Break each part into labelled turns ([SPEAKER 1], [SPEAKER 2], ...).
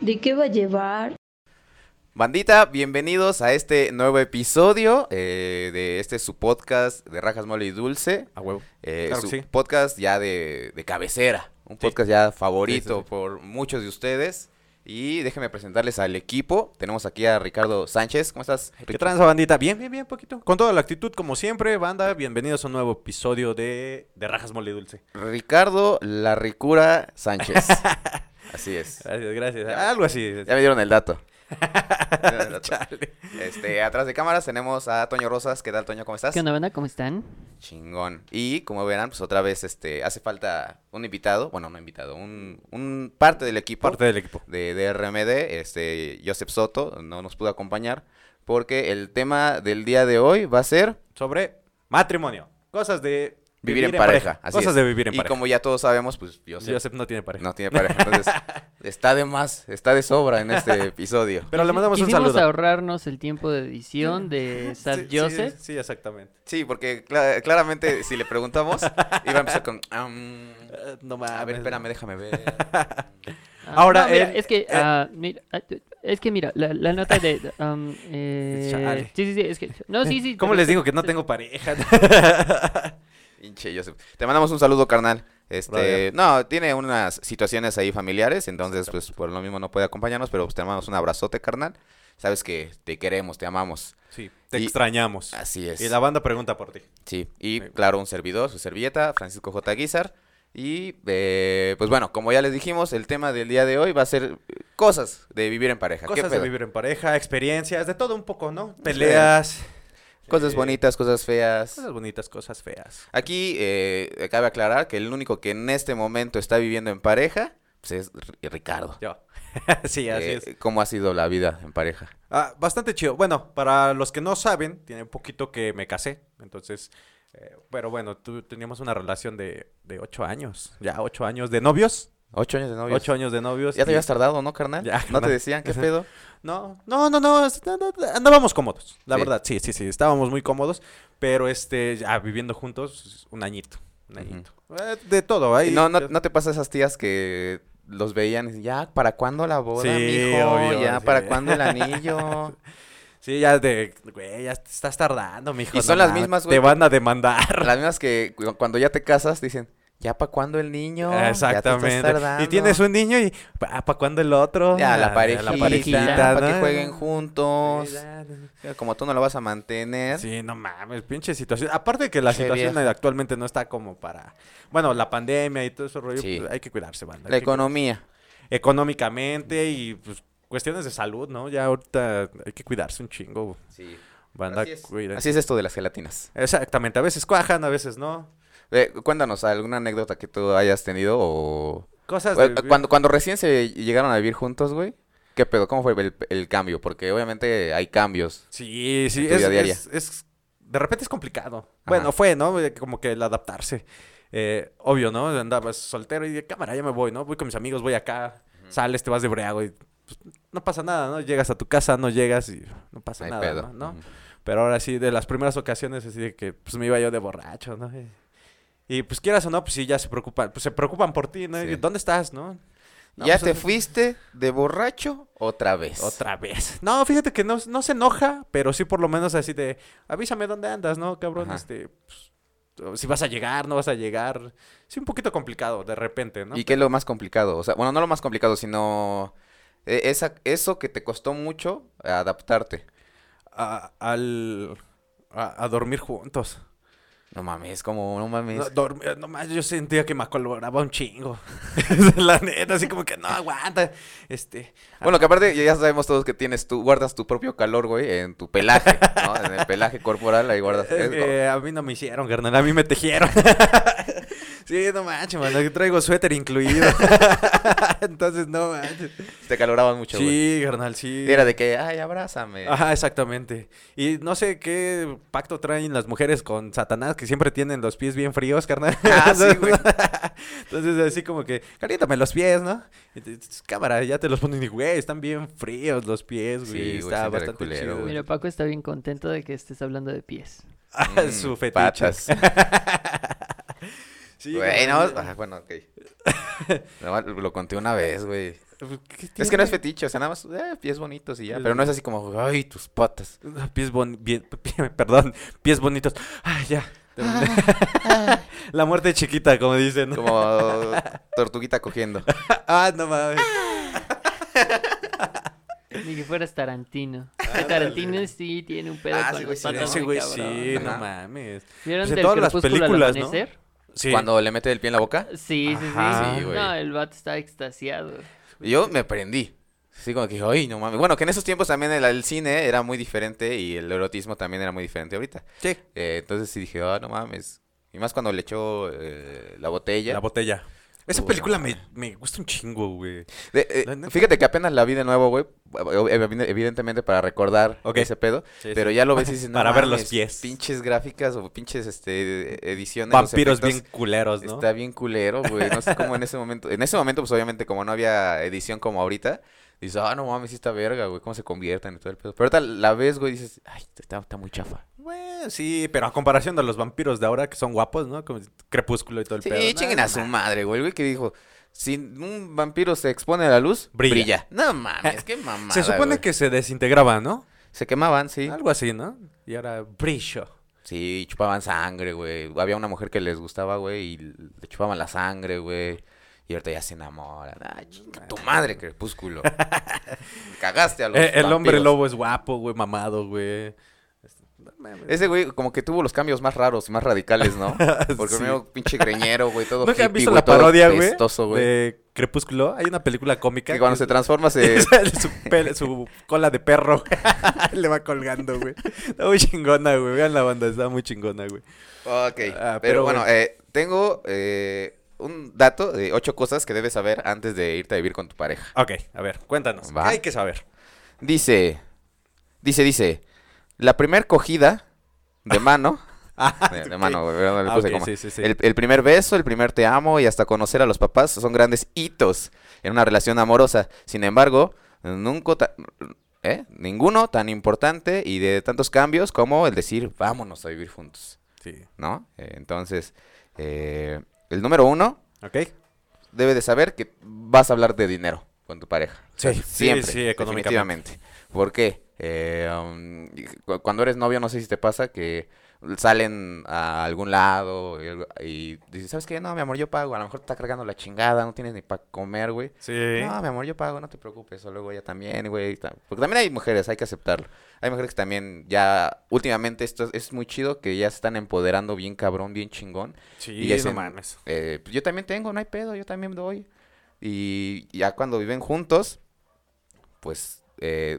[SPEAKER 1] ¿De qué va a llevar?
[SPEAKER 2] Bandita, bienvenidos a este nuevo episodio eh, de este su podcast de Rajas Mole y Dulce.
[SPEAKER 3] A huevo.
[SPEAKER 2] Eh,
[SPEAKER 3] Claro que
[SPEAKER 2] su
[SPEAKER 3] sí.
[SPEAKER 2] podcast ya de, de cabecera, un podcast ya favorito por muchos de ustedes. Y déjenme presentarles al equipo. Tenemos aquí a Ricardo Sánchez. ¿Cómo estás?
[SPEAKER 3] ¿Qué
[SPEAKER 2] Rick?
[SPEAKER 3] tranza, bandita? Bien, bien, bien, poquito. Con toda la actitud, como siempre, banda, bienvenidos a un nuevo episodio de, de Rajas Mole Dulce.
[SPEAKER 2] Ricardo La Ricura Sánchez. Así es.
[SPEAKER 3] Gracias, gracias. Algo así.
[SPEAKER 2] Ya me dieron el dato. Ya me dieron el dato.
[SPEAKER 3] Chale.
[SPEAKER 2] Este, atrás de cámaras tenemos a Toño Rosas. ¿Qué tal, Toño? ¿Cómo estás?
[SPEAKER 4] ¿Qué onda, banda? ¿Cómo están?
[SPEAKER 2] Chingón. Y como verán, pues otra vez este hace falta un invitado, bueno, no invitado, un, un parte del equipo
[SPEAKER 3] Parte del equipo.
[SPEAKER 2] de, de RMD, este Joseph Soto no nos pudo acompañar porque el tema del día de hoy va a ser
[SPEAKER 3] Sobre matrimonio. Cosas de
[SPEAKER 2] vivir, en pareja. Así
[SPEAKER 3] Cosas
[SPEAKER 2] es.
[SPEAKER 3] de vivir en
[SPEAKER 2] y
[SPEAKER 3] pareja.
[SPEAKER 2] como ya todos sabemos, pues Joseph,
[SPEAKER 3] Joseph no tiene pareja.
[SPEAKER 2] no tiene pareja, entonces está de más, está de sobra en este episodio.
[SPEAKER 3] Pero le mandamos un
[SPEAKER 4] Quisimos
[SPEAKER 3] saludo.
[SPEAKER 4] ahorrarnos el tiempo de edición de Sad
[SPEAKER 3] Sí, sí,
[SPEAKER 4] Joseph.
[SPEAKER 3] Sí, exactamente.
[SPEAKER 2] Sí, porque cla- claramente si le preguntamos iba a empezar con "Am,
[SPEAKER 3] Eh, no
[SPEAKER 2] a ver,
[SPEAKER 3] mames.
[SPEAKER 2] espérame, déjame ver.
[SPEAKER 4] Ah,
[SPEAKER 3] Ahora,
[SPEAKER 4] no, mira,
[SPEAKER 3] el-
[SPEAKER 4] es que,
[SPEAKER 3] eh,
[SPEAKER 4] ah, mira, ah, es que mira, la, la nota de... de, um, eh,
[SPEAKER 3] Chale.
[SPEAKER 4] sí, sí, sí, es que... No, sí, sí.
[SPEAKER 3] ¿Cómo
[SPEAKER 4] pero-
[SPEAKER 3] les digo que no tengo pareja?
[SPEAKER 2] Pinche Joseph. Te mandamos un saludo, carnal. Este,
[SPEAKER 3] Brother.
[SPEAKER 2] no, tiene unas situaciones ahí familiares, entonces pues por lo mismo no puede acompañarnos, pero pues, te mandamos un abrazote, carnal. Sabes que te queremos, te amamos.
[SPEAKER 3] sí, te
[SPEAKER 2] Y-
[SPEAKER 3] extrañamos.
[SPEAKER 2] Así es.
[SPEAKER 3] Y la banda pregunta por ti.
[SPEAKER 2] Sí, y
[SPEAKER 3] Sí.
[SPEAKER 2] claro, un servidor, su servilleta, Francisco J. Guizar. Y eh, pues bueno, como ya les dijimos, el tema del día de hoy va a ser eh, cosas de vivir en pareja. ¿Qué
[SPEAKER 3] Cosas de
[SPEAKER 2] pedo?
[SPEAKER 3] vivir en pareja, experiencias, de todo un poco, ¿no? Peleas.
[SPEAKER 2] Cosas
[SPEAKER 3] eh,
[SPEAKER 2] bonitas, cosas feas.
[SPEAKER 3] Cosas bonitas, cosas feas.
[SPEAKER 2] Aquí eh, cabe aclarar que el único que en este momento está viviendo en pareja pues, es R- Ricardo.
[SPEAKER 3] Yo. sí, así
[SPEAKER 2] eh,
[SPEAKER 3] es.
[SPEAKER 2] ¿Cómo ha sido la vida en pareja?
[SPEAKER 3] Ah, bastante chido. Bueno, para los que no saben, tiene un poquito que me casé. Entonces, eh, pero bueno, tú, teníamos una relación de, de ocho años. Ya, ocho años de novios.
[SPEAKER 2] Ocho años de novio.
[SPEAKER 3] Ocho años de novios.
[SPEAKER 2] Ya te
[SPEAKER 3] y-
[SPEAKER 2] habías tardado, ¿no, carnal?
[SPEAKER 3] Ya,
[SPEAKER 2] ¿No te
[SPEAKER 3] carnal.
[SPEAKER 2] decían qué pedo?
[SPEAKER 3] No, no, no, no, es- no, no, andábamos cómodos, la
[SPEAKER 2] Sí.
[SPEAKER 3] verdad, sí, sí, sí, estábamos muy cómodos, pero este, ya viviendo juntos, un añito, un
[SPEAKER 2] Ujú.
[SPEAKER 3] añito, Eh, de todo, ahí.
[SPEAKER 2] no, no, ¿No te pasa esas tías que los veían y dicen, ya, ¿para cuándo la boda,
[SPEAKER 3] Sí,
[SPEAKER 2] mijo?
[SPEAKER 3] obvio,
[SPEAKER 2] ya,
[SPEAKER 3] sí.
[SPEAKER 2] ¿para cuándo el anillo?
[SPEAKER 3] Sí, ya de, güey, ya te estás tardando, mijo.
[SPEAKER 2] Y
[SPEAKER 3] no
[SPEAKER 2] son las
[SPEAKER 3] mames,
[SPEAKER 2] mismas, güey,
[SPEAKER 3] Te
[SPEAKER 2] que-
[SPEAKER 3] van a demandar.
[SPEAKER 2] Las mismas que cu- cuando ya te casas dicen, ¿ya para cuándo el niño? Ya te estás
[SPEAKER 3] Exactamente. Y
[SPEAKER 2] tardando".
[SPEAKER 3] tienes un niño y, ¿para cuándo el otro?
[SPEAKER 2] Ya, la
[SPEAKER 3] Ah,
[SPEAKER 2] parejita,
[SPEAKER 4] parejita,
[SPEAKER 2] para que
[SPEAKER 3] ¿no?
[SPEAKER 2] jueguen juntos.
[SPEAKER 3] Sí, ya, no.
[SPEAKER 2] Ya, Como tú no lo vas a mantener.
[SPEAKER 3] Sí, no mames, pinche situación. Aparte que la
[SPEAKER 2] Che,
[SPEAKER 3] situación
[SPEAKER 2] vieja.
[SPEAKER 3] actualmente no está como para... Bueno, la pandemia y todo ese rollo,
[SPEAKER 2] Sí.
[SPEAKER 3] pues, hay que cuidarse, banda.
[SPEAKER 2] La
[SPEAKER 3] hay que cuidarse.
[SPEAKER 2] economía.
[SPEAKER 3] económicamente y pues, cuestiones de salud, ¿no? Ya ahorita hay que cuidarse un chingo,
[SPEAKER 2] Sí.
[SPEAKER 3] banda,
[SPEAKER 2] Así es.
[SPEAKER 3] cuídense.
[SPEAKER 2] Así es esto de las gelatinas.
[SPEAKER 3] Exactamente, a veces cuajan, a veces no.
[SPEAKER 2] Eh, cuéntanos alguna anécdota que tú hayas tenido o...
[SPEAKER 3] Cosas
[SPEAKER 2] Güey,
[SPEAKER 3] de...
[SPEAKER 2] Cuando, cuando recién se llegaron a vivir juntos, güey, ¿qué pedo? ¿Cómo fue el, el cambio? Porque obviamente hay cambios.
[SPEAKER 3] Sí, sí,
[SPEAKER 2] en tu
[SPEAKER 3] es,
[SPEAKER 2] vida diaria.
[SPEAKER 3] es- es- De repente es complicado. Bueno, fue, ¿no? Eh, Como que el adaptarse. Eh, obvio, ¿no? Andabas soltero y de cámara, ya me voy, ¿no? Voy con mis amigos, voy acá, sales, te vas de breago y pues, no pasa nada, ¿no? Llegas a tu casa, no llegas y no
[SPEAKER 2] No
[SPEAKER 3] pasa
[SPEAKER 2] hay
[SPEAKER 3] nada,
[SPEAKER 2] pedo.
[SPEAKER 3] ¿no? ¿No?
[SPEAKER 2] Ujú.
[SPEAKER 3] Pero ahora sí, de las primeras ocasiones, así de que pues me iba yo de borracho, ¿no? Y, y, pues quieras o no, pues sí, ya se preocupan, pues se preocupan por ti, ¿no?
[SPEAKER 2] Sí.
[SPEAKER 3] Y, ¿Dónde estás, no? No,
[SPEAKER 2] ¿Ya
[SPEAKER 3] pues,
[SPEAKER 2] te fuiste de borracho otra vez?
[SPEAKER 3] Otra vez. No, fíjate que no, no se enoja, pero sí por lo menos así de, avísame dónde andas, ¿no, cabrón?
[SPEAKER 2] Ajá.
[SPEAKER 3] Este, pues, si vas a llegar, no vas a llegar. Sí, un poquito complicado de repente, ¿no?
[SPEAKER 2] ¿Y qué es lo más complicado? O sea, bueno, no lo más complicado, sino eh, esa, eso que te costó mucho adaptarte.
[SPEAKER 3] A, al, a, a dormir juntos.
[SPEAKER 2] No mames, como, no mames.
[SPEAKER 3] No, dormir, nomás yo sentía que me acoloraba un chingo. La neta, así como que no aguanta. Este,
[SPEAKER 2] Bueno, que aparte ya sabemos todos que tienes tú, guardas tu propio calor, güey, en tu pelaje, ¿no? En el pelaje corporal ahí guardas.
[SPEAKER 3] Es
[SPEAKER 2] es-
[SPEAKER 3] que eh, a mí no me hicieron, carnal, a mí me tejieron. sí, no manches, mano, yo traigo suéter incluido. Entonces, no manches.
[SPEAKER 2] Te caloraban mucho, güey.
[SPEAKER 3] Sí, carnal, sí.
[SPEAKER 2] Era de que, ay, abrázame.
[SPEAKER 3] Ajá, exactamente. Y no sé qué pacto traen las mujeres con Satanás, que siempre tienen los pies bien fríos, carnal.
[SPEAKER 2] Ah, sí, güey.
[SPEAKER 3] Entonces, así como que, caliéntame los pies, ¿no? Y te- Cámara, ya te los ponen y, güey, están bien fríos los pies,
[SPEAKER 2] Sí,
[SPEAKER 3] güey.
[SPEAKER 2] güey,
[SPEAKER 3] Está
[SPEAKER 2] siente re
[SPEAKER 3] bastante
[SPEAKER 2] culero,
[SPEAKER 3] chido.
[SPEAKER 2] güey.
[SPEAKER 4] Mira, Paco está bien contento de que estés hablando de pies.
[SPEAKER 3] Ah, su
[SPEAKER 2] Mm,
[SPEAKER 3] fetiche.
[SPEAKER 2] patas.
[SPEAKER 3] Sí,
[SPEAKER 2] Güey, no,
[SPEAKER 3] carnal. Pues,
[SPEAKER 2] ah, bueno, ok. Nomás lo conté una vez, güey. Es que no es fetiche, o sea, nada más eh, pies bonitos y ya. Pero no es así como, ay, tus patas.
[SPEAKER 3] Pies bon... bien- pie- perdón, pies bonitos. Ay, ya. La muerte chiquita, como dicen.
[SPEAKER 2] Como tortuguita cogiendo.
[SPEAKER 3] Ah, no mames.
[SPEAKER 4] Ni que fueras Tarantino.
[SPEAKER 3] Ah,
[SPEAKER 4] Tarantino sí tiene un pedo
[SPEAKER 2] Ah,
[SPEAKER 4] con
[SPEAKER 2] sí, güey,
[SPEAKER 4] los
[SPEAKER 2] sí,
[SPEAKER 4] patas,
[SPEAKER 3] Ese
[SPEAKER 4] muy
[SPEAKER 3] güey
[SPEAKER 4] cabrón.
[SPEAKER 3] sí, no
[SPEAKER 2] Ajá.
[SPEAKER 3] mames.
[SPEAKER 4] ¿Vieron
[SPEAKER 3] Pues en
[SPEAKER 4] del
[SPEAKER 3] todas las
[SPEAKER 4] crepúsculo al
[SPEAKER 3] películas, ¿no?
[SPEAKER 4] amanecer?
[SPEAKER 3] Sí.
[SPEAKER 2] Cuando le mete el pie en la boca,
[SPEAKER 4] Sí, sí, sí.
[SPEAKER 3] Ajá.
[SPEAKER 2] Sí, güey.
[SPEAKER 4] no, el vato está extasiado.
[SPEAKER 2] yo me prendí. Así como que dije, ay, no mames. Bueno, que en esos tiempos también el, el cine era muy diferente y el erotismo también era muy diferente ahorita.
[SPEAKER 3] Sí.
[SPEAKER 2] Eh, entonces sí dije, ah, no mames. Y más cuando le echó eh, la botella.
[SPEAKER 3] La botella. Esa
[SPEAKER 2] Uy,
[SPEAKER 3] película
[SPEAKER 2] no.
[SPEAKER 3] me, me gusta un chingo, güey.
[SPEAKER 2] De- eh,
[SPEAKER 3] La neta.
[SPEAKER 2] fíjate que apenas la vi de nuevo, güey. ev- Evidentemente para recordar
[SPEAKER 3] Ok.
[SPEAKER 2] ese pedo.
[SPEAKER 3] Sí,
[SPEAKER 2] pero
[SPEAKER 3] sí.
[SPEAKER 2] ya lo ves y dices, no
[SPEAKER 3] Para ver los
[SPEAKER 2] mames,
[SPEAKER 3] pies.
[SPEAKER 2] Pinches gráficas o pinches este, ediciones. los
[SPEAKER 3] Vampiros bien
[SPEAKER 2] efectos,
[SPEAKER 3] culeros, ¿no?
[SPEAKER 2] Está bien culero, güey. No sé cómo en ese momento. En ese momento, pues obviamente, como no había edición como ahorita, dices, ah, no mames, sí está verga, güey. ¿Cómo se convierten y todo el pedo? Pero ahorita la ves, güey, y dices, ay, está, está muy chafa.
[SPEAKER 3] Bueno, Eh, sí, pero a comparación de los vampiros de ahora que son guapos, ¿no? Como Crepúsculo y todo el
[SPEAKER 2] Sí,
[SPEAKER 3] pedo. No,
[SPEAKER 2] chinguen
[SPEAKER 3] no
[SPEAKER 2] a su
[SPEAKER 3] mames.
[SPEAKER 2] madre, güey. El güey que dijo, si un vampiro se expone a la luz, brilla.
[SPEAKER 3] Brilla.
[SPEAKER 2] No mames, qué mamada.
[SPEAKER 3] Se supone
[SPEAKER 2] güey.
[SPEAKER 3] que se desintegraban, ¿no?
[SPEAKER 2] Se quemaban, sí.
[SPEAKER 3] Algo así, ¿no? Y ahora brillo.
[SPEAKER 2] Sí, chupaban sangre, güey. Había una mujer que les gustaba, güey, y le chupaban la sangre, güey. Y ahorita ya se enamoran. Ah, chinga tu madre, crepúsculo. Cagaste a los
[SPEAKER 3] Eh, el hombre
[SPEAKER 2] vampiros.
[SPEAKER 3] lobo es guapo, güey, mamado, güey. No mames.
[SPEAKER 2] Ese güey como que tuvo los cambios más raros y más radicales, ¿no? Porque
[SPEAKER 3] Sí.
[SPEAKER 2] primero pinche greñero, güey, todo
[SPEAKER 3] ¿Nunca han
[SPEAKER 2] hippie,
[SPEAKER 3] visto
[SPEAKER 2] güey,
[SPEAKER 3] la
[SPEAKER 2] todo
[SPEAKER 3] parodia, güey?
[SPEAKER 2] pestoso, güey.
[SPEAKER 3] De Crepúsculo. Hay una película cómica.
[SPEAKER 2] Que cuando se transforma se...
[SPEAKER 3] sale su, pel- su cola de perro, güey. Le va colgando, güey. Está muy chingona, güey. Vean la banda, está muy chingona, güey.
[SPEAKER 2] Ok,
[SPEAKER 3] Ah,
[SPEAKER 2] pero,
[SPEAKER 3] pero
[SPEAKER 2] bueno,
[SPEAKER 3] bueno.
[SPEAKER 2] eh, tengo eh, un dato de ocho cosas que debes saber antes de irte a vivir con tu pareja.
[SPEAKER 3] Ok, a ver, cuéntanos.
[SPEAKER 2] Va.
[SPEAKER 3] ¿Qué hay que saber?
[SPEAKER 2] Dice, dice, dice, la primer cogida de mano, de, de mano, güey, no le
[SPEAKER 3] Ah,
[SPEAKER 2] puse
[SPEAKER 3] ok,
[SPEAKER 2] coma.
[SPEAKER 3] sí, sí, sí.
[SPEAKER 2] El, el primer beso, el primer te amo y hasta conocer a los papás son grandes hitos en una relación amorosa. Sin embargo, nunca ta- ¿eh? ninguno tan importante y de tantos cambios como el decir vámonos a vivir juntos,
[SPEAKER 3] Sí.
[SPEAKER 2] ¿no? Eh, entonces, eh, el número uno
[SPEAKER 3] ¿Ok?
[SPEAKER 2] debe de saber que vas a hablar de dinero con tu pareja.
[SPEAKER 3] Sí,
[SPEAKER 2] Siempre,
[SPEAKER 3] sí, sí, económicamente.
[SPEAKER 2] definitivamente. ¿Por qué? Eh, um, y cu- cuando eres novio, no sé si te pasa que salen a algún lado y, algo- y dices, ¿sabes qué? No, mi amor, yo pago. A lo mejor te está cargando la chingada, no tienes ni para comer, güey.
[SPEAKER 3] Sí.
[SPEAKER 2] No, mi amor, yo pago, no te preocupes. O luego ella también, güey. y tal. Porque también hay mujeres, hay que aceptarlo. Hay mujeres que también ya, últimamente, esto es, es muy chido que ya se están empoderando bien cabrón, bien chingón.
[SPEAKER 3] Sí,
[SPEAKER 2] Y ese-
[SPEAKER 3] no mames.
[SPEAKER 2] Eh, pues yo también tengo, no hay pedo, yo también doy. Y ya cuando viven juntos, pues eh,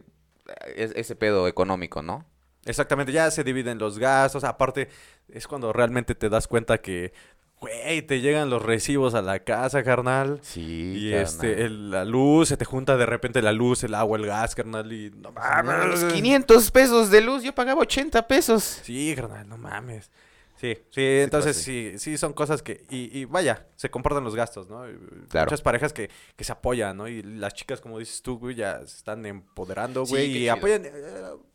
[SPEAKER 2] es- ese pedo económico, ¿no?
[SPEAKER 3] Exactamente, ya se dividen los gastos. Aparte, es cuando realmente te das cuenta que, güey, te llegan los recibos a la casa, carnal.
[SPEAKER 2] Sí.
[SPEAKER 3] Y este, el- la luz, se te junta de repente la luz, el agua, el gas, carnal, y no
[SPEAKER 2] Ah,
[SPEAKER 3] mames.
[SPEAKER 2] 500 pesos de luz, yo pagaba 80 pesos.
[SPEAKER 3] Sí, carnal, no mames. Sí, sí, entonces
[SPEAKER 2] pasa.
[SPEAKER 3] sí, sí son cosas que, y, y vaya, se comportan los gastos, ¿no? Y- y
[SPEAKER 2] Claro.
[SPEAKER 3] Muchas parejas que, que se apoyan, ¿no? Y las chicas, como dices tú, güey, ya se están empoderando,
[SPEAKER 2] Sí,
[SPEAKER 3] güey,
[SPEAKER 2] qué
[SPEAKER 3] y
[SPEAKER 2] chido.
[SPEAKER 3] apoyan, eh,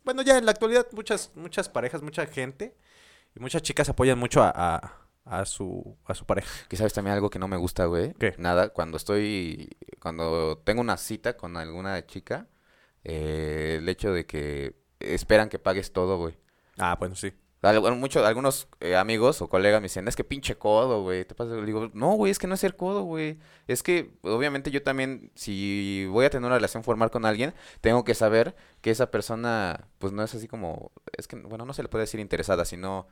[SPEAKER 3] bueno, ya en la actualidad muchas, muchas parejas, mucha gente, y muchas chicas apoyan mucho a, a, a su, a su pareja.
[SPEAKER 2] Que sabes también algo que no me gusta, güey.
[SPEAKER 3] ¿Qué?
[SPEAKER 2] Nada, cuando estoy, cuando tengo una cita con alguna chica, eh, el hecho de que esperan que pagues todo, güey.
[SPEAKER 3] Ah, bueno, sí.
[SPEAKER 2] Al- bueno, mucho- algunos eh, amigos o colegas me dicen, es que pinche codo, güey. Te pasa, le digo, no, güey, es que no es ser codo, güey. Es que, obviamente, yo también, si voy a tener una relación formal con alguien, tengo que saber que esa persona, pues no es así como, es que, bueno, no se le puede decir interesada, sino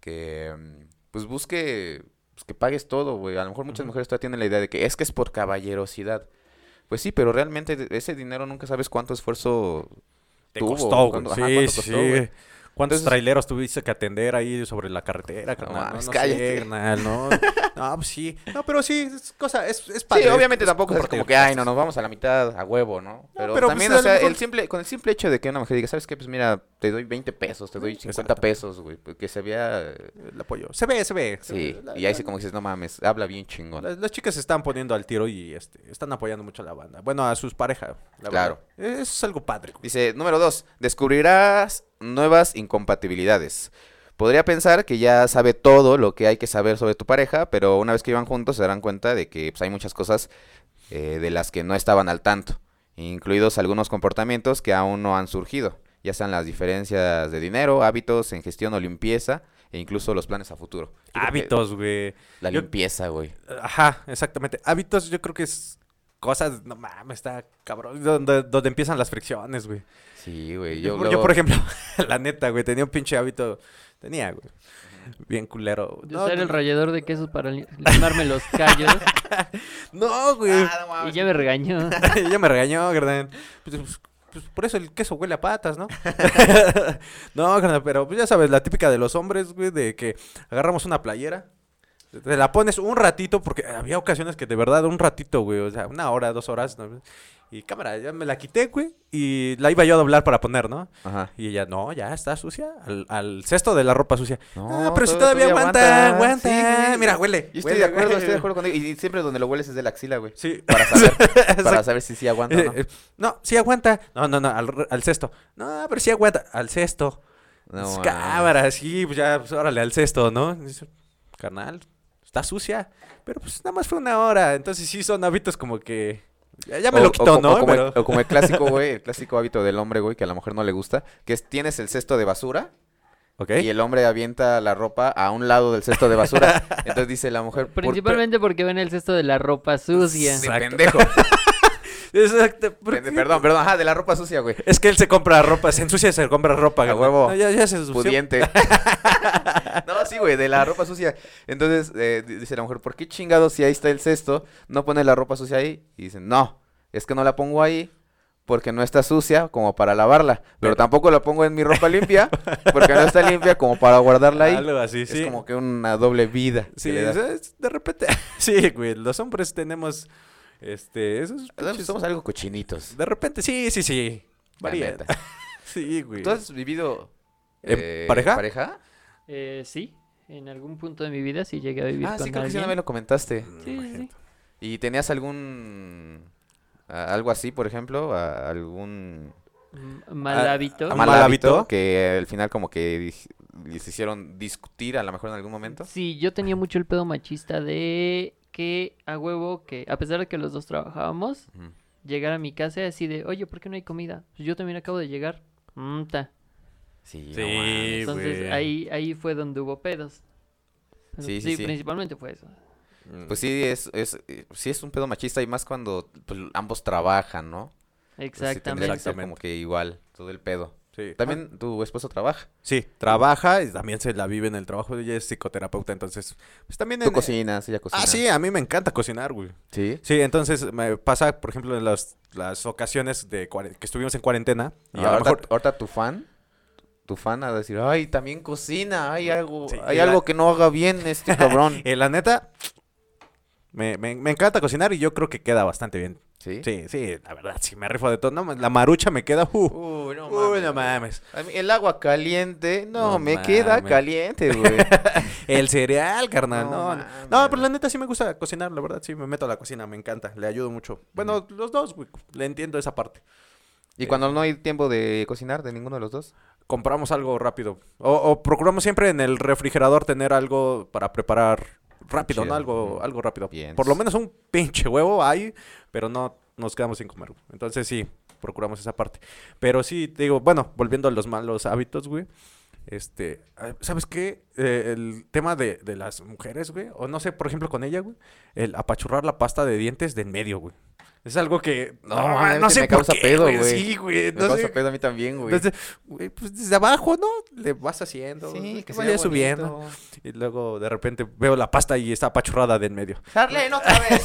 [SPEAKER 2] que, mm, pues busque, pues, que pagues todo, güey. A lo mejor muchas
[SPEAKER 3] Ujú.
[SPEAKER 2] mujeres todavía tienen la idea de que es que es por caballerosidad. Pues sí, pero realmente de- ese dinero nunca sabes cuánto esfuerzo
[SPEAKER 3] Te
[SPEAKER 2] Tuvo,
[SPEAKER 3] costó, güey.
[SPEAKER 2] ¿cuánto-
[SPEAKER 3] Sí,
[SPEAKER 2] ajá, cuánto
[SPEAKER 3] sí,
[SPEAKER 2] costó,
[SPEAKER 3] sí.
[SPEAKER 2] güey?
[SPEAKER 3] ¿Cuántos
[SPEAKER 2] Entonces-
[SPEAKER 3] traileros tuviste que atender ahí sobre la carretera, carnal? No,
[SPEAKER 2] mames,
[SPEAKER 3] no
[SPEAKER 2] cállate.
[SPEAKER 3] sé, carnal, no. No, pues sí. No, pero sí, es cosa, es, es padre.
[SPEAKER 2] Sí, obviamente
[SPEAKER 3] es
[SPEAKER 2] tampoco es
[SPEAKER 3] compartir
[SPEAKER 2] como que, ay, no,
[SPEAKER 3] cosas.
[SPEAKER 2] nos vamos a la mitad a huevo, ¿no? Pero,
[SPEAKER 3] pero, pues,
[SPEAKER 2] también,
[SPEAKER 3] a
[SPEAKER 2] o
[SPEAKER 3] lo
[SPEAKER 2] sea,
[SPEAKER 3] mejor-
[SPEAKER 2] el simple, con el simple hecho de que una mujer diga, ¿sabes qué? Pues mira, te doy 20 pesos, te doy 50
[SPEAKER 3] exacto.
[SPEAKER 2] pesos, güey, pues, que se vea... eh,
[SPEAKER 3] El apoyo. Se ve, se ve. se
[SPEAKER 2] Sí,
[SPEAKER 3] ve. La-
[SPEAKER 2] y ahí
[SPEAKER 3] la-
[SPEAKER 2] sí como que dices, no mames, habla bien chingón.
[SPEAKER 3] Las, las chicas se están poniendo al tiro y este, están apoyando mucho a la banda. Bueno, a sus parejas. la
[SPEAKER 2] Claro.
[SPEAKER 3] verdad. Eso es algo padre. güey.
[SPEAKER 2] Dice, número dos, descubrirás nuevas incompatibilidades. Podría pensar que ya sabe todo lo que hay que saber sobre tu pareja, pero una vez que vivan juntos se darán cuenta de que pues, hay muchas cosas eh, de las que no estaban al tanto, incluidos algunos comportamientos que aún no han surgido, ya sean las diferencias de dinero, hábitos en gestión o limpieza, e incluso los planes a futuro. Yo creo que
[SPEAKER 3] Hábitos, güey.
[SPEAKER 2] La
[SPEAKER 3] Yo-
[SPEAKER 2] limpieza, güey.
[SPEAKER 3] Ajá, exactamente. Hábitos yo creo que es cosas, no mames, está cabrón, donde, donde empiezan las fricciones, güey.
[SPEAKER 2] Sí, güey.
[SPEAKER 3] Yo,
[SPEAKER 2] Yo,
[SPEAKER 3] por- yo,
[SPEAKER 2] luego-
[SPEAKER 3] por ejemplo, la neta, güey, tenía un pinche hábito, tenía, güey, bien culero.
[SPEAKER 4] De
[SPEAKER 3] No,
[SPEAKER 4] usar el
[SPEAKER 3] no-
[SPEAKER 4] rallador de quesos para li- limarme los callos.
[SPEAKER 3] no, güey,
[SPEAKER 2] Ah, no
[SPEAKER 4] y
[SPEAKER 2] mames.
[SPEAKER 4] ya me regañó.
[SPEAKER 3] ella me regañó, carnal. Pues, pues, pues, por eso el queso huele a patas, ¿no? no, carnal, pero pues, ya sabes, la típica de los hombres, güey, de que agarramos una playera, te la pones un ratito, porque había ocasiones que de verdad un ratito, güey, o sea, una hora, dos horas, ¿no? Y cámara, ya me la quité, güey, y la iba yo a doblar para poner, ¿no?
[SPEAKER 2] Ajá.
[SPEAKER 3] Y ella, no, ya está sucia, al, al cesto de la ropa sucia. No,
[SPEAKER 2] No,
[SPEAKER 3] Ah, pero si
[SPEAKER 2] to-
[SPEAKER 3] todavía, aguanta, aguanta.
[SPEAKER 2] Sí, güey.
[SPEAKER 3] Mira, huele.
[SPEAKER 2] Yo estoy
[SPEAKER 3] huele,
[SPEAKER 2] de acuerdo,
[SPEAKER 3] güey.
[SPEAKER 2] estoy de acuerdo contigo. Y siempre donde lo hueles es de la axila, güey.
[SPEAKER 3] Sí.
[SPEAKER 2] Para saber, para
[SPEAKER 3] Exacto.
[SPEAKER 2] saber si sí aguanta o
[SPEAKER 3] Eh,
[SPEAKER 2] no.
[SPEAKER 3] eh, no, sí aguanta. No, no, no, al, r- al sexto. No, pero sí aguanta. Al sexto.
[SPEAKER 2] No
[SPEAKER 3] Es
[SPEAKER 2] mames.
[SPEAKER 3] cámara, sí, pues ya, pues órale, al sexto, ¿no? Dice, Carnal, está sucia. Pero pues nada más fue una hora. Entonces sí son hábitos como que. Ya, ya me
[SPEAKER 2] O-
[SPEAKER 3] lo
[SPEAKER 2] o
[SPEAKER 3] quitó,
[SPEAKER 2] co-
[SPEAKER 3] ¿no?
[SPEAKER 2] O como,
[SPEAKER 3] Pero-
[SPEAKER 2] el, o como el clásico, güey, el clásico hábito del hombre, güey, que a la mujer no le gusta, que es tienes el cesto de basura
[SPEAKER 3] Ok.
[SPEAKER 2] y el hombre avienta la ropa a un lado del cesto de basura. Entonces dice la mujer, "¿Por qué?".
[SPEAKER 4] Principalmente porque ven el cesto de la ropa sucia.
[SPEAKER 2] Sí,
[SPEAKER 3] Exacto.
[SPEAKER 2] pendejo.
[SPEAKER 3] Exacto. ¿por
[SPEAKER 2] Pende-
[SPEAKER 3] qué?
[SPEAKER 2] Perdón, perdón, ajá, de la ropa sucia, güey.
[SPEAKER 3] Es que él se compra ropa, se ensucia y se compra ropa.
[SPEAKER 2] A
[SPEAKER 3] carnal.
[SPEAKER 2] huevo.
[SPEAKER 3] No, ya, ya se ensució.
[SPEAKER 2] pudiente. no, sí, güey, de la ropa sucia. Entonces eh, di- dice la mujer, ¿por qué chingados si ahí está el cesto, no pones la ropa sucia ahí? Y dicen, no, es que no la pongo ahí porque no está sucia como para lavarla. Pero
[SPEAKER 3] Pero-
[SPEAKER 2] tampoco la pongo en mi ropa limpia porque no está limpia como para guardarla ahí.
[SPEAKER 3] Algo así, sí.
[SPEAKER 2] Es como que una doble vida. que
[SPEAKER 3] Sí,
[SPEAKER 2] le das.
[SPEAKER 3] es- de repente. Sí, güey, los hombres tenemos. Este, esos pinches-
[SPEAKER 2] Somos algo cochinitos.
[SPEAKER 3] De repente, sí, sí, sí. Varía.
[SPEAKER 2] La neta.
[SPEAKER 3] Sí, güey.
[SPEAKER 2] ¿Tú has vivido
[SPEAKER 3] ¿En
[SPEAKER 2] eh,
[SPEAKER 3] pareja?
[SPEAKER 2] pareja?
[SPEAKER 4] Eh, sí, en algún punto de mi vida sí llegué a vivir
[SPEAKER 2] Ah,
[SPEAKER 4] con
[SPEAKER 2] sí, creo que sí
[SPEAKER 4] alguien.
[SPEAKER 2] una vez lo comentaste.
[SPEAKER 3] Mm,
[SPEAKER 4] Sí, sí, sí.
[SPEAKER 2] ¿Y tenías algún... a- algo así, por ejemplo? a- ¿Algún
[SPEAKER 4] M- Mal
[SPEAKER 3] Ah,
[SPEAKER 4] hábito.
[SPEAKER 3] ¿A
[SPEAKER 2] mal
[SPEAKER 3] mal
[SPEAKER 2] hábito?
[SPEAKER 3] hábito?
[SPEAKER 2] Que al final como que dij- les hicieron discutir a lo mejor en algún momento.
[SPEAKER 4] Sí, yo tenía mucho el pedo machista de que a huevo que a pesar de que los dos trabajábamos,
[SPEAKER 2] Ujú.
[SPEAKER 4] llegar a mi casa y así de, oye, ¿por qué no hay comida? Pues yo también acabo de llegar. Mm, ta.
[SPEAKER 2] Sí, no mames.
[SPEAKER 3] Sí,
[SPEAKER 4] Entonces
[SPEAKER 3] güey.
[SPEAKER 4] ahí, ahí fue donde hubo pedos. Pero
[SPEAKER 2] Sí, sí, sí.
[SPEAKER 4] principalmente fue eso.
[SPEAKER 3] Mm,
[SPEAKER 2] Pues sí es, es, eh, sí es un pedo machista y más cuando pues, ambos trabajan, ¿no? Entonces sí tendría
[SPEAKER 4] Exactamente.
[SPEAKER 2] que ser como que igual todo el pedo.
[SPEAKER 3] Sí. Ah,
[SPEAKER 2] También tu esposo trabaja.
[SPEAKER 3] Sí, trabaja y también se la vive en el trabajo. Ella es psicoterapeuta, entonces. Pues también.
[SPEAKER 2] Tú
[SPEAKER 3] en-
[SPEAKER 2] cocinas, ella cocina.
[SPEAKER 3] Ah, sí, a mí me encanta cocinar, güey.
[SPEAKER 2] Sí.
[SPEAKER 3] Sí, entonces me pasa, por ejemplo, en las, las ocasiones de cuare- que estuvimos en cuarentena. Y a lo
[SPEAKER 2] Ah, ahorita,
[SPEAKER 3] mejor.
[SPEAKER 2] ahorita tu fan, tu fan a decir, ay, también cocina, hay algo,
[SPEAKER 3] Sí,
[SPEAKER 2] hay
[SPEAKER 3] y la-
[SPEAKER 2] algo que no haga bien este cabrón.
[SPEAKER 3] eh, la neta, me, me- me encanta cocinar y yo creo que queda bastante bien.
[SPEAKER 2] ¿Sí?
[SPEAKER 3] Sí, sí, la verdad, sí, me rifo de todo. No, ma- la marucha me queda. Uh,
[SPEAKER 2] Uy, no mames.
[SPEAKER 3] uh, no mames.
[SPEAKER 2] A mí el agua caliente, no,
[SPEAKER 3] No
[SPEAKER 2] me queda
[SPEAKER 3] mames.
[SPEAKER 2] caliente, güey.
[SPEAKER 3] El cereal, carnal.
[SPEAKER 2] No
[SPEAKER 3] No, no,
[SPEAKER 2] mames.
[SPEAKER 3] No, pero la neta sí me gusta cocinar, la verdad. Sí, me meto a la cocina, me encanta. Le ayudo mucho. Bueno, los dos, güey. Le entiendo esa parte.
[SPEAKER 2] y cuando no hay tiempo de cocinar de ninguno de los dos.
[SPEAKER 3] Compramos algo rápido. O, o procuramos siempre en el refrigerador tener algo para preparar rápido,
[SPEAKER 2] Chido.
[SPEAKER 3] ¿no? Algo,
[SPEAKER 2] Mm.
[SPEAKER 3] algo rápido.
[SPEAKER 2] Bien.
[SPEAKER 3] Por lo menos un pinche huevo hay, pero no nos quedamos sin comer. güey. Entonces sí, procuramos esa parte. Pero sí, te digo, bueno, volviendo a los malos hábitos, güey. Este, ah, ¿sabes qué? Eh, el tema de, de las mujeres, güey, o no sé, por ejemplo, con ella, güey, el apachurrar la pasta de dientes de en medio, güey. Es algo que
[SPEAKER 2] No,
[SPEAKER 3] no,
[SPEAKER 2] mames,
[SPEAKER 3] no
[SPEAKER 2] que
[SPEAKER 3] sé
[SPEAKER 2] me
[SPEAKER 3] por
[SPEAKER 2] causa
[SPEAKER 3] qué,
[SPEAKER 2] pedo,
[SPEAKER 3] güey.
[SPEAKER 2] güey.
[SPEAKER 3] Sí, güey,
[SPEAKER 2] Me
[SPEAKER 3] no
[SPEAKER 2] causa
[SPEAKER 3] sé.
[SPEAKER 2] pedo a mí también, güey.
[SPEAKER 3] Entonces, güey, pues desde abajo, ¿no? Le vas haciendo.
[SPEAKER 2] sí, que
[SPEAKER 3] que
[SPEAKER 2] se
[SPEAKER 3] vaya subiendo. Y luego de repente veo la pasta y está apachurrada de en medio.
[SPEAKER 2] Charlen otra vez.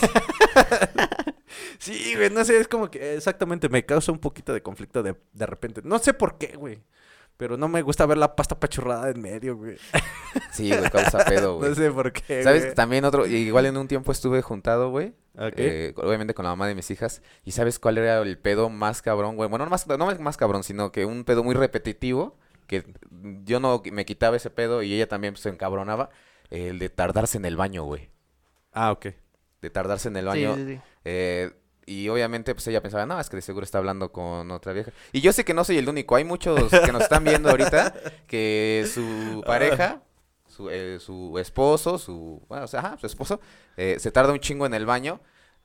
[SPEAKER 3] Sí, güey, no sé, es como que exactamente me causa un poquito de conflicto de, de repente. No sé por qué, güey. Pero no me gusta ver la pasta apachurrada de en medio, güey.
[SPEAKER 2] sí, güey, causa pedo, güey.
[SPEAKER 3] No sé por qué.
[SPEAKER 2] ¿Sabes?
[SPEAKER 3] güey.
[SPEAKER 2] También otro, igual en un tiempo estuve juntado, güey.
[SPEAKER 3] Ok.
[SPEAKER 2] eh, obviamente con la mamá de mis hijas. ¿Y sabes cuál era el pedo más cabrón, güey? Bueno, no más, no más cabrón, sino que un pedo muy repetitivo, que yo no me quitaba ese pedo y ella también se encabronaba, el de tardarse en el baño, güey.
[SPEAKER 3] Ah, ok.
[SPEAKER 2] De tardarse en el
[SPEAKER 4] Sí,
[SPEAKER 2] baño.
[SPEAKER 4] sí, sí.
[SPEAKER 2] Eh, y obviamente, pues ella pensaba, no, es que de seguro está hablando con otra vieja. Y yo sé que no soy el único. Hay muchos que nos están viendo ahorita que su pareja, su, eh, su esposo, su, bueno, o sea, ajá, su esposo, eh, se tarda un chingo en el baño.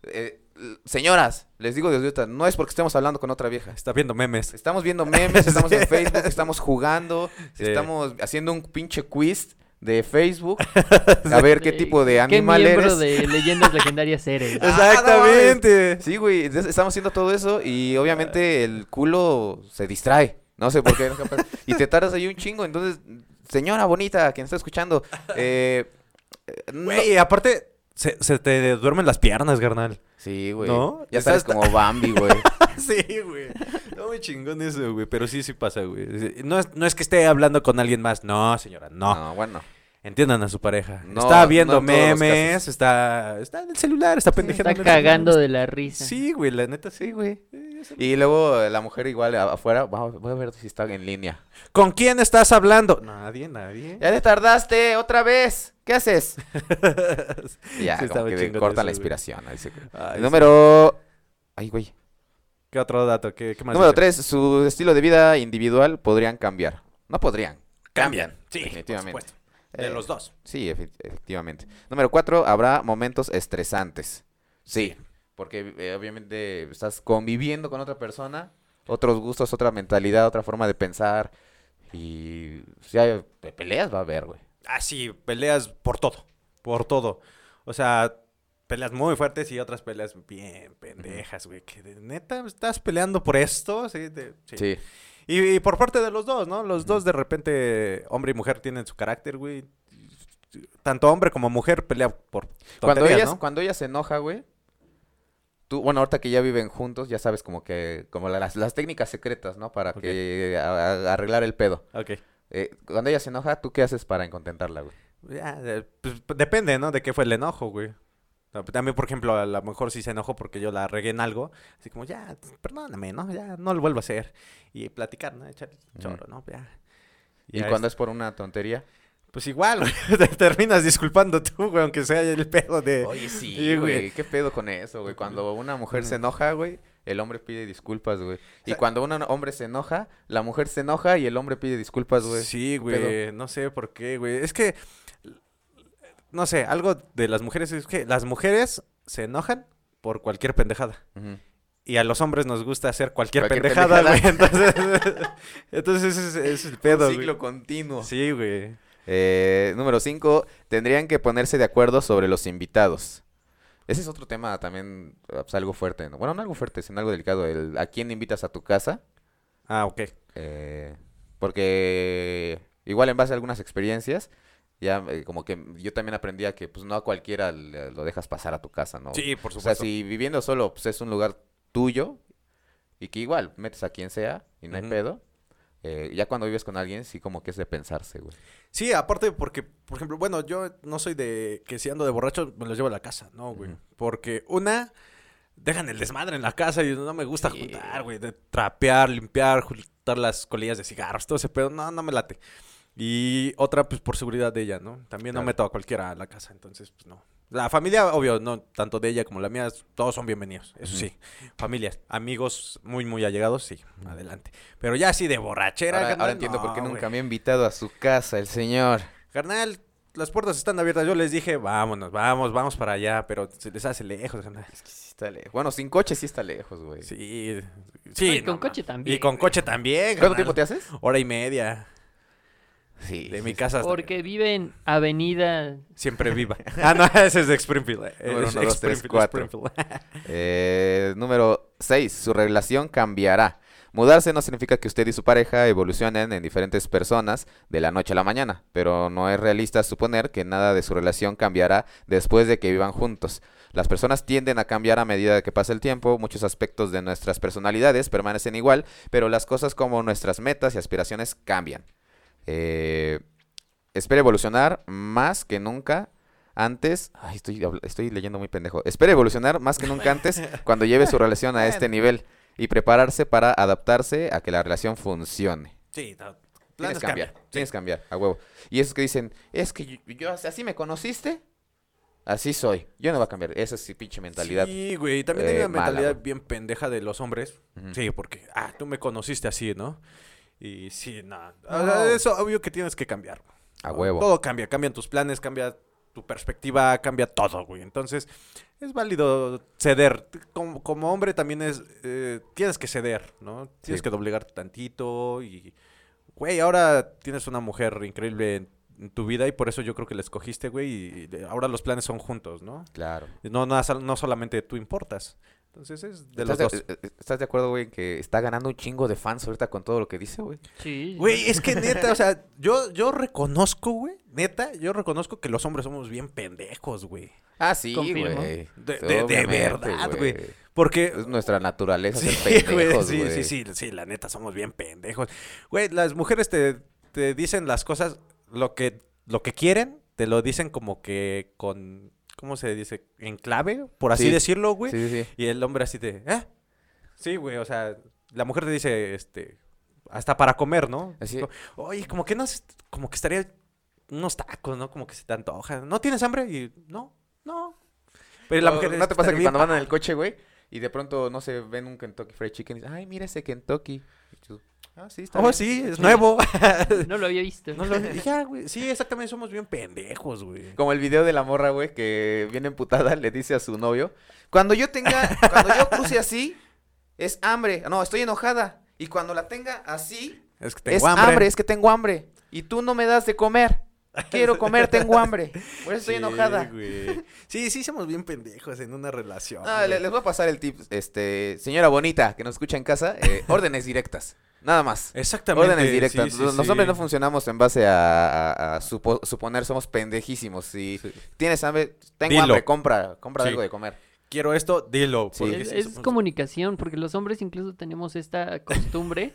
[SPEAKER 2] eh, l- señoras, les digo desde ahorita, no es porque estemos hablando con otra vieja.
[SPEAKER 3] Está viendo memes.
[SPEAKER 2] Estamos viendo memes, estamos
[SPEAKER 3] Sí.
[SPEAKER 2] en Facebook, estamos jugando,
[SPEAKER 3] Sí.
[SPEAKER 2] estamos haciendo un pinche quiz de Facebook a ver qué
[SPEAKER 4] de-
[SPEAKER 2] tipo de
[SPEAKER 4] ¿Qué
[SPEAKER 2] animal
[SPEAKER 4] miembro
[SPEAKER 2] eres.
[SPEAKER 4] de leyendas legendarias eres?
[SPEAKER 2] Ah,
[SPEAKER 3] Exactamente.
[SPEAKER 2] Sí, güey, entonces estamos haciendo todo eso y obviamente el culo se distrae. No sé por qué. no capaz. y te tardas ahí un chingo. Entonces, señora bonita, quien está escuchando, eh, eh, no-
[SPEAKER 3] Güey, aparte, se, se te duermen las piernas, carnal.
[SPEAKER 2] Sí, güey.
[SPEAKER 3] ¿No?
[SPEAKER 2] Ya
[SPEAKER 3] Estás-
[SPEAKER 2] sabes, como Bambi, güey.
[SPEAKER 3] sí, güey. No muy chingón eso, güey. Pero sí, sí pasa, güey. Sí, No es, no es que esté hablando con alguien más. No, señora, no.
[SPEAKER 2] No, bueno.
[SPEAKER 3] Entiendan a su pareja.
[SPEAKER 2] No,
[SPEAKER 3] está viendo
[SPEAKER 2] no en todos los
[SPEAKER 3] memes, está, está en el celular, está pendejando.
[SPEAKER 4] Está cagando de la risa.
[SPEAKER 3] Sí, güey, la neta sí,
[SPEAKER 2] Sí,
[SPEAKER 3] güey.
[SPEAKER 2] güey.
[SPEAKER 3] Eh, esa-
[SPEAKER 2] Y luego eh, la mujer igual a- afuera, va- voy a ver si está en línea.
[SPEAKER 3] ¿Con quién estás hablando? Nadie, nadie.
[SPEAKER 2] Ya te tardaste otra vez. ¿Qué haces? Y Ya,
[SPEAKER 3] Sí, está
[SPEAKER 2] como
[SPEAKER 3] muy
[SPEAKER 2] que le
[SPEAKER 3] chingón
[SPEAKER 2] cortan
[SPEAKER 3] eso,
[SPEAKER 2] la
[SPEAKER 3] güey.
[SPEAKER 2] inspiración. ahí se-
[SPEAKER 3] Ay,
[SPEAKER 2] Número... Ay, güey.
[SPEAKER 3] ¿Qué otro dato? ¿Qué, qué más?
[SPEAKER 2] Número
[SPEAKER 3] dice?
[SPEAKER 2] 3. Su estilo de vida individual podrían cambiar. No podrían.
[SPEAKER 3] Cambian. Sí,
[SPEAKER 2] Definitivamente.
[SPEAKER 3] por supuesto. De
[SPEAKER 2] Eh,
[SPEAKER 3] los dos.
[SPEAKER 2] Sí, efe- efectivamente. Número cuatro, habrá momentos estresantes. Sí, porque eh, obviamente estás conviviendo con otra persona, otros gustos, otra mentalidad, otra forma de pensar. Y si hay pe- peleas, va a haber, güey.
[SPEAKER 3] Ah, sí, peleas por todo. Por todo. O sea, peleas muy fuertes y otras peleas bien pendejas, güey. Que de neta estás peleando por esto. Sí, te- sí.
[SPEAKER 2] Sí.
[SPEAKER 3] Y, y por parte de los dos, ¿no? Los dos de repente, hombre y mujer, tienen su carácter, güey. Tanto hombre como mujer pelean por
[SPEAKER 2] Cuando,
[SPEAKER 3] tonterías,
[SPEAKER 2] ellas,
[SPEAKER 3] ¿no?
[SPEAKER 2] cuando ella se enoja, güey. Tú, bueno, ahorita que ya viven juntos, ya sabes como que, como la- las, las técnicas secretas, ¿no? Para
[SPEAKER 3] Ok.
[SPEAKER 2] que eh, a- a- arreglar el pedo.
[SPEAKER 3] Ok.
[SPEAKER 2] Eh, cuando ella se enoja, ¿tú qué haces para contentarla, güey?
[SPEAKER 3] Ya, eh, pues, p- depende, ¿no? De qué fue el enojo, güey. No, pues, También, por ejemplo, a lo mejor si se enojó porque yo la regué en algo, así como, ya, perdóname, ¿no? Ya, no lo vuelvo a hacer. Y platicar, ¿no? Echar choro, ¿no? Ya.
[SPEAKER 2] Y,
[SPEAKER 3] ya
[SPEAKER 2] cuando es por una tontería.
[SPEAKER 3] es- Pues igual, güey, te terminas disculpando tú, güey, aunque sea el pedo de...
[SPEAKER 2] Oye, sí,
[SPEAKER 3] Eh, Sí, güey.
[SPEAKER 2] güey. ¿Qué pedo con eso, güey? Cuando una mujer se enoja, güey, el hombre pide disculpas, güey. Y
[SPEAKER 3] sea-
[SPEAKER 2] cuando un hombre se enoja, la mujer se enoja y el hombre pide disculpas, Pues, güey.
[SPEAKER 3] Sí,
[SPEAKER 2] pedo?
[SPEAKER 3] güey, no sé por qué, güey. Es que, no sé, algo de las mujeres es que las mujeres se enojan por cualquier pendejada.
[SPEAKER 2] Ujú.
[SPEAKER 3] Y a los hombres nos gusta hacer cualquier,
[SPEAKER 2] Cualquier
[SPEAKER 3] pendejada, güey. Entonces, entonces ese es, ese es el pedo,
[SPEAKER 2] Un
[SPEAKER 3] güey.
[SPEAKER 2] ciclo continuo.
[SPEAKER 3] Sí, güey.
[SPEAKER 2] Eh, número 5. Tendrían que ponerse de acuerdo sobre los invitados. Ese es otro tema también, eh, pues, algo fuerte. ¿no? Bueno, no algo fuerte, sino algo delicado. El, ¿A quién invitas a tu casa?
[SPEAKER 3] Ah, ok.
[SPEAKER 2] Eh, porque igual en base a algunas experiencias, ya eh, como que yo también aprendí a que pues no a cualquiera le- lo dejas pasar a tu casa, ¿no?
[SPEAKER 3] Sí, por
[SPEAKER 2] o sea,
[SPEAKER 3] supuesto.
[SPEAKER 2] si viviendo solo pues es un lugar tuyo y que igual metes a quien sea y no hay
[SPEAKER 3] Ujú.
[SPEAKER 2] pedo. eh, ya cuando vives con alguien, sí como que es de pensarse, güey.
[SPEAKER 3] Sí, aparte porque, por ejemplo, bueno, yo no soy de que si ando de borracho me los llevo a la casa, no, güey.
[SPEAKER 2] Ujú.
[SPEAKER 3] Porque una, dejan el desmadre en la casa y no me gusta
[SPEAKER 2] Sí.
[SPEAKER 3] juntar, güey, de trapear, limpiar, juntar las colillas de cigarros, todo ese pedo, no, no me late. Y otra, pues por seguridad de ella, ¿no? También
[SPEAKER 2] Claro.
[SPEAKER 3] no meto a cualquiera a la casa, entonces, pues no. La familia, obvio, no, tanto de ella como la mía, todos son bienvenidos, eso
[SPEAKER 2] Ujú.
[SPEAKER 3] sí. Familias, amigos muy, muy allegados, sí, adelante. Pero ya así de borrachera,
[SPEAKER 2] Ahora, ahora
[SPEAKER 3] carnal,
[SPEAKER 2] entiendo por qué
[SPEAKER 3] no,
[SPEAKER 2] nunca
[SPEAKER 3] güey.
[SPEAKER 2] me ha invitado a su casa el señor.
[SPEAKER 3] Carnal, las puertas están abiertas. Yo les dije, vámonos, vamos, vamos para allá, pero se les hace lejos, carnal.
[SPEAKER 2] Es que sí está lejos. Bueno, sin coche sí está lejos, güey.
[SPEAKER 3] Sí. Sí.
[SPEAKER 4] Y con
[SPEAKER 3] no,
[SPEAKER 4] coche
[SPEAKER 3] no.
[SPEAKER 4] también,
[SPEAKER 3] Y con
[SPEAKER 4] güey.
[SPEAKER 3] coche también.
[SPEAKER 2] ¿Cuánto
[SPEAKER 3] carnal.
[SPEAKER 2] tiempo te haces?
[SPEAKER 3] Hora y media.
[SPEAKER 2] Sí.
[SPEAKER 3] De mi casa hasta
[SPEAKER 4] Porque vive en Avenida.
[SPEAKER 3] Siempre viva. Ah, no, ese es de Springfield. eh,
[SPEAKER 2] Número
[SPEAKER 3] es
[SPEAKER 2] uno, dos, tres,
[SPEAKER 3] Springfield,
[SPEAKER 2] cuatro.
[SPEAKER 3] Springfield.
[SPEAKER 2] Eh, número 6. Su relación cambiará. Mudarse no significa que usted y su pareja evolucionen en diferentes personas de la noche a la mañana, pero no es realista suponer que nada de su relación cambiará después de que vivan juntos. Las personas tienden a cambiar a medida que pasa el tiempo, muchos aspectos de nuestras personalidades permanecen igual, pero las cosas como nuestras metas y aspiraciones cambian. Eh, espera evolucionar más que nunca antes. Ay, estoy, habl- estoy leyendo muy pendejo. Espera evolucionar más que nunca antes cuando lleve su relación a este nivel y prepararse para adaptarse a que la relación funcione.
[SPEAKER 3] Sí, no,
[SPEAKER 2] Tienes
[SPEAKER 3] planes
[SPEAKER 2] que cambiar,
[SPEAKER 3] cambian.
[SPEAKER 2] tienes que cambiar, a huevo. Y esos que dicen, es que yo, yo as- así me conociste, así soy. Yo no va a cambiar. Esa es su pinche mentalidad.
[SPEAKER 3] Sí, güey. También hay
[SPEAKER 2] eh,
[SPEAKER 3] una
[SPEAKER 2] mala,
[SPEAKER 3] mentalidad
[SPEAKER 2] güey. Mm.
[SPEAKER 3] bien pendeja de los hombres.
[SPEAKER 2] Ujú.
[SPEAKER 3] Sí, porque, ah, tú me conociste así, ¿no? Y sí, nada.
[SPEAKER 2] No.
[SPEAKER 3] Eso obvio que tienes que cambiar.
[SPEAKER 2] A huevo.
[SPEAKER 3] Todo cambia, cambian tus planes, cambia tu perspectiva cambia todo, güey. Entonces, es válido ceder. Como, como hombre también es, eh, tienes que ceder, ¿no? Tienes
[SPEAKER 2] Sí.
[SPEAKER 3] que doblegarte tantito y, güey, ahora tienes una mujer increíble en, en tu vida y por eso yo creo que la escogiste, güey, y de- ahora los planes son juntos, ¿no?
[SPEAKER 2] Claro.
[SPEAKER 3] No, no, sol- no solamente tú importas. Entonces es de los
[SPEAKER 2] ¿Estás
[SPEAKER 3] dos.
[SPEAKER 2] de, eh, eh, ¿Estás de acuerdo, güey, en que está ganando un chingo de fans ahorita con todo lo que dice, güey?
[SPEAKER 4] Sí.
[SPEAKER 3] Güey, es que neta, o sea, yo, yo reconozco, güey, neta, yo reconozco que los hombres somos bien pendejos, güey.
[SPEAKER 2] Ah, sí,
[SPEAKER 4] Confirmo.
[SPEAKER 2] güey.
[SPEAKER 3] De- de- de
[SPEAKER 2] Obviamente,
[SPEAKER 3] verdad, güey. Porque
[SPEAKER 2] Es nuestra naturaleza
[SPEAKER 3] Sí,
[SPEAKER 2] ser
[SPEAKER 3] güey,
[SPEAKER 2] pendejos,
[SPEAKER 3] sí,
[SPEAKER 2] güey.
[SPEAKER 3] sí, sí, sí, la neta, somos bien pendejos. Güey, las mujeres te, te dicen las cosas, lo que, lo que quieren, te lo dicen como que con, ¿cómo se dice? En clave, por así
[SPEAKER 2] Sí.
[SPEAKER 3] decirlo, güey.
[SPEAKER 2] Sí, sí, sí.
[SPEAKER 3] Y el hombre así de, ¿eh? Sí, güey, o sea, la mujer te dice, este, hasta para comer, ¿no?
[SPEAKER 2] Así-
[SPEAKER 3] Co- Oye, como que no, se- como que estaría unos tacos, ¿no? Como que se te antoja. ¿No tienes hambre? Y no, no. Pero Eh, la
[SPEAKER 2] No,
[SPEAKER 3] mujer
[SPEAKER 2] ¿No te pasa
[SPEAKER 3] estaría
[SPEAKER 2] que
[SPEAKER 3] bien
[SPEAKER 2] cuando van en el coche, güey, y de pronto, no se ven un Kentucky Fried Chicken y dicen, ay, mira ese Kentucky? Y tú, ah, sí, está
[SPEAKER 3] Oh,
[SPEAKER 2] bien".
[SPEAKER 3] sí, es nuevo.
[SPEAKER 4] No lo había visto.
[SPEAKER 3] No lo- y ya, güey. Sí, exactamente, somos bien pendejos, güey.
[SPEAKER 2] Como el video de la morra, güey, que viene emputada, le dice a su novio, cuando yo tenga, cuando yo cruce así, es hambre, no, estoy enojada, y cuando la tenga así,
[SPEAKER 3] Es que
[SPEAKER 2] es hambre. es que tengo hambre, y tú no me das de comer, quiero comer, tengo hambre, por eso estoy
[SPEAKER 3] Sí,
[SPEAKER 2] enojada.
[SPEAKER 3] güey. Sí, sí, somos bien pendejos en una relación.
[SPEAKER 2] Ah, le-
[SPEAKER 3] güey.
[SPEAKER 2] les voy a pasar el tip, este, señora bonita, que nos escucha en casa, eh, órdenes directas, nada más.
[SPEAKER 3] Exactamente.
[SPEAKER 2] Órdenes directas.
[SPEAKER 3] sí, sí,
[SPEAKER 2] Los
[SPEAKER 3] sí.
[SPEAKER 2] hombres no funcionamos en base a, a- a supo- suponer somos pendejísimos. Si
[SPEAKER 3] Sí.
[SPEAKER 2] tienes hambre, tengo
[SPEAKER 3] Dilo.
[SPEAKER 2] hambre, compra, compra
[SPEAKER 3] Sí.
[SPEAKER 2] algo de comer.
[SPEAKER 3] Quiero esto, dilo.
[SPEAKER 2] Sí.
[SPEAKER 3] porque
[SPEAKER 4] Es,
[SPEAKER 3] sí
[SPEAKER 4] es
[SPEAKER 3] somos-
[SPEAKER 4] comunicación, porque los hombres incluso tenemos esta costumbre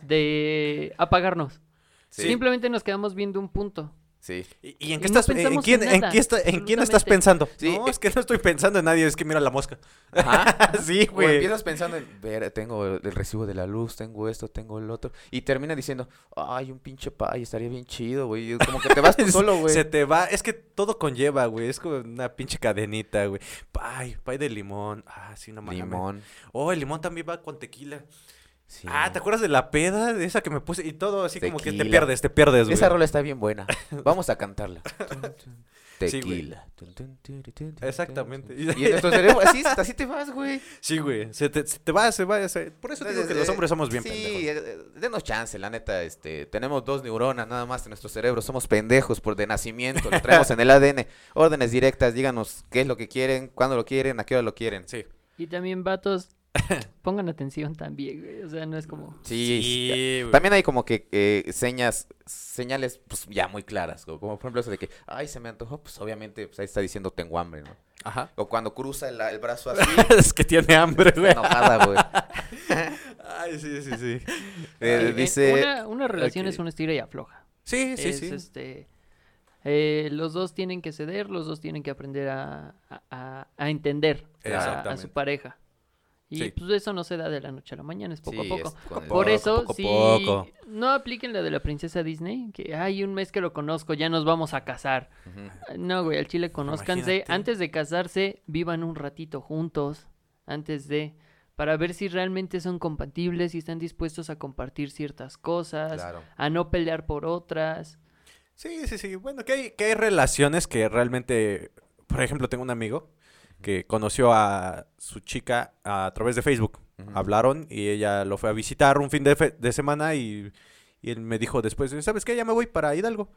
[SPEAKER 4] de apagarnos.
[SPEAKER 2] Sí.
[SPEAKER 4] Simplemente nos quedamos viendo un punto.
[SPEAKER 2] Sí.
[SPEAKER 3] ¿Y, y en qué
[SPEAKER 4] Y no
[SPEAKER 3] estás, en
[SPEAKER 4] pensamos
[SPEAKER 3] quién,
[SPEAKER 4] en
[SPEAKER 3] en
[SPEAKER 4] nada,
[SPEAKER 3] qué está- en quién estás
[SPEAKER 4] absolutamente.
[SPEAKER 3] pensando?
[SPEAKER 2] Sí,
[SPEAKER 3] No,
[SPEAKER 2] eh.
[SPEAKER 3] es que no estoy pensando en nadie, es que mira la mosca.
[SPEAKER 2] Ajá.
[SPEAKER 3] sí,
[SPEAKER 2] O
[SPEAKER 3] güey.
[SPEAKER 2] empiezas pensando en, ver, tengo el el recibo de la luz, tengo esto, tengo el otro. Y termina diciendo, ay, un pinche pay, estaría bien chido, güey. Y Como que te vas tú solo, güey.
[SPEAKER 3] Se te va, es que todo conlleva, güey. Es como una pinche cadenita, güey. Pay, pay de limón. Ah, sí, no mames.
[SPEAKER 2] Limón.
[SPEAKER 3] Oh, el limón también va con tequila.
[SPEAKER 2] Sí.
[SPEAKER 3] Ah, ¿te acuerdas de la peda? De esa que me puse y todo así como que te
[SPEAKER 2] Tequila.
[SPEAKER 3] pierdes, te pierdes, güey.
[SPEAKER 2] Esa rola está bien buena. Vamos a cantarla.
[SPEAKER 3] Sí, güey.
[SPEAKER 2] Tequila.
[SPEAKER 3] Exactamente.
[SPEAKER 2] Y en nuestro cerebro, así, así te vas, güey.
[SPEAKER 3] Sí, güey. Se te, se te va, se va. se- Por eso digo que
[SPEAKER 2] Entonces,
[SPEAKER 3] los
[SPEAKER 2] eh,
[SPEAKER 3] hombres somos bien
[SPEAKER 2] sí,
[SPEAKER 3] pendejos.
[SPEAKER 2] eh, eh, denos chance, la neta, este, tenemos dos neuronas nada más en nuestro cerebro, somos pendejos por de nacimiento, lo traemos en el ADN. Órdenes directas, díganos qué es lo que quieren, cuándo lo quieren, a qué hora lo quieren.
[SPEAKER 3] Sí.
[SPEAKER 4] Y también, vatos, pongan atención también, güey. O sea, no es como...
[SPEAKER 2] Sí, sí.
[SPEAKER 3] güey.
[SPEAKER 2] También hay como que eh, señas, señales pues, ya muy claras, como, como por ejemplo eso de que, ay, se me antojó, pues obviamente pues, ahí está diciendo tengo hambre, ¿no?
[SPEAKER 3] Ajá.
[SPEAKER 2] O cuando cruza el, el brazo así,
[SPEAKER 3] es que tiene hambre,
[SPEAKER 2] está
[SPEAKER 3] güey.
[SPEAKER 2] enojada, güey.
[SPEAKER 3] Ay, sí, sí, sí.
[SPEAKER 2] Eh,
[SPEAKER 4] Sí, en-
[SPEAKER 2] dice,
[SPEAKER 4] Una, una relación
[SPEAKER 3] Ok.
[SPEAKER 4] es una estira y afloja.
[SPEAKER 3] Sí, sí,
[SPEAKER 4] Es,
[SPEAKER 3] sí.
[SPEAKER 4] este, eh, los dos tienen que ceder, los dos tienen que aprender a, a- a- a entender a, a
[SPEAKER 3] Exactamente.
[SPEAKER 4] su pareja. Y
[SPEAKER 3] Sí.
[SPEAKER 4] pues eso no se da de la noche a la mañana, es poco
[SPEAKER 2] Sí,
[SPEAKER 4] a poco.
[SPEAKER 2] es con el-
[SPEAKER 4] Por eso,
[SPEAKER 3] poco a
[SPEAKER 4] si
[SPEAKER 3] poco.
[SPEAKER 4] no apliquen la de la princesa Disney, que hay un mes que lo conozco, ya nos vamos a casar.
[SPEAKER 2] Ujú.
[SPEAKER 4] No, güey, al chile conózcanse.
[SPEAKER 3] Imagínate.
[SPEAKER 4] Antes de casarse, vivan un ratito juntos. Antes de. Para ver si realmente son compatibles, si están dispuestos a compartir ciertas cosas,
[SPEAKER 2] Claro.
[SPEAKER 4] a no pelear por otras.
[SPEAKER 3] Sí, sí, sí. Bueno, que hay, que hay relaciones que realmente. Por ejemplo, tengo un amigo que conoció a su chica a través de Facebook.
[SPEAKER 2] Ujú.
[SPEAKER 3] Hablaron y ella lo fue a visitar un fin de, fe- de semana y, y él me dijo después: ¿Sabes qué? Ya me voy para Hidalgo.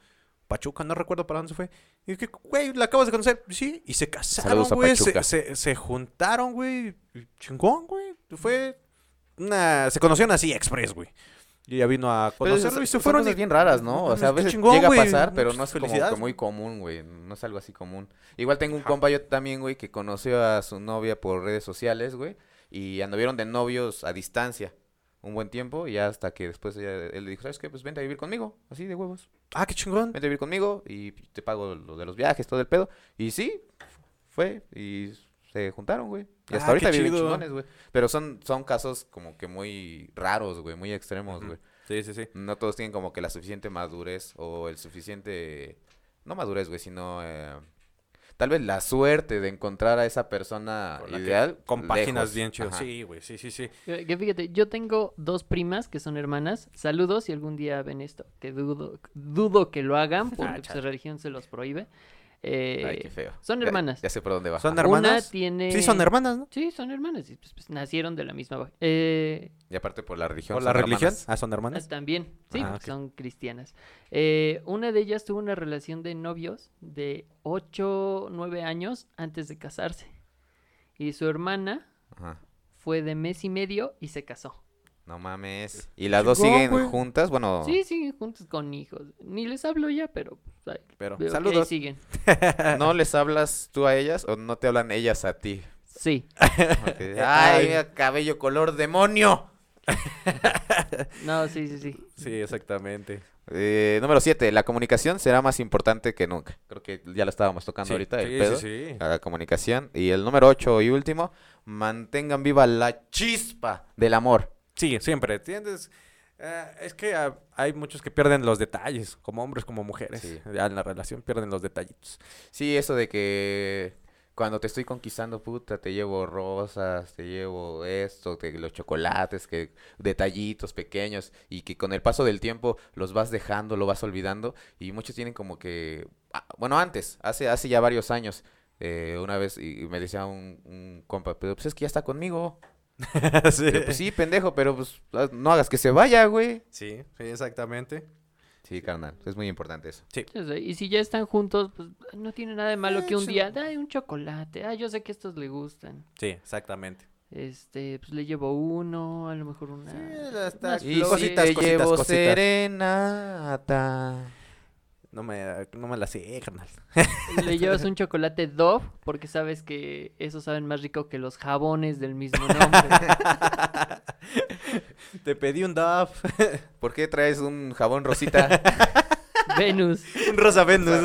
[SPEAKER 3] Pachuca, no recuerdo para dónde se fue. Y dije, güey, la acabas de conocer. Sí, y se casaron,
[SPEAKER 2] Saludos a
[SPEAKER 3] güey. Se,
[SPEAKER 2] Pachuca.
[SPEAKER 3] se- se juntaron, güey. Chingón, güey. Fue una... Se conocieron así, express, güey. Y ella vino a
[SPEAKER 2] Pero
[SPEAKER 3] conocerlo
[SPEAKER 2] son-
[SPEAKER 3] y se
[SPEAKER 2] son
[SPEAKER 3] fueron.
[SPEAKER 2] cosas
[SPEAKER 3] y-
[SPEAKER 2] bien raras, ¿no? O
[SPEAKER 3] mames,
[SPEAKER 2] sea, a
[SPEAKER 3] qué
[SPEAKER 2] veces
[SPEAKER 3] chingón,
[SPEAKER 2] llega
[SPEAKER 3] güey.
[SPEAKER 2] a pasar, pero no
[SPEAKER 3] Muchas
[SPEAKER 2] es como que
[SPEAKER 3] felicidades.
[SPEAKER 2] muy común, güey. No es algo así común. Igual tengo un compa yo también, güey, que conoció a su novia por redes sociales, güey. Y anduvieron de novios a distancia un buen tiempo. Y ya hasta que después ella- él le dijo, ¿sabes qué? Pues vente a vivir conmigo, así de huevos.
[SPEAKER 3] Ah, qué chingón.
[SPEAKER 2] Vente a vivir conmigo y te pago lo de los viajes, todo el pedo. Y sí, fue. Y se juntaron, güey. Y hasta
[SPEAKER 3] Ah,
[SPEAKER 2] ahorita
[SPEAKER 3] qué
[SPEAKER 2] viven
[SPEAKER 3] chido.
[SPEAKER 2] chingones, güey. Pero son, son casos como que muy raros, güey. Muy extremos, güey.
[SPEAKER 3] Sí, sí, sí.
[SPEAKER 2] No todos tienen como que la suficiente madurez o el suficiente... No madurez, güey, sino... eh, tal vez la suerte de encontrar a esa persona
[SPEAKER 3] Con la que-
[SPEAKER 2] Ah, ideal.
[SPEAKER 3] Con páginas
[SPEAKER 2] lejos.
[SPEAKER 3] bien chidas.
[SPEAKER 2] Ajá.
[SPEAKER 3] Sí, güey, sí, sí, sí.
[SPEAKER 4] Eh, Que fíjate, yo tengo dos primas que son hermanas. Saludos
[SPEAKER 3] Ah,
[SPEAKER 4] si algún día ven esto, que dudo, dudo que lo hagan porque pues, su religión se los prohíbe. Eh,
[SPEAKER 2] Ay, qué feo.
[SPEAKER 4] son
[SPEAKER 2] Ya-
[SPEAKER 4] hermanas.
[SPEAKER 2] Ya, sé por dónde va.
[SPEAKER 3] ¿Son
[SPEAKER 4] Una
[SPEAKER 3] hermanas?
[SPEAKER 4] tiene...
[SPEAKER 3] Sí, son hermanas, ¿no?
[SPEAKER 4] Sí, son hermanas. y, pues, pues, nacieron de la misma... va- Eh,
[SPEAKER 2] Y aparte por la religión.
[SPEAKER 3] ¿O la
[SPEAKER 2] son
[SPEAKER 3] religión?
[SPEAKER 2] hermanas.
[SPEAKER 3] Ah, son
[SPEAKER 4] Ah,
[SPEAKER 3] hermanas.
[SPEAKER 4] También, sí,
[SPEAKER 3] Ah,
[SPEAKER 4] porque
[SPEAKER 3] ok.
[SPEAKER 4] son cristianas. Eh, una de ellas tuvo una relación de novios de 8, 9 años antes de casarse. Y su hermana
[SPEAKER 2] Ajá.
[SPEAKER 4] fue de mes y medio y se casó.
[SPEAKER 2] No mames. ¿Y las dos
[SPEAKER 3] Chingón,
[SPEAKER 2] siguen
[SPEAKER 3] güey.
[SPEAKER 2] juntas? Bueno,
[SPEAKER 4] Sí, siguen juntos con hijos. Ni les hablo ya, pero pues, ahí
[SPEAKER 3] Pero,
[SPEAKER 4] veo que ahí
[SPEAKER 3] saludos.
[SPEAKER 4] siguen.
[SPEAKER 2] ¿no les hablas tú a ellas o no te hablan ellas a ti?
[SPEAKER 4] Sí.
[SPEAKER 2] Porque, ¡Ay, mira, cabello color demonio!
[SPEAKER 4] No, sí, sí, sí.
[SPEAKER 3] Sí, exactamente.
[SPEAKER 2] Eh, número 7. La comunicación será más importante que nunca. Creo que ya lo estábamos tocando
[SPEAKER 3] Sí,
[SPEAKER 2] ahorita. el
[SPEAKER 3] sí,
[SPEAKER 2] pedo. Ah.
[SPEAKER 3] sí, sí.
[SPEAKER 2] a la comunicación. Y el número 8 y último, mantengan viva la chispa del amor.
[SPEAKER 3] Sí, siempre, ¿entiendes? Eh, es que ah, hay muchos que pierden los detalles, como hombres, como mujeres.
[SPEAKER 2] Sí.
[SPEAKER 3] Ya en la relación pierden los detallitos.
[SPEAKER 2] Sí, eso de que cuando te estoy conquistando, puta, te llevo rosas, te llevo esto, te, los chocolates, que detallitos pequeños y que con el paso del tiempo los vas dejando, lo vas olvidando y muchos tienen como que, ah, bueno, antes, hace, hace ya varios años. eh, una vez y y me decía un, un compa, pero pues es que ya está conmigo.
[SPEAKER 3] sí.
[SPEAKER 2] Pero, pues sí, pendejo, pero pues ah, no hagas que se vaya, güey.
[SPEAKER 3] sí, sí, exactamente.
[SPEAKER 2] Sí, carnal, es muy importante eso.
[SPEAKER 4] Entonces, Y si ya están juntos, pues no tiene nada de malo
[SPEAKER 3] Eh,
[SPEAKER 4] que un
[SPEAKER 3] sí.
[SPEAKER 4] día, ay, un chocolate, ay, yo sé que estos le gustan.
[SPEAKER 3] Sí, exactamente.
[SPEAKER 4] Este, pues le llevo uno, a lo mejor una.
[SPEAKER 3] hasta
[SPEAKER 4] unas
[SPEAKER 3] Y
[SPEAKER 2] Y
[SPEAKER 3] si
[SPEAKER 4] flores.
[SPEAKER 3] cositas,
[SPEAKER 2] te
[SPEAKER 3] cositas,
[SPEAKER 2] llevo
[SPEAKER 3] cositas.
[SPEAKER 2] serenata.
[SPEAKER 3] No me, no me la sé, carnal.
[SPEAKER 4] Le llevas un chocolate Dove porque sabes que esos saben más rico que los jabones del mismo nombre.
[SPEAKER 3] Te pedí un DAF.
[SPEAKER 2] ¿Por qué traes un jabón rosita?
[SPEAKER 4] Venus.
[SPEAKER 3] un Rosa Venus.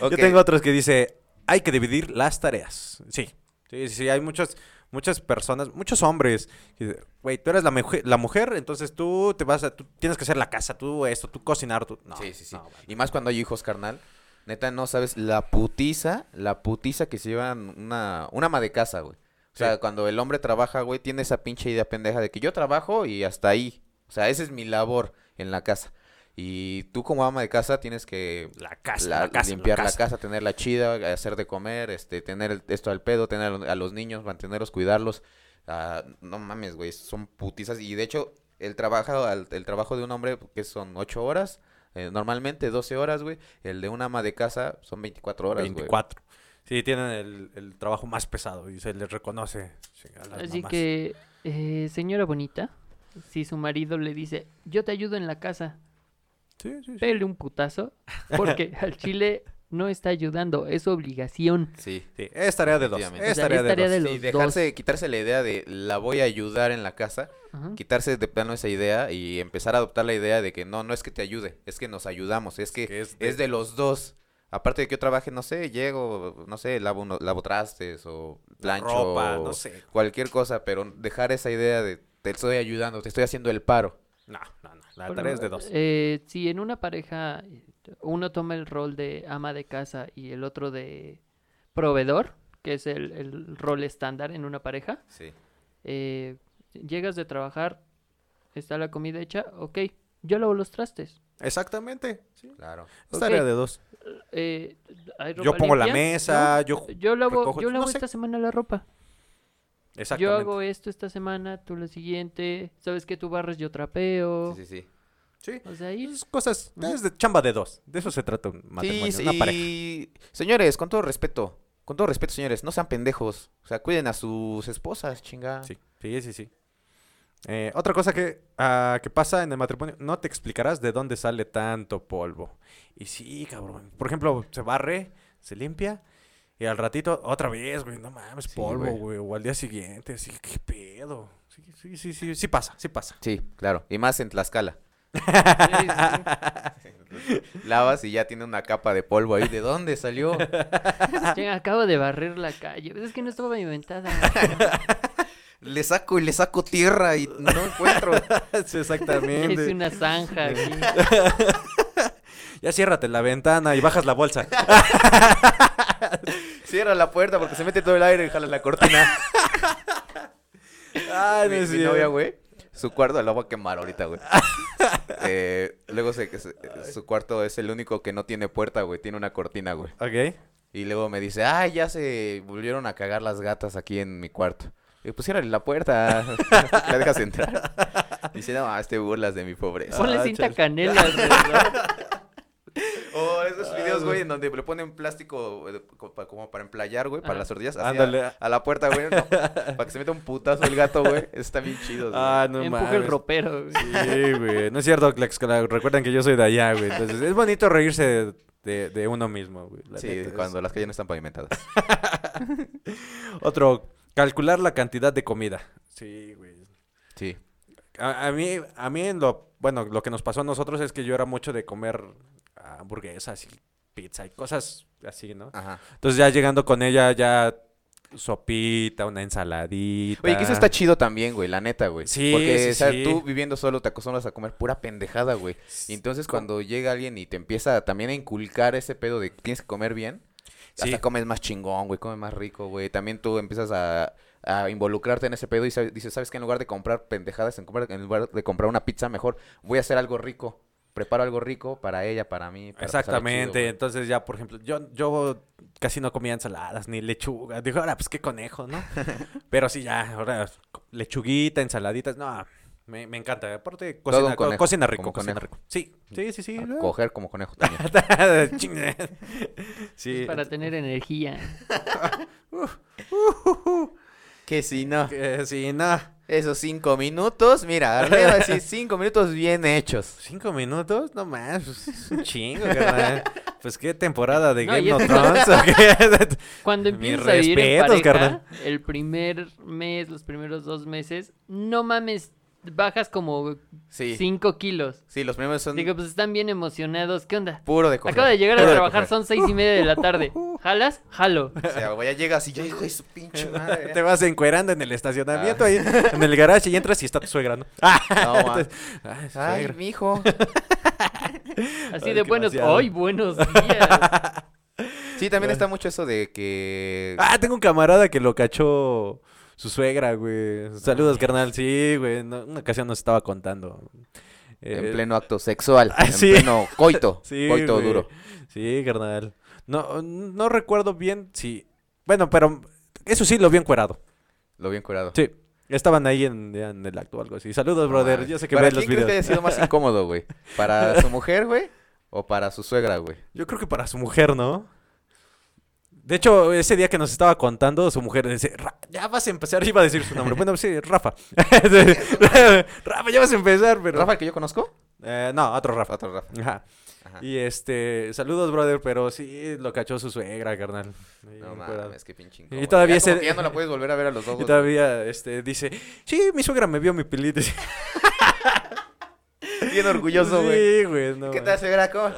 [SPEAKER 2] Ok,
[SPEAKER 3] Yo tengo otros que dice, hay que dividir las tareas. Sí, sí, sí, sí, hay muchas, muchas personas, muchos hombres. que dicen, Güey, tú eres la, meje- la mujer, entonces tú te vas a, tú tienes que hacer la casa, tú esto, tú cocinar, tú... No,
[SPEAKER 2] sí, sí, sí.
[SPEAKER 3] no, bueno.
[SPEAKER 2] y más cuando hay hijos, carnal. Neta, no sabes la putiza, la putiza que se llevan una, una ama de casa, güey. O sea,
[SPEAKER 3] Sí.
[SPEAKER 2] cuando el hombre trabaja, güey, tiene esa pinche idea pendeja de que yo trabajo y hasta ahí. O sea, esa es mi labor en la casa. Y tú como ama de casa tienes que
[SPEAKER 3] La casa,
[SPEAKER 2] la-
[SPEAKER 3] la, casa, la
[SPEAKER 2] limpiar la casa.
[SPEAKER 3] casa.
[SPEAKER 2] tenerla chida, hacer de comer, este, tener el- esto al pedo, tener a lo- a los niños, mantenerlos, cuidarlos. Ah, no mames, güey, son putizas. Y de hecho, el trabajo, al- el trabajo de un hombre, que son 8 horas, eh, normalmente 12 horas, güey. El de una ama de casa son 24 horas, güey.
[SPEAKER 3] 24. Sí, tienen el, el trabajo más pesado y se les reconoce. sí, a las
[SPEAKER 4] Así
[SPEAKER 3] mamás.
[SPEAKER 4] que, eh, señora bonita, si su marido le dice, yo te ayudo en la casa,
[SPEAKER 3] Sí, sí, sí.
[SPEAKER 4] pele un putazo, porque al chile no está ayudando, es su obligación.
[SPEAKER 2] Sí.
[SPEAKER 3] Sí, es tarea de dos. Es
[SPEAKER 2] Efectivamente.
[SPEAKER 4] O sea,
[SPEAKER 3] tarea
[SPEAKER 4] Pues, es
[SPEAKER 3] de
[SPEAKER 4] tarea
[SPEAKER 3] dos.
[SPEAKER 4] de
[SPEAKER 2] Y
[SPEAKER 4] los
[SPEAKER 2] dejarse, quitarse la idea de la voy a ayudar en la casa,
[SPEAKER 4] Ajá.
[SPEAKER 2] quitarse de plano esa idea y empezar a adoptar la idea de que no, no es que te ayude, es que nos ayudamos, es que
[SPEAKER 3] Que es de-
[SPEAKER 2] es de los dos. Aparte de que yo trabaje, no sé, llego, no sé, lavo, uno- lavo trastes o plancho.
[SPEAKER 3] ropa,
[SPEAKER 2] o
[SPEAKER 3] no sé.
[SPEAKER 2] Cualquier cosa, pero dejar esa idea de te estoy ayudando, te estoy haciendo el paro.
[SPEAKER 3] No, no, no. La
[SPEAKER 4] Bueno,
[SPEAKER 3] tarea es de dos.
[SPEAKER 4] eh, si en una pareja eh, uno toma el rol de ama de casa y el otro de proveedor, que es el, el rol estándar en una pareja,
[SPEAKER 2] Sí.
[SPEAKER 4] eh, llegas de trabajar, está la comida hecha, ok, yo lavo los trastes.
[SPEAKER 3] Exactamente. sí.
[SPEAKER 2] Claro.
[SPEAKER 3] Es
[SPEAKER 4] Ok.
[SPEAKER 3] tarea de dos.
[SPEAKER 4] eh, ¿hay
[SPEAKER 3] Yo
[SPEAKER 4] ropa
[SPEAKER 3] pongo la
[SPEAKER 4] limpia?
[SPEAKER 3] mesa, yo...
[SPEAKER 4] No, Yo lavo,
[SPEAKER 3] recojo-
[SPEAKER 4] yo
[SPEAKER 3] no
[SPEAKER 4] lavo
[SPEAKER 3] sé.
[SPEAKER 4] esta semana la ropa. Yo
[SPEAKER 3] Exactamente.
[SPEAKER 4] hago esto esta semana, tú la siguiente. Sabes que tú barres, yo trapeo.
[SPEAKER 2] Sí, sí, sí.
[SPEAKER 3] Sí.
[SPEAKER 4] O sea, ahí Ah.
[SPEAKER 3] Es cosas, es de chamba de dos. De eso se trata un matrimonio,
[SPEAKER 2] Sí,
[SPEAKER 3] una
[SPEAKER 2] y-
[SPEAKER 3] pareja.
[SPEAKER 2] Señores, con todo respeto, con todo respeto, señores, no sean pendejos. O sea, cuiden a sus esposas, chinga.
[SPEAKER 3] Sí, sí, sí, sí. Eh, otra cosa que, ah, que pasa en el matrimonio, no te explicarás de dónde sale tanto polvo. Y sí, cabrón. Por ejemplo, se barre, se limpia y al ratito otra vez, güey, no mames,
[SPEAKER 2] Sí,
[SPEAKER 3] polvo,
[SPEAKER 2] güey.
[SPEAKER 3] güey. O al día siguiente, así, qué pedo. Sí, sí, sí, sí, sí pasa, sí pasa.
[SPEAKER 2] Sí, claro. Y más en Tlaxcala.
[SPEAKER 4] sí, sí.
[SPEAKER 2] Lavas y ya tiene una capa de polvo ahí. ¿De dónde salió?
[SPEAKER 4] Che, acabo de barrer la calle. Es que no estaba inventada.
[SPEAKER 2] Le saco y le saco tierra y no encuentro.
[SPEAKER 3] Sí,
[SPEAKER 4] Es
[SPEAKER 3] exactamente.
[SPEAKER 4] una zanja aquí.
[SPEAKER 3] Ah, Ya ciérrate la ventana y bajas la bolsa.
[SPEAKER 2] Cierra la puerta porque se mete todo el aire y jala la cortina.
[SPEAKER 3] Ay,
[SPEAKER 2] mi,
[SPEAKER 3] no es
[SPEAKER 2] mi
[SPEAKER 3] cierto.
[SPEAKER 2] novia, güey. Su cuarto lo voy a quemar ahorita, güey. Eh, luego se- se- su cuarto es el único que no tiene puerta, güey. Tiene una cortina, güey.
[SPEAKER 3] Ok.
[SPEAKER 2] Y luego me dice, ay, ya se volvieron a cagar las gatas aquí en mi cuarto. Y pues ciérrale la puerta, la dejas entrar. Dice, no, te burlas de mi pobreza.
[SPEAKER 4] Ponle
[SPEAKER 3] Ah,
[SPEAKER 4] cinta
[SPEAKER 3] chale.
[SPEAKER 4] canela alrededor.
[SPEAKER 2] O esos videos, güey, en donde le ponen plástico eh, co- pa- como para emplayar, güey, para
[SPEAKER 4] Ah.
[SPEAKER 2] las tortillas. así a-
[SPEAKER 3] Ándale.
[SPEAKER 2] A, la puerta, güey. no, para que se meta un putazo el gato, güey. Está bien chido, güey.
[SPEAKER 3] Ah, no
[SPEAKER 4] Empuja el
[SPEAKER 3] mames.
[SPEAKER 4] ropero. güey.
[SPEAKER 3] Sí, güey. No es cierto, Tlaxcala. Recuerden que yo soy de allá, güey. Entonces, es bonito reírse de, de- de uno mismo, güey. La
[SPEAKER 2] sí,
[SPEAKER 3] neta, es-
[SPEAKER 2] cuando las calles no están pavimentadas.
[SPEAKER 3] Otro, calcular la cantidad de comida. Sí, güey.
[SPEAKER 2] Sí.
[SPEAKER 3] A, a mí, a mí en lo, bueno, lo que nos pasó a nosotros es que yo era mucho de comer hamburguesas y pizza y cosas así, ¿no?
[SPEAKER 2] Ajá.
[SPEAKER 3] Entonces ya llegando con ella, ya sopita, una ensaladita.
[SPEAKER 2] Oye, que eso está chido también, güey, la neta, güey.
[SPEAKER 3] Sí,
[SPEAKER 2] Porque,
[SPEAKER 3] sí,
[SPEAKER 2] o sea,
[SPEAKER 3] sí.
[SPEAKER 2] tú viviendo solo te acostumbras a comer pura pendejada, güey. Y entonces cuando llega alguien y te empieza también a inculcar ese pedo de que tienes que comer bien,
[SPEAKER 3] Sí.
[SPEAKER 2] hasta comes más chingón, güey, comes más rico, güey. También tú empiezas a, a involucrarte en ese pedo y sabes- dices, ¿sabes qué? En lugar de comprar pendejadas, en, comprar- en lugar de comprar una pizza, mejor voy a hacer algo rico. Preparo algo rico para ella, para mí. para pasarla chido,
[SPEAKER 3] Exactamente,
[SPEAKER 2] güey".
[SPEAKER 3] entonces ya, por ejemplo, yo, yo casi no comía ensaladas ni lechuga. Dijo, ahora pues qué conejo, ¿no? Pero sí, ya, ahora co- lechuguita, ensaladitas, no, me, me encanta. Aparte,
[SPEAKER 2] Todo un
[SPEAKER 3] cocina, co-
[SPEAKER 2] conejo,
[SPEAKER 3] cocina rico,
[SPEAKER 2] como
[SPEAKER 3] cocina
[SPEAKER 2] conejo. Ah,
[SPEAKER 3] rico. Sí, sí, sí, sí.
[SPEAKER 2] A
[SPEAKER 3] ¿no?
[SPEAKER 2] coger como conejo también.
[SPEAKER 3] Chinga. sí.
[SPEAKER 4] Para tener energía.
[SPEAKER 2] que si no.
[SPEAKER 3] que sí, no.
[SPEAKER 2] Esos cinco minutos, mira, arriba así, cinco minutos bien hechos.
[SPEAKER 3] Cinco minutos, no más, pues, es un chingo, carnal. Pues qué temporada de
[SPEAKER 4] No, y
[SPEAKER 3] Game of
[SPEAKER 4] es-
[SPEAKER 3] Thrones. ¿o qué?
[SPEAKER 4] Cuando
[SPEAKER 3] Mis
[SPEAKER 4] empiezas a vivir en
[SPEAKER 3] respetos,
[SPEAKER 4] pareja,
[SPEAKER 3] carnal.
[SPEAKER 4] el primer mes, los primeros dos meses, no mames, bajas como
[SPEAKER 2] Sí.
[SPEAKER 4] 5 kilos.
[SPEAKER 2] Sí, los primeros son
[SPEAKER 4] Digo, pues están bien emocionados. ¿Qué onda?
[SPEAKER 2] puro de coger.
[SPEAKER 4] Acabo de llegar a
[SPEAKER 2] puro
[SPEAKER 4] trabajar,
[SPEAKER 2] coger.
[SPEAKER 4] son seis y media de la tarde. ¿Jalas? Jalo.
[SPEAKER 2] O sea, güey, ya llegas y ya, hijo de su pinche madre.
[SPEAKER 3] Te vas encuerando en el estacionamiento ahí,
[SPEAKER 2] Ah.
[SPEAKER 3] en el garage y entras y está tu suegra, ¿no? Ah,
[SPEAKER 2] No, ma.
[SPEAKER 3] Ay,
[SPEAKER 2] Ay,
[SPEAKER 3] suegra.
[SPEAKER 2] mijo.
[SPEAKER 4] Así
[SPEAKER 3] Ay,
[SPEAKER 4] de
[SPEAKER 3] qué
[SPEAKER 4] buenos.
[SPEAKER 3] vaciado.
[SPEAKER 4] ¡Ay, buenos días!
[SPEAKER 2] Sí, también está mucho eso de que...
[SPEAKER 3] Ah, tengo un camarada que lo cachó su suegra, güey. Saludos, carnal. Sí, güey. no- una ocasión nos estaba contando. Eh,
[SPEAKER 2] En pleno acto sexual.
[SPEAKER 3] ah,
[SPEAKER 2] en
[SPEAKER 3] sí.
[SPEAKER 2] pleno coito.
[SPEAKER 3] Sí,
[SPEAKER 2] coito
[SPEAKER 3] güey.
[SPEAKER 2] duro.
[SPEAKER 3] Sí, carnal. No, no recuerdo bien si... Bueno, pero eso sí lo vi encuerado.
[SPEAKER 2] Lo bien curado.
[SPEAKER 3] Sí. Estaban ahí en, ya en el acto o algo así. Saludos, brother. Yo sé que
[SPEAKER 2] ¿Para
[SPEAKER 3] ves
[SPEAKER 2] quién
[SPEAKER 3] los
[SPEAKER 2] crees que haya
[SPEAKER 3] videos.
[SPEAKER 2] sido más incómodo, güey? ¿Para su mujer, güey? ¿O para su suegra, güey?
[SPEAKER 3] Yo creo que para su mujer, ¿no? De hecho, ese día que nos estaba contando, su mujer dice, "Ra- ya vas a empezar, iba a decir su nombre. Bueno, sí, Rafa. Rafa, ya vas a empezar, pero...
[SPEAKER 2] ¿Rafa, el que yo conozco?
[SPEAKER 3] Eh, no, otro Rafa.
[SPEAKER 2] Otro Rafa.
[SPEAKER 3] Ajá.
[SPEAKER 2] Ajá.
[SPEAKER 3] Y este, saludos, brother, pero sí lo cachó su suegra, carnal. Ahí
[SPEAKER 2] No
[SPEAKER 3] encuerado.
[SPEAKER 2] mames, qué pinche incómodo.
[SPEAKER 3] todavía
[SPEAKER 2] ya, como
[SPEAKER 3] se-
[SPEAKER 2] que ya no la puedes volver a ver a los ojos.
[SPEAKER 3] Y todavía este, dice, sí, mi suegra me vio mi pilito.
[SPEAKER 2] Bien orgulloso, güey.
[SPEAKER 3] Sí, güey. no
[SPEAKER 2] ¿Qué tal,
[SPEAKER 3] mames.
[SPEAKER 2] suegra? ¿Cómo?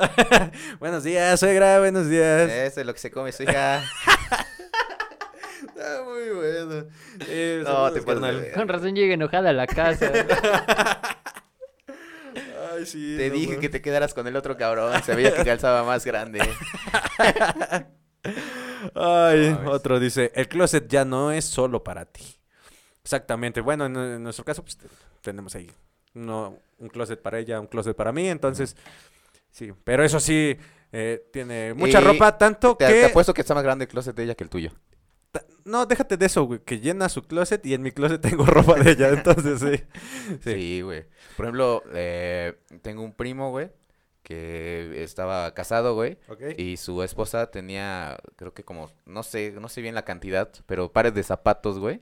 [SPEAKER 3] Buenos días, suegra, buenos días.
[SPEAKER 2] Eso es lo que se come su hija.
[SPEAKER 3] Está Ah, muy bueno. Eh,
[SPEAKER 2] No,
[SPEAKER 3] saludos,
[SPEAKER 2] te pasas de
[SPEAKER 3] carnal.
[SPEAKER 2] ver.
[SPEAKER 4] Con razón llega enojada a la casa.
[SPEAKER 3] Ay, sí.
[SPEAKER 2] Te
[SPEAKER 3] no
[SPEAKER 2] dije
[SPEAKER 3] mames.
[SPEAKER 2] que te quedaras con el otro cabrón. Se veía que calzaba más grande.
[SPEAKER 3] Ay,
[SPEAKER 2] No mames.
[SPEAKER 3] otro dice, el closet ya no es solo para ti. Exactamente. Bueno, en, en nuestro caso, pues te- tenemos ahí uno- un closet para ella, un closet para mí. Entonces, sí. Pero eso sí, eh, tiene mucha
[SPEAKER 2] Y
[SPEAKER 3] ropa, tanto
[SPEAKER 2] Te,
[SPEAKER 3] que...
[SPEAKER 2] te apuesto que está más grande el closet de ella que el tuyo.
[SPEAKER 3] ta- No, déjate de eso, güey, que llena su closet y en mi closet tengo ropa de ella. Entonces, sí. Sí.
[SPEAKER 2] Sí, güey. Por ejemplo, eh, tengo un primo, güey, que estaba casado, güey.
[SPEAKER 3] Ok.
[SPEAKER 2] Y su esposa tenía, creo que como, no sé, no sé bien la cantidad, pero pares de zapatos, güey.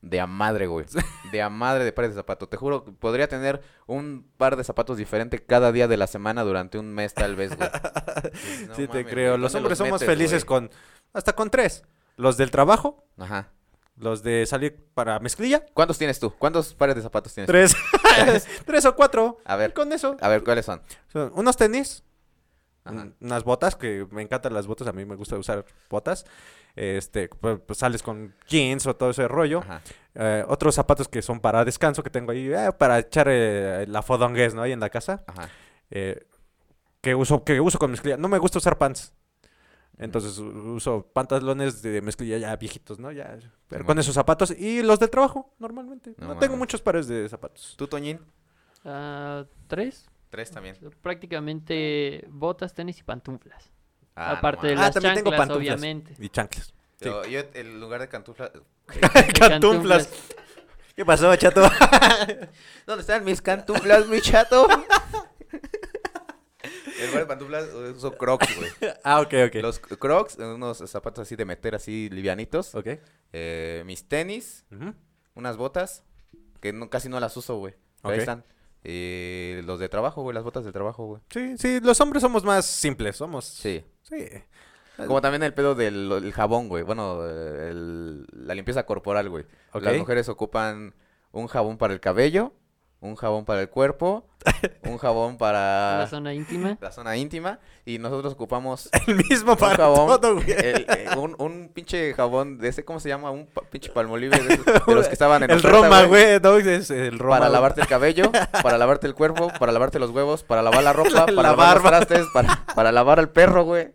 [SPEAKER 2] De a madre, güey. De a madre de pares de zapatos. Te juro, que podría tener un par de zapatos diferente cada día de la semana durante un mes, tal vez, güey. Dices, "No
[SPEAKER 3] sí, te
[SPEAKER 2] mames,
[SPEAKER 3] creo.
[SPEAKER 2] güey,
[SPEAKER 3] Los
[SPEAKER 2] ¿dónde
[SPEAKER 3] hombres somos
[SPEAKER 2] metes,
[SPEAKER 3] felices
[SPEAKER 2] güey?"
[SPEAKER 3] con... Hasta con tres. Los del trabajo,
[SPEAKER 2] Ajá.
[SPEAKER 3] los de salir para mezclilla.
[SPEAKER 2] ¿Cuántos tienes tú? ¿Cuántos pares de zapatos tienes? tú?
[SPEAKER 3] Tres. tres o cuatro.
[SPEAKER 2] A ver.
[SPEAKER 3] Con eso.
[SPEAKER 2] A ver, ¿cuáles son?
[SPEAKER 3] Son unos tenis,
[SPEAKER 2] Ajá.
[SPEAKER 3] un- unas botas, que me encantan las botas, a mí me gusta usar botas. Este, pues, pues, sales con jeans o todo ese rollo.
[SPEAKER 2] Ajá.
[SPEAKER 3] Eh, otros zapatos que son para descanso que tengo ahí, eh, para echar eh, la fodonguez, ¿no? Ahí en la casa.
[SPEAKER 2] Ajá.
[SPEAKER 3] Eh, que uso, que uso con mis clientes. No me gusta usar pants. Entonces u- uso pantalones de mezclilla ya viejitos, ¿no? Ya, pero con esos zapatos y los de trabajo, normalmente.
[SPEAKER 2] No
[SPEAKER 3] No, tengo
[SPEAKER 2] mames.
[SPEAKER 3] muchos pares de zapatos.
[SPEAKER 2] ¿Tú, Toñín?
[SPEAKER 4] Ah, tres.
[SPEAKER 2] Tres también.
[SPEAKER 4] Prácticamente botas, tenis y pantuflas.
[SPEAKER 2] Ah, no
[SPEAKER 4] Aparte de
[SPEAKER 2] mames.
[SPEAKER 4] las chanclas, obviamente.
[SPEAKER 3] Y chanclas. sí.
[SPEAKER 2] Yo, yo en lugar de cantufla...
[SPEAKER 3] Cantuflas.
[SPEAKER 2] ¿Qué pasó, chato? ¿Dónde están mis cantuflas, mi chato? en lugar de pantuflas uso crocs, güey.
[SPEAKER 3] Ah, ok, ok.
[SPEAKER 2] Los crocs, unos zapatos así de meter así livianitos.
[SPEAKER 3] Ok.
[SPEAKER 2] Eh, mis tenis,
[SPEAKER 3] Ujú.
[SPEAKER 2] unas botas, que no- casi no las uso, güey. Pero Ahí
[SPEAKER 3] Ok.
[SPEAKER 2] están. Eh, los de trabajo, güey, las botas de trabajo, güey.
[SPEAKER 3] Sí, sí, los hombres somos más simples, somos...
[SPEAKER 2] Sí.
[SPEAKER 3] Sí.
[SPEAKER 2] Como también el pedo del el jabón, güey. Bueno, el- la limpieza corporal, güey.
[SPEAKER 3] Ok.
[SPEAKER 2] Las mujeres ocupan un jabón para el cabello, un jabón para el cuerpo, un jabón para
[SPEAKER 4] La zona íntima.
[SPEAKER 2] la zona íntima y nosotros ocupamos
[SPEAKER 3] El mismo
[SPEAKER 2] un
[SPEAKER 3] para
[SPEAKER 2] jabón,
[SPEAKER 3] todo, güey.
[SPEAKER 2] el- eh, un, un pinche jabón de ese, ¿cómo se llama? Un pa- pinche palmolive de, esos- de los que estaban en
[SPEAKER 3] El
[SPEAKER 2] oferta,
[SPEAKER 3] Roma, güey, ¿no? Es el Roma.
[SPEAKER 2] Para
[SPEAKER 3] güey.
[SPEAKER 2] lavarte el cabello, para lavarte el cuerpo, para lavarte los huevos, para lavar la ropa, para
[SPEAKER 3] La
[SPEAKER 2] lavar
[SPEAKER 3] barba.
[SPEAKER 2] los trastes, para, para lavar al perro, güey.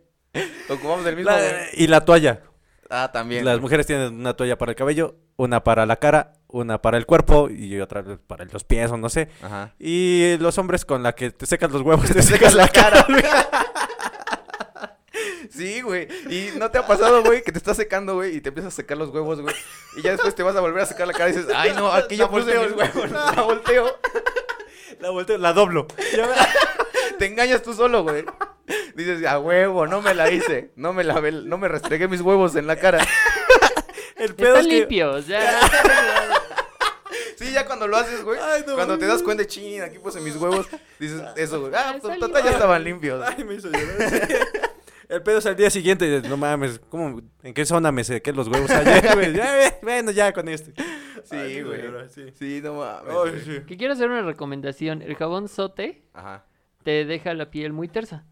[SPEAKER 2] Ocupamos el mismo,
[SPEAKER 3] La-
[SPEAKER 2] güey.
[SPEAKER 3] y la toalla.
[SPEAKER 2] Ah, también.
[SPEAKER 3] Las mujeres tienen una toalla para el cabello, una para la cara, una para el cuerpo y otra para los pies o no sé.
[SPEAKER 2] Ajá.
[SPEAKER 3] Y los hombres con la que te secas los huevos, te secas la cara. güey.
[SPEAKER 2] Sí, güey. Y no te ha pasado, güey, que te estás secando, güey, y te empiezas a secar los huevos, güey. Y ya después te vas a volver a secar la cara y dices, ay, no, aquí
[SPEAKER 3] La
[SPEAKER 2] yo puse
[SPEAKER 3] volteo.
[SPEAKER 2] mis huevos. La volteo.
[SPEAKER 3] La volteo, la doblo. Ya-
[SPEAKER 2] Te engañas tú solo, güey. Dices, a huevo, no me la hice. No me lavé, no me restregué mis huevos en la cara.
[SPEAKER 3] El pedo
[SPEAKER 4] Están
[SPEAKER 3] es que...
[SPEAKER 4] limpios, ya.
[SPEAKER 2] Sí, ya cuando lo haces, güey.
[SPEAKER 3] Ay, no.
[SPEAKER 2] cuando te das cuenta, ching, aquí puse mis huevos. Dices, eso, güey. Ah,
[SPEAKER 4] Ay,
[SPEAKER 2] pues
[SPEAKER 4] salí.
[SPEAKER 2] total, ya estaban limpios.
[SPEAKER 3] Ay, me hizo llorar. El pedo es al día siguiente. y dices, No mames, ¿cómo, ¿en qué zona me sequé los huevos ayer, güey? Ya, güey, Bueno, ya con este. Ay,
[SPEAKER 2] Sí,
[SPEAKER 3] me hizo
[SPEAKER 2] güey.
[SPEAKER 3] llorar, sí.
[SPEAKER 2] Sí, no mames.
[SPEAKER 3] Ay,
[SPEAKER 2] güey.
[SPEAKER 3] sí.
[SPEAKER 4] que quiero hacer una recomendación. El jabón sote
[SPEAKER 2] Ajá.
[SPEAKER 4] te deja la piel muy tersa.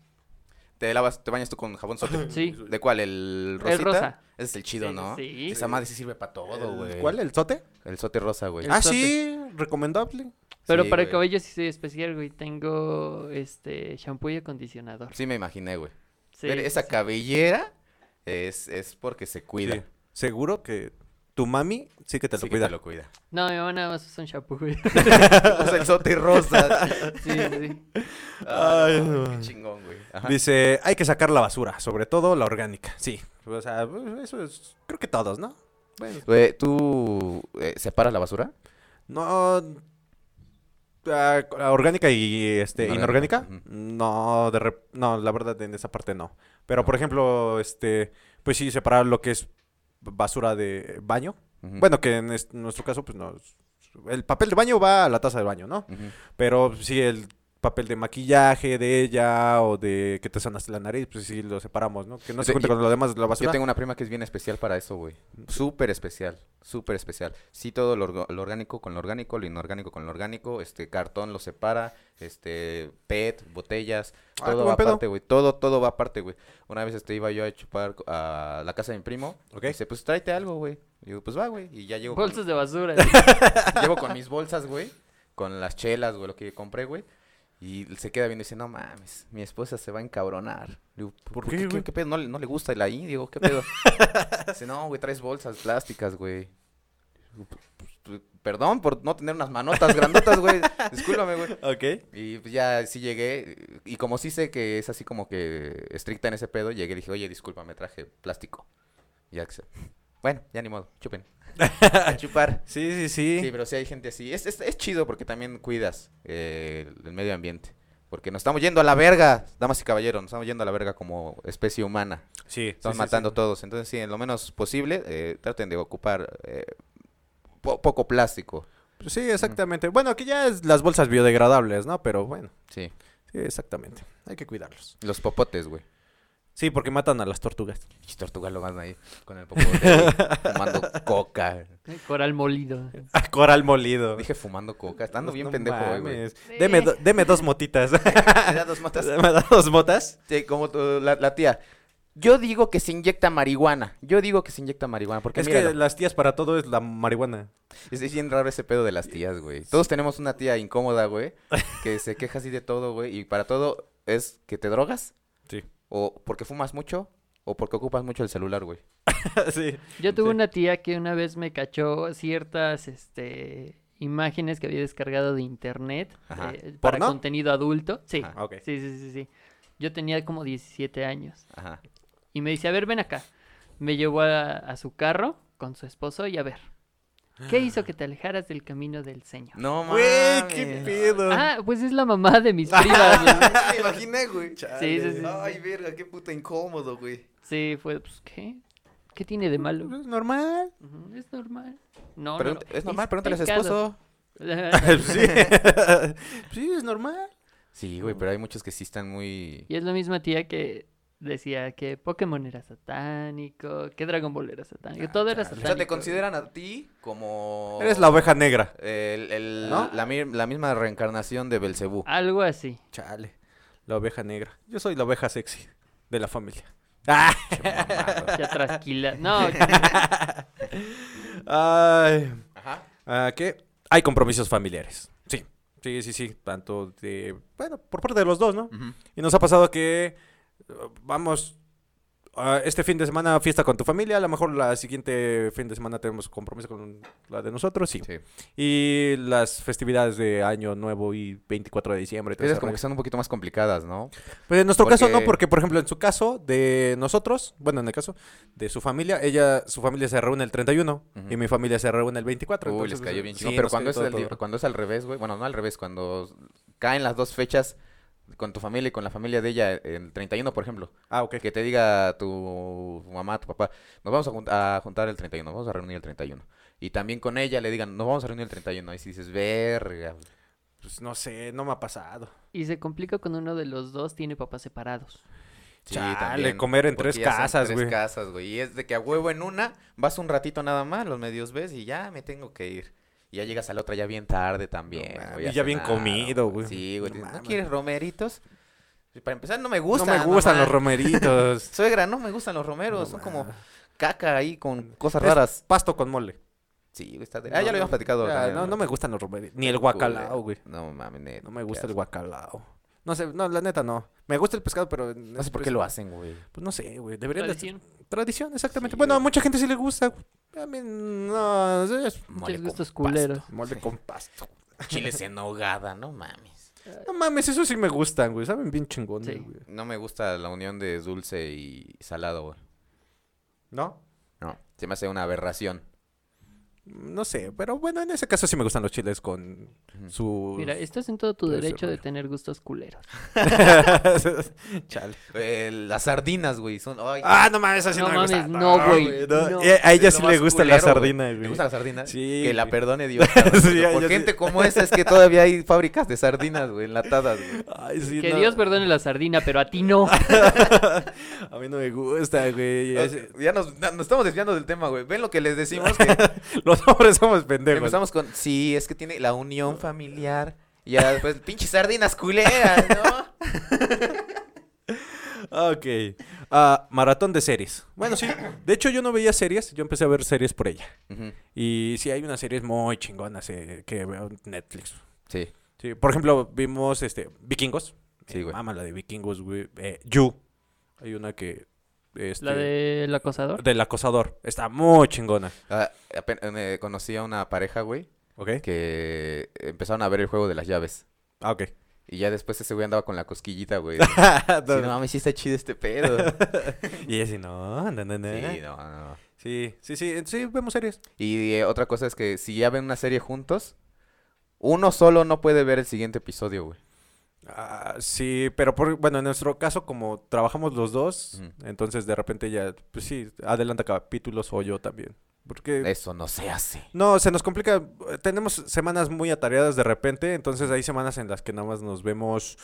[SPEAKER 2] Te lavas, te bañas tú con jabón sote.
[SPEAKER 4] Sí.
[SPEAKER 2] ¿De cuál? ¿El
[SPEAKER 4] El
[SPEAKER 2] rosita?
[SPEAKER 4] rosa.
[SPEAKER 2] Ese es el chido,
[SPEAKER 4] Sí,
[SPEAKER 2] ¿no?
[SPEAKER 4] sí.
[SPEAKER 2] Esa madre sí sirve para todo, Oh, güey.
[SPEAKER 3] ¿Cuál? ¿El sote?
[SPEAKER 2] El sote rosa, güey.
[SPEAKER 4] El
[SPEAKER 3] Ah,
[SPEAKER 4] sote.
[SPEAKER 3] sí, recomendable.
[SPEAKER 4] Pero
[SPEAKER 2] Sí,
[SPEAKER 4] para
[SPEAKER 2] güey.
[SPEAKER 4] el cabello sí soy especial, güey. Tengo este shampoo y acondicionador.
[SPEAKER 2] Ah, Sí me imaginé, güey.
[SPEAKER 4] Sí,
[SPEAKER 2] Ver esa cabellera es, es porque se cuida.
[SPEAKER 3] Sí. Seguro que tu mami sí que te lo
[SPEAKER 2] Sí que
[SPEAKER 3] cuida.
[SPEAKER 2] te lo cuida.
[SPEAKER 4] No, mi mamá nada más usa un shampoo, güey.
[SPEAKER 2] Usa el sote rosa.
[SPEAKER 4] Sí, sí.
[SPEAKER 2] Ay,
[SPEAKER 3] Ay,
[SPEAKER 2] no,
[SPEAKER 3] no.
[SPEAKER 2] qué chingón, güey. Ajá.
[SPEAKER 3] Dice, hay que sacar la basura, sobre todo la orgánica. Sí. O sea, pues, eso es, creo que todos, ¿no? Bueno,
[SPEAKER 2] Güey, ¿Tú eh, separas la basura?
[SPEAKER 3] no... ah, la orgánica y este
[SPEAKER 2] Inorgánica,
[SPEAKER 3] inorgánica no de rep- no la verdad en esa parte no pero por ejemplo este pues sí separar lo que es basura de baño
[SPEAKER 2] Ujú.
[SPEAKER 3] bueno que en es- nuestro caso pues no el papel de baño va a la taza de baño no
[SPEAKER 2] Ujú.
[SPEAKER 3] Pero sí, el papel de maquillaje de ella o de que te sanaste la nariz, pues sí, lo separamos, ¿no? Que no se
[SPEAKER 2] Yo-
[SPEAKER 3] junte con lo demás de la
[SPEAKER 2] Yo
[SPEAKER 3] basura.
[SPEAKER 2] tengo una prima que es bien especial para eso, güey. Súper especial, súper especial. Sí, todo lo, orga- lo orgánico con lo orgánico, lo inorgánico con lo orgánico, este, cartón lo separa, este, PET, botellas,
[SPEAKER 3] Ah, qué
[SPEAKER 2] todo va
[SPEAKER 3] buen pedo.
[SPEAKER 2] aparte, güey. Todo, todo va aparte, güey. Una vez este, iba yo a chupar co- a la casa de mi primo.
[SPEAKER 3] Ok.
[SPEAKER 2] y Dice, pues tráete algo, güey. Y Digo, pues va, güey. Y ya llego con,
[SPEAKER 4] Bolsas de basura.
[SPEAKER 2] llevo con mis bolsas, güey. Con las chelas, güey, lo que compré, güey. Y se queda viendo y dice, no mames, mi esposa se va a encabronar. Le digo,
[SPEAKER 3] ¿Por qué, güey?
[SPEAKER 2] pedo? ¿No, le- no le gusta el ahí? Digo, ¿qué pedo? dice, no, güey, traes bolsas plásticas, güey. Digo, "P- p- Perdón por no tener unas manotas grandotas, güey. Discúlpame, güey.
[SPEAKER 3] Ok.
[SPEAKER 2] Y pues ya sí llegué. Y como sí sé que es así como que estricta en ese pedo, llegué y dije, oye, disculpa, me traje plástico. Y ya que se- Bueno, ya ni modo, chupen. A chupar.
[SPEAKER 3] Sí, sí, sí.
[SPEAKER 2] Sí, pero sí hay gente así. Es, es, es chido porque también cuidas eh, el medio ambiente. Porque nos estamos yendo a la verga, damas y caballeros, nos estamos yendo a la verga como especie humana.
[SPEAKER 3] Sí,
[SPEAKER 2] Estamos
[SPEAKER 3] sí, sí,
[SPEAKER 2] matando
[SPEAKER 3] sí.
[SPEAKER 2] todos. Entonces, sí, en lo menos posible, eh, traten de ocupar eh, po- poco plástico.
[SPEAKER 3] Sí, exactamente. Bueno, aquí ya es las bolsas biodegradables, ¿no? Pero bueno,
[SPEAKER 2] Sí.
[SPEAKER 3] sí, exactamente. Hay que cuidarlos.
[SPEAKER 2] Los popotes, güey.
[SPEAKER 3] Sí, porque matan a las tortugas.
[SPEAKER 2] Y tortugas lo van ahí con el popote, güey, fumando coca.
[SPEAKER 4] Coral molido.
[SPEAKER 3] A coral molido.
[SPEAKER 2] Dije fumando coca, estando
[SPEAKER 3] No
[SPEAKER 2] bien pendejo hoy, güey.
[SPEAKER 3] mames. Deme, do- deme dos motitas.
[SPEAKER 2] Me da dos matas.
[SPEAKER 3] ¿Me das dos motas?
[SPEAKER 2] Sí, como tu- la, la tía. Yo digo que se inyecta marihuana. Yo digo que se inyecta marihuana. Porque
[SPEAKER 3] es
[SPEAKER 2] míralo.
[SPEAKER 3] que las tías para todo es la marihuana.
[SPEAKER 2] Es, es bien raro ese pedo de las tías, güey. Todos tenemos una tía incómoda, güey, que se queja así de todo, güey. Y para todo es que te drogas
[SPEAKER 3] Sí.
[SPEAKER 2] o porque fumas mucho o porque ocupas mucho el celular, güey.
[SPEAKER 3] sí.
[SPEAKER 4] Yo tuve
[SPEAKER 3] Sí.
[SPEAKER 4] una tía que una vez me cachó ciertas este, imágenes que había descargado de internet
[SPEAKER 3] Ajá.
[SPEAKER 4] eh, para
[SPEAKER 3] ¿Porno?
[SPEAKER 4] contenido adulto. Sí.
[SPEAKER 3] Ah, ok.
[SPEAKER 4] sí, sí, sí, sí. Yo tenía como 17 años.
[SPEAKER 2] Ajá.
[SPEAKER 4] Y me dice, a ver, ven acá. Me llevó a, a su carro con su esposo y a ver, ¿qué hizo que te alejaras del camino del Señor?
[SPEAKER 2] No
[SPEAKER 3] Güey,
[SPEAKER 2] mames.
[SPEAKER 3] qué pedo.
[SPEAKER 4] Ah, pues es la mamá de mis primas. güey.
[SPEAKER 2] Me imaginé, güey.
[SPEAKER 4] Sí, sí, sí, Ay, sí.
[SPEAKER 2] verga, qué puta incómodo, güey.
[SPEAKER 4] Sí, fue, pues, ¿qué? ¿Qué tiene de malo?
[SPEAKER 3] Es normal.
[SPEAKER 4] Ujú, Es normal. No, no, no,
[SPEAKER 2] Es normal, pregúntale a su
[SPEAKER 4] pecado.
[SPEAKER 2] esposo.
[SPEAKER 3] sí. sí, es normal.
[SPEAKER 2] Sí, güey, pero hay muchos que sí están muy...
[SPEAKER 4] Y es la misma tía que decía que Pokémon era satánico, que Dragon Ball era satánico, todo era
[SPEAKER 2] Ah, O
[SPEAKER 4] satánico.
[SPEAKER 2] sea, te consideran a ti como...
[SPEAKER 3] Eres la oveja negra.
[SPEAKER 2] el- el-
[SPEAKER 3] ¿No?
[SPEAKER 2] la, mi- la misma reencarnación de Belcebú.
[SPEAKER 4] Algo así.
[SPEAKER 3] Chale. La oveja negra. Yo soy la oveja sexy de la familia.
[SPEAKER 2] Ah,
[SPEAKER 4] Ya tranquila. No,
[SPEAKER 3] Ay.
[SPEAKER 2] Ajá.
[SPEAKER 3] Ah, ¿Qué? Hay compromisos familiares. Sí. Sí, sí, sí. Tanto de. Bueno, por parte de los dos, ¿no? Y nos ha pasado que eh, vamos a este fin de semana fiesta con tu familia, a lo mejor la siguiente fin de semana tenemos compromiso con la de nosotros, sí.
[SPEAKER 2] Sí.
[SPEAKER 3] Y las festividades de Año Nuevo y 24 de diciembre. y todo
[SPEAKER 2] Esas
[SPEAKER 3] ese
[SPEAKER 2] como que
[SPEAKER 3] rollo.
[SPEAKER 2] son un poquito más complicadas, ¿no?
[SPEAKER 3] Pues en nuestro caso no,
[SPEAKER 2] porque-
[SPEAKER 3] porque por ejemplo en su caso de nosotros, bueno en el caso de su familia, ella, su familia se reúne el 31
[SPEAKER 2] Ujú.
[SPEAKER 3] y mi familia se reúne el 24.
[SPEAKER 2] Uy,
[SPEAKER 3] entonces, eh,
[SPEAKER 2] les cayó bien
[SPEAKER 3] sí,
[SPEAKER 2] chido. pero
[SPEAKER 3] nos
[SPEAKER 2] cuando es,
[SPEAKER 3] cayó
[SPEAKER 2] al-
[SPEAKER 3] todo, todo.
[SPEAKER 2] cuando es al revés, güey. Bueno, no al revés. Cuando s- caen las dos fechas con tu familia y con la familia de ella, eh, el 31, por ejemplo.
[SPEAKER 3] Ah, ok.
[SPEAKER 2] Que te diga tu mamá, tu papá, nos vamos a, jun- a juntar el 31, nos vamos a reunir el 31. Y también con ella le digan, nos vamos a reunir el 31. Y si dices, verga. güey".
[SPEAKER 3] Pues no sé, no me ha pasado.
[SPEAKER 4] y se complica cuando uno de los dos tiene papás separados.
[SPEAKER 2] Sí,
[SPEAKER 3] Chale,
[SPEAKER 2] también,
[SPEAKER 3] comer en
[SPEAKER 2] porque
[SPEAKER 3] tres
[SPEAKER 2] ya son
[SPEAKER 3] casas,
[SPEAKER 2] tres
[SPEAKER 3] güey.
[SPEAKER 2] casas, güey. Y es de que a huevo en una, vas un ratito nada más, los medios ves y ya me tengo que ir. Y ya llegas a la otra ya bien tarde también.
[SPEAKER 3] mames,
[SPEAKER 2] güey,
[SPEAKER 3] y ya bien
[SPEAKER 2] cenaron,
[SPEAKER 3] comido, güey.
[SPEAKER 2] Sí, güey.
[SPEAKER 3] No
[SPEAKER 2] dices, No,
[SPEAKER 3] mames.
[SPEAKER 2] quieres romeritos? Y Para empezar, no me gustan.
[SPEAKER 3] no me gustan los
[SPEAKER 2] romeros.
[SPEAKER 3] romeritos.
[SPEAKER 2] Suegra, no me gustan los romeros.
[SPEAKER 3] No
[SPEAKER 2] son
[SPEAKER 3] mames.
[SPEAKER 2] como caca ahí con cosas
[SPEAKER 3] Es
[SPEAKER 2] raras.
[SPEAKER 3] Pasto con mole.
[SPEAKER 2] Sí, güey, está de...
[SPEAKER 3] No,
[SPEAKER 2] Ah, ya lo
[SPEAKER 3] no,
[SPEAKER 2] habíamos platicado.
[SPEAKER 3] ya,
[SPEAKER 2] también,
[SPEAKER 3] no, no me gustan los romeritos. Ni el guacalao,
[SPEAKER 2] Culero.
[SPEAKER 3] güey.
[SPEAKER 2] No mames, neta,
[SPEAKER 3] No me
[SPEAKER 2] qué
[SPEAKER 3] gusta el
[SPEAKER 2] asco.
[SPEAKER 3] guacalao. No sé, no, la neta no. Me gusta el pescado, pero...
[SPEAKER 2] No sé por qué lo hacen, güey.
[SPEAKER 3] Pues no sé, güey. Deberían de-
[SPEAKER 4] Tradición.
[SPEAKER 3] Tradición, exactamente.
[SPEAKER 2] Sí,
[SPEAKER 3] bueno, a
[SPEAKER 2] güey.
[SPEAKER 3] mucha gente sí le gusta. güey. A mí no... Pues, Es
[SPEAKER 2] Mole con
[SPEAKER 4] gustos
[SPEAKER 2] pasto,
[SPEAKER 4] culeros.
[SPEAKER 3] mole con pasto.
[SPEAKER 2] Chiles en hogada, no mames.
[SPEAKER 3] No mames, eso sí me gustan, güey. Saben bien chingones,
[SPEAKER 4] Sí.
[SPEAKER 3] güey.
[SPEAKER 2] No me gusta la unión de dulce y salado, güey.
[SPEAKER 3] ¿No?
[SPEAKER 2] No, se me hace una aberración.
[SPEAKER 3] No sé, pero bueno, en ese caso sí me gustan los chiles con
[SPEAKER 2] Ujú.
[SPEAKER 3] su...
[SPEAKER 4] Mira, estás en todo tu
[SPEAKER 3] Todo ese
[SPEAKER 4] derecho de
[SPEAKER 3] rollo.
[SPEAKER 4] tener gustos culeros.
[SPEAKER 3] Chale.
[SPEAKER 2] Eh, las sardinas, güey, son... Ay,
[SPEAKER 3] Ah, no mames, así no,
[SPEAKER 4] No
[SPEAKER 3] me gusta. Ah,
[SPEAKER 4] mames, no, güey, no.
[SPEAKER 3] Eh, A ella
[SPEAKER 2] es
[SPEAKER 3] sí
[SPEAKER 2] lo
[SPEAKER 3] le
[SPEAKER 2] más
[SPEAKER 3] gusta la
[SPEAKER 2] culero, güey.
[SPEAKER 3] sardina, güey.
[SPEAKER 2] ¿Le gusta la sardina?
[SPEAKER 3] Sí,
[SPEAKER 2] Que la
[SPEAKER 3] güey.
[SPEAKER 2] perdone Dios. cabrón,
[SPEAKER 3] Sí,
[SPEAKER 2] pero
[SPEAKER 3] ya,
[SPEAKER 2] por
[SPEAKER 3] ya
[SPEAKER 2] gente
[SPEAKER 3] sí.
[SPEAKER 2] como esa es que todavía hay fábricas de sardinas, güey, enlatadas, güey.
[SPEAKER 3] Ay, sí,
[SPEAKER 4] que
[SPEAKER 3] no.
[SPEAKER 4] Dios perdone la sardina, pero a ti no.
[SPEAKER 3] A mí no me gusta, güey. Es-
[SPEAKER 2] Ya nos, na- nos estamos desviando del tema, güey. Ven lo que les decimos. Que
[SPEAKER 3] Los hombres somos pendejos.
[SPEAKER 2] empezamos con, sí, es que tiene la unión familiar. Y ya después, pinches sardinas culeras, ¿no?
[SPEAKER 3] Ok. Ah, maratón de series. Bueno, sí. De hecho, yo no veía series. Yo empecé a ver series por ella.
[SPEAKER 2] Ujú,
[SPEAKER 3] Y sí, hay unas series muy chingonas eh, que veo en Netflix.
[SPEAKER 2] Sí.
[SPEAKER 3] Sí, por ejemplo, vimos este Vikingos.
[SPEAKER 2] Sí,
[SPEAKER 3] Eh,
[SPEAKER 2] güey.
[SPEAKER 3] Mama, la de Vikingos, güey. Eh, you. Hay una que. este,
[SPEAKER 4] La del acosador.
[SPEAKER 3] Del acosador. Está muy chingona.
[SPEAKER 2] Ah, apen- eh, conocí a una pareja, güey.
[SPEAKER 3] ¿Ok?
[SPEAKER 2] que empezaron a ver el juego de las llaves.
[SPEAKER 3] Ah, ok.
[SPEAKER 2] Y ya después ese güey andaba con la cosquillita, güey. de, Sí, no mames, sí está chido este pedo.
[SPEAKER 3] Y ella sí, no, no, no, no.
[SPEAKER 2] sí, no, no. no.
[SPEAKER 3] Sí, sí, sí, sí, vemos series.
[SPEAKER 2] Y eh, otra cosa es que si ya ven una serie juntos, uno solo no puede ver el siguiente episodio, güey.
[SPEAKER 3] Ah, sí, pero por, bueno, en nuestro caso, como trabajamos los dos,
[SPEAKER 2] Ujú.
[SPEAKER 3] entonces de repente ya, pues sí, adelanta capítulos o yo también. Porque...
[SPEAKER 2] Eso no se hace.
[SPEAKER 3] No, se nos complica. eh, Tenemos semanas muy atareadas de repente, entonces hay semanas en las que nada más nos vemos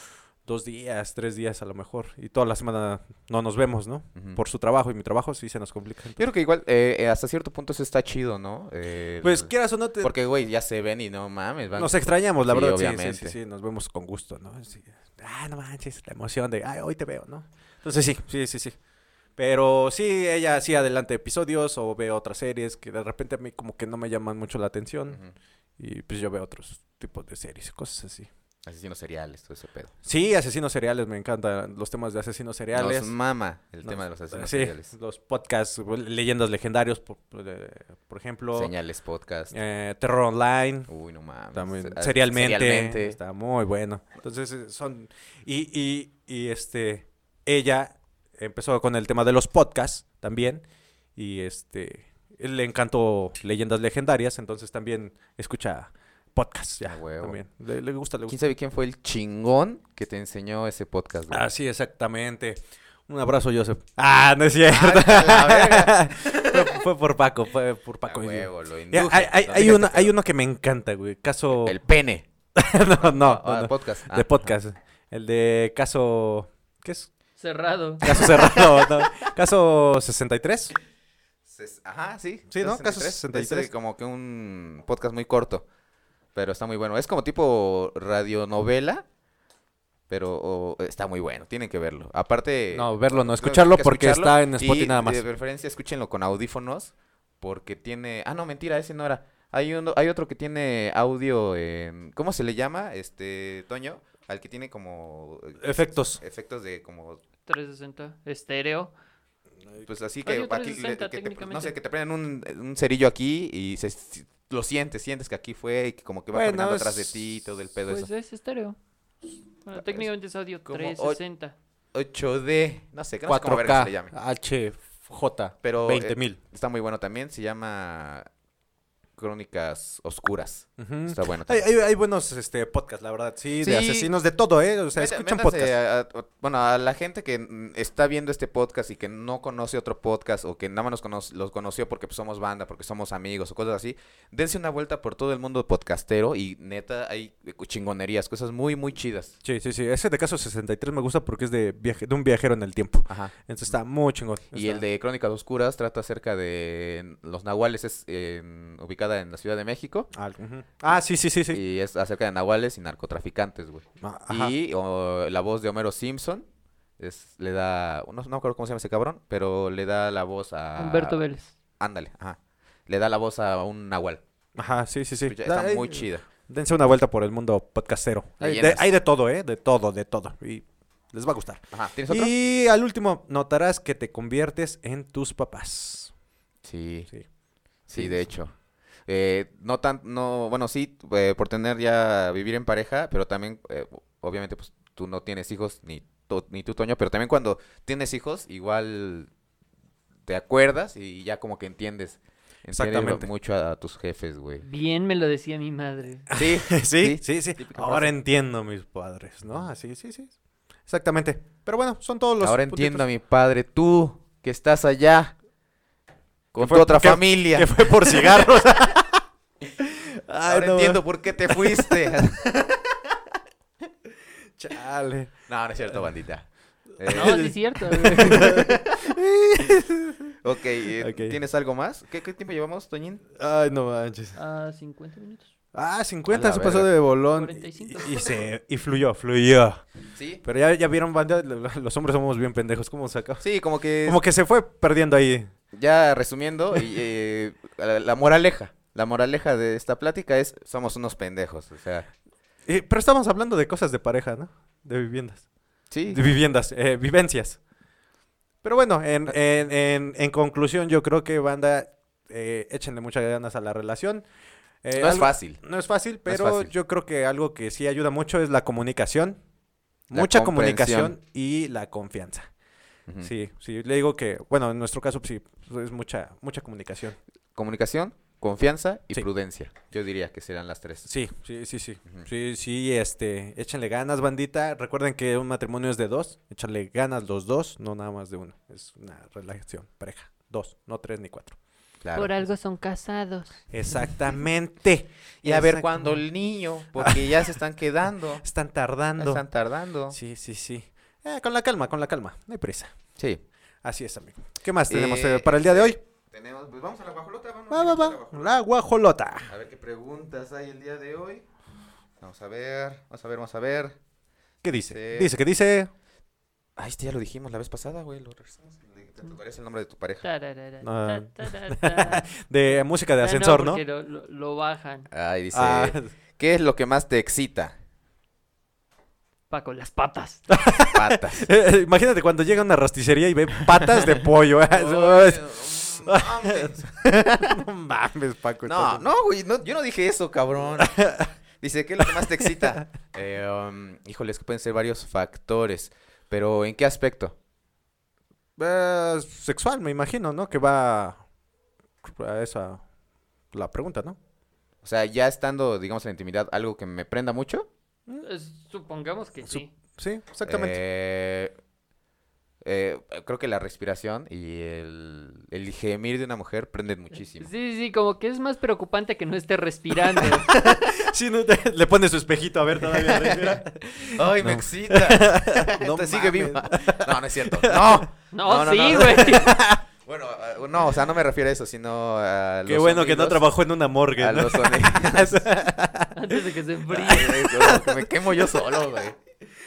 [SPEAKER 3] dos días, tres días a lo mejor, y toda la semana no nos vemos, ¿no?
[SPEAKER 2] Ujú.
[SPEAKER 3] Por su trabajo y mi trabajo sí se nos complica.
[SPEAKER 2] Mm. Yo creo que igual eh, eh, hasta cierto punto eso está chido, ¿no? Eh,
[SPEAKER 3] Pues
[SPEAKER 2] el-
[SPEAKER 3] quieras o no, te-
[SPEAKER 2] Porque, güey, ya se ven y no mames. Van...
[SPEAKER 3] nos extrañamos, la
[SPEAKER 2] Sí,
[SPEAKER 3] verdad. Sí, sí,
[SPEAKER 2] obviamente.
[SPEAKER 3] sí, sí, nos vemos con gusto, ¿no? Sí. Ah, no manches, la emoción de, ay, hoy te veo, ¿no? Entonces sí, sí, sí, sí. Pero sí, ella sí adelante episodios o ve otras series que de repente a mí como que no me llaman mucho la atención
[SPEAKER 2] Ujú.
[SPEAKER 3] y pues yo veo otros tipos de series, cosas así.
[SPEAKER 2] Asesinos seriales, todo ese pedo.
[SPEAKER 3] Sí, asesinos seriales, me encantan los temas de asesinos seriales.
[SPEAKER 2] Nos mama el
[SPEAKER 3] Nos-
[SPEAKER 2] tema de los asesinos
[SPEAKER 3] sí,
[SPEAKER 2] seriales.
[SPEAKER 3] Los podcasts, pues, leyendas legendarios, por, por, eh, por ejemplo.
[SPEAKER 2] Señales podcast.
[SPEAKER 3] eh, Terror Online.
[SPEAKER 2] Uy, no mames.
[SPEAKER 3] También,
[SPEAKER 2] Ah,
[SPEAKER 3] serialmente,
[SPEAKER 2] serialmente.
[SPEAKER 3] Está muy bueno. Entonces eh, son... Y, y, y, este... Ella empezó con el tema de los podcasts también. Y este... Le encantó leyendas legendarias. Entonces también escucha podcasts ya.
[SPEAKER 2] A huevo.
[SPEAKER 3] También. Le, le gusta, le
[SPEAKER 2] ¿Quién
[SPEAKER 3] gusta.
[SPEAKER 2] sabe quién fue el chingón que te enseñó ese podcast, güey?
[SPEAKER 3] Así exactamente. Un abrazo, Joseph. Ah, no es cierto. fue, fue por Paco, fue por
[SPEAKER 2] A
[SPEAKER 3] Paco.
[SPEAKER 2] Ah, huevo, lo
[SPEAKER 3] Ya,
[SPEAKER 2] induje.
[SPEAKER 3] hay, hay-
[SPEAKER 2] No
[SPEAKER 3] hay
[SPEAKER 2] digas
[SPEAKER 3] uno,
[SPEAKER 2] que
[SPEAKER 3] hay
[SPEAKER 2] no.
[SPEAKER 3] uno que me encanta, güey. Caso...
[SPEAKER 2] El pene.
[SPEAKER 3] no, no, no,
[SPEAKER 2] Ah,
[SPEAKER 3] no.
[SPEAKER 2] podcast. Ah,
[SPEAKER 3] de podcast. El de caso. ¿Qué es?
[SPEAKER 4] Cerrado.
[SPEAKER 3] Caso cerrado. ¿no? Caso 63.
[SPEAKER 2] ses- Ajá, sí.
[SPEAKER 3] Sí, ¿no? Caso
[SPEAKER 2] 63.
[SPEAKER 3] 63.
[SPEAKER 2] Es como que un podcast muy corto. Pero está muy bueno. Es como tipo radionovela. Pero o, está muy bueno. Tienen que verlo. Aparte.
[SPEAKER 3] No, verlo, no.
[SPEAKER 2] creo que
[SPEAKER 3] Escucharlo
[SPEAKER 2] hay que
[SPEAKER 3] porque
[SPEAKER 2] escucharlo.
[SPEAKER 3] está en Spotify
[SPEAKER 2] Y
[SPEAKER 3] nada más.
[SPEAKER 2] De preferencia, escúchenlo con audífonos. Porque tiene. Ah, no, mentira, ese no era. Hay, uno, hay otro que tiene audio en. ¿Cómo se le llama? Este, Toño. Al que tiene como. eh,
[SPEAKER 3] Efectos.
[SPEAKER 2] Efectos de como
[SPEAKER 4] 360. Estéreo.
[SPEAKER 2] pues así
[SPEAKER 4] Oye,
[SPEAKER 2] que,
[SPEAKER 4] otra
[SPEAKER 2] aquí
[SPEAKER 4] vez
[SPEAKER 2] le-
[SPEAKER 4] sesenta
[SPEAKER 2] que te- no
[SPEAKER 4] técnicamente.
[SPEAKER 2] sé, que te prenden un, un cerillo aquí y se, si- lo sientes, sientes que aquí fue y que como que va
[SPEAKER 3] Bueno,
[SPEAKER 2] caminando atrás de
[SPEAKER 3] es-
[SPEAKER 2] ti y todo el pedo
[SPEAKER 4] Pues
[SPEAKER 2] eso.
[SPEAKER 4] es estéreo. Bueno, técnicamente es audio
[SPEAKER 2] como
[SPEAKER 4] 360.
[SPEAKER 2] 8D, no sé, que no sé cómo verga se le llame.
[SPEAKER 3] 4K HJ.
[SPEAKER 2] Pero, eh,
[SPEAKER 3] 20.000.
[SPEAKER 2] Está muy bueno también, se llama Crónicas Oscuras.
[SPEAKER 3] Ujú.
[SPEAKER 2] Está bueno.
[SPEAKER 3] hay,
[SPEAKER 2] también.
[SPEAKER 3] hay- hay buenos este, podcasts, la verdad. Sí, de
[SPEAKER 2] Sí.
[SPEAKER 3] asesinos de todo, ¿eh? O sea,
[SPEAKER 2] Meta-
[SPEAKER 3] escuchan
[SPEAKER 2] métanse
[SPEAKER 3] podcasts.
[SPEAKER 2] a- a- bueno, a la gente que mm, está viendo este podcast y que no conoce otro podcast o que nada más nos cono- los conoció porque pues, somos banda, porque somos amigos o cosas así, dense una vuelta por todo el mundo podcastero y neta hay chingonerías, cosas muy, muy chidas.
[SPEAKER 3] Sí, sí, sí. Ese de caso 63 me gusta porque es de, viaje, de un viajero en el tiempo.
[SPEAKER 2] Ajá.
[SPEAKER 3] Entonces está muy chingón.
[SPEAKER 2] Y el
[SPEAKER 3] Está-
[SPEAKER 2] de Crónicas Oscuras trata acerca de los nahuales, es en- ubicada en la Ciudad de México.
[SPEAKER 3] Ah, ujú. Ah, sí, sí, sí, sí.
[SPEAKER 2] Y es acerca de nahuales y narcotraficantes, güey.
[SPEAKER 3] Ah, ajá.
[SPEAKER 2] Y o, la voz de Homero Simpson es, le da, no, no me acuerdo cómo se llama ese cabrón, pero le da la voz a...
[SPEAKER 4] Humberto Vélez.
[SPEAKER 2] Ándale, ajá. Le da la voz a un nahual.
[SPEAKER 3] Ajá, sí, sí, eh, sí.
[SPEAKER 2] Escucha, Está
[SPEAKER 3] Ay,
[SPEAKER 2] muy chida.
[SPEAKER 3] Dense una vuelta por el mundo podcastero. Hay de,
[SPEAKER 2] Leyendas.
[SPEAKER 3] hay de todo, ¿eh? De todo, de todo. Y les va a gustar.
[SPEAKER 2] Ajá. ¿Tienes otro?
[SPEAKER 3] Y al último, notarás que te conviertes en tus papás.
[SPEAKER 2] Sí,
[SPEAKER 3] Sí.
[SPEAKER 2] sí, de hecho. Eh, no tan, no, bueno, sí, eh, por tener ya vivir en pareja, pero también, eh, obviamente, pues tú no tienes hijos, ni, to- ni tú, Toño, pero también cuando tienes hijos, igual te acuerdas y ya como que entiendes. Entiendes
[SPEAKER 3] Exactamente.
[SPEAKER 2] mucho a, a tus jefes, güey.
[SPEAKER 4] Bien me lo decía mi madre.
[SPEAKER 2] Sí,
[SPEAKER 3] Sí, sí, sí.
[SPEAKER 2] típica
[SPEAKER 3] Ahora
[SPEAKER 2] frase.
[SPEAKER 3] entiendo a mis padres, ¿no? Así, sí, sí. Exactamente. Pero bueno, son todos los.
[SPEAKER 2] Ahora
[SPEAKER 3] puntitos.
[SPEAKER 2] entiendo a mi padre, tú, que estás allá, con tu
[SPEAKER 3] fue-
[SPEAKER 2] otra
[SPEAKER 3] que-
[SPEAKER 2] familia.
[SPEAKER 3] Que fue por cigarros. Ay,
[SPEAKER 2] Ahora
[SPEAKER 3] no,
[SPEAKER 2] entiendo por qué te fuiste.
[SPEAKER 3] Chale.
[SPEAKER 2] no, no es cierto, bandita. Eh,
[SPEAKER 4] No, sí es cierto. güey.
[SPEAKER 2] ok, eh,
[SPEAKER 3] Ok.
[SPEAKER 2] ¿tienes algo más? ¿Qué, qué tiempo llevamos, Toñín?
[SPEAKER 3] Ay, no manches.
[SPEAKER 4] Ah, 50 minutos.
[SPEAKER 3] Ah,
[SPEAKER 2] A
[SPEAKER 3] 50
[SPEAKER 2] la
[SPEAKER 3] se pasó
[SPEAKER 2] verga.
[SPEAKER 3] de bolón.
[SPEAKER 4] 45.
[SPEAKER 3] Y, y se, y fluyó, fluyó.
[SPEAKER 2] Sí.
[SPEAKER 3] Pero ya, ya vieron, banda, lo- lo- los hombres somos bien pendejos. ¿Cómo se acaba?
[SPEAKER 2] Sí, como que,
[SPEAKER 3] Como que se fue perdiendo ahí.
[SPEAKER 2] ya resumiendo, y, eh, la, la moraleja. La moraleja de esta plática es, somos unos pendejos, o sea,
[SPEAKER 3] Eh, pero estábamos hablando de cosas de pareja, ¿no? De viviendas.
[SPEAKER 2] sí.
[SPEAKER 3] De viviendas, eh, vivencias. Pero bueno, en, en- en- en conclusión, yo creo que banda, eh, échenle muchas ganas a la relación. Eh,
[SPEAKER 2] No es
[SPEAKER 3] algo-
[SPEAKER 2] fácil.
[SPEAKER 3] No es fácil, pero
[SPEAKER 2] fácil.
[SPEAKER 3] yo creo que algo que sí ayuda mucho es la comunicación.
[SPEAKER 2] La
[SPEAKER 3] mucha
[SPEAKER 2] comprensión. Mm.
[SPEAKER 3] comunicación y la confianza.
[SPEAKER 2] Ujú.
[SPEAKER 3] Sí, sí, le digo que, bueno, en nuestro caso pues, sí, pues, es mucha, mucha comunicación.
[SPEAKER 2] Comunicación, confianza y
[SPEAKER 3] Sí.
[SPEAKER 2] prudencia. Yo diría que serán las tres.
[SPEAKER 3] Sí, sí, sí, sí.
[SPEAKER 2] Ujú.
[SPEAKER 3] Sí, sí, este, échenle ganas, bandita. Recuerden que un matrimonio es de dos, échenle ganas los dos, no nada más de uno. Es una relación, pareja. Dos, no tres ni cuatro.
[SPEAKER 2] Claro.
[SPEAKER 4] Por algo son casados.
[SPEAKER 3] Exactamente.
[SPEAKER 2] Y a ver
[SPEAKER 3] Exactamente.
[SPEAKER 2] cuándo el niño, porque ya se están quedando,
[SPEAKER 3] Están tardando.
[SPEAKER 2] están tardando.
[SPEAKER 3] Sí, sí, sí. Eh, con la calma, con la calma. No hay prisa.
[SPEAKER 2] Sí.
[SPEAKER 3] Así es, amigo. ¿Qué más tenemos
[SPEAKER 2] Eh,
[SPEAKER 3] eh, para el día de hoy?
[SPEAKER 2] Tenemos, pues vamos a la guajolota, vamos
[SPEAKER 3] Va, va, va. La guajolota.
[SPEAKER 2] A ver qué preguntas hay el día de hoy. Vamos a ver, vamos a ver, vamos a ver.
[SPEAKER 3] ¿Qué dice?
[SPEAKER 2] Sí.
[SPEAKER 3] Dice que dice...
[SPEAKER 2] Ah, este ya lo dijimos la vez pasada, güey. Lo regresamos. Le- Te tocarías el nombre de tu pareja.
[SPEAKER 4] Tararara,
[SPEAKER 3] Ah.
[SPEAKER 4] ta, tarara.
[SPEAKER 3] De música de
[SPEAKER 4] Ah,
[SPEAKER 3] ascensor, ¿no?
[SPEAKER 4] porque Lo, lo- lo bajan.
[SPEAKER 2] Ay, dice.
[SPEAKER 3] Ah,
[SPEAKER 2] ¿Qué es lo que más te excita?
[SPEAKER 4] Paco, las patas.
[SPEAKER 2] Patas.
[SPEAKER 3] Eh, eh, imagínate cuando llega a una rasticería y ve patas de pollo. Ah, no mames, Paco.
[SPEAKER 2] No, no, güey, no, yo no dije eso, cabrón. Dice, ¿qué es lo que más te excita? Eh, um, híjole, es que pueden ser varios factores, pero ¿en qué aspecto?
[SPEAKER 3] Eh, sexual, me imagino, ¿no? Que va a esa la pregunta, ¿no?
[SPEAKER 2] O sea, ya estando, digamos, en la intimidad, algo que me prenda mucho.
[SPEAKER 4] Eh, Supongamos que sí.
[SPEAKER 3] Sí, exactamente.
[SPEAKER 2] Eh, eh, creo que la respiración y el, el gemir de una mujer prenden
[SPEAKER 4] Sí,
[SPEAKER 2] muchísimo.
[SPEAKER 4] sí, sí, como que es más preocupante que no esté respirando.
[SPEAKER 3] Sí, no, te- le pone su espejito a ver todavía. arriba, mira.
[SPEAKER 2] ¡Ay, me
[SPEAKER 3] No.
[SPEAKER 2] excita!
[SPEAKER 3] No
[SPEAKER 2] Te sigue
[SPEAKER 3] mames.
[SPEAKER 2] viva. No, no es cierto. ¡No! No,
[SPEAKER 4] No,
[SPEAKER 2] no,
[SPEAKER 4] sí,
[SPEAKER 2] no.
[SPEAKER 4] güey.
[SPEAKER 2] Bueno, eh, no, o sea, no me refiero a eso, sino a
[SPEAKER 3] Qué
[SPEAKER 2] los
[SPEAKER 3] bueno que no
[SPEAKER 2] sonidos-
[SPEAKER 3] trabajó en una morgue.
[SPEAKER 2] A
[SPEAKER 3] ¿no?
[SPEAKER 2] los sonidos.
[SPEAKER 4] Antes de que se enfríe.
[SPEAKER 2] Ay, güey, pues, como que me quemo yo solo, güey.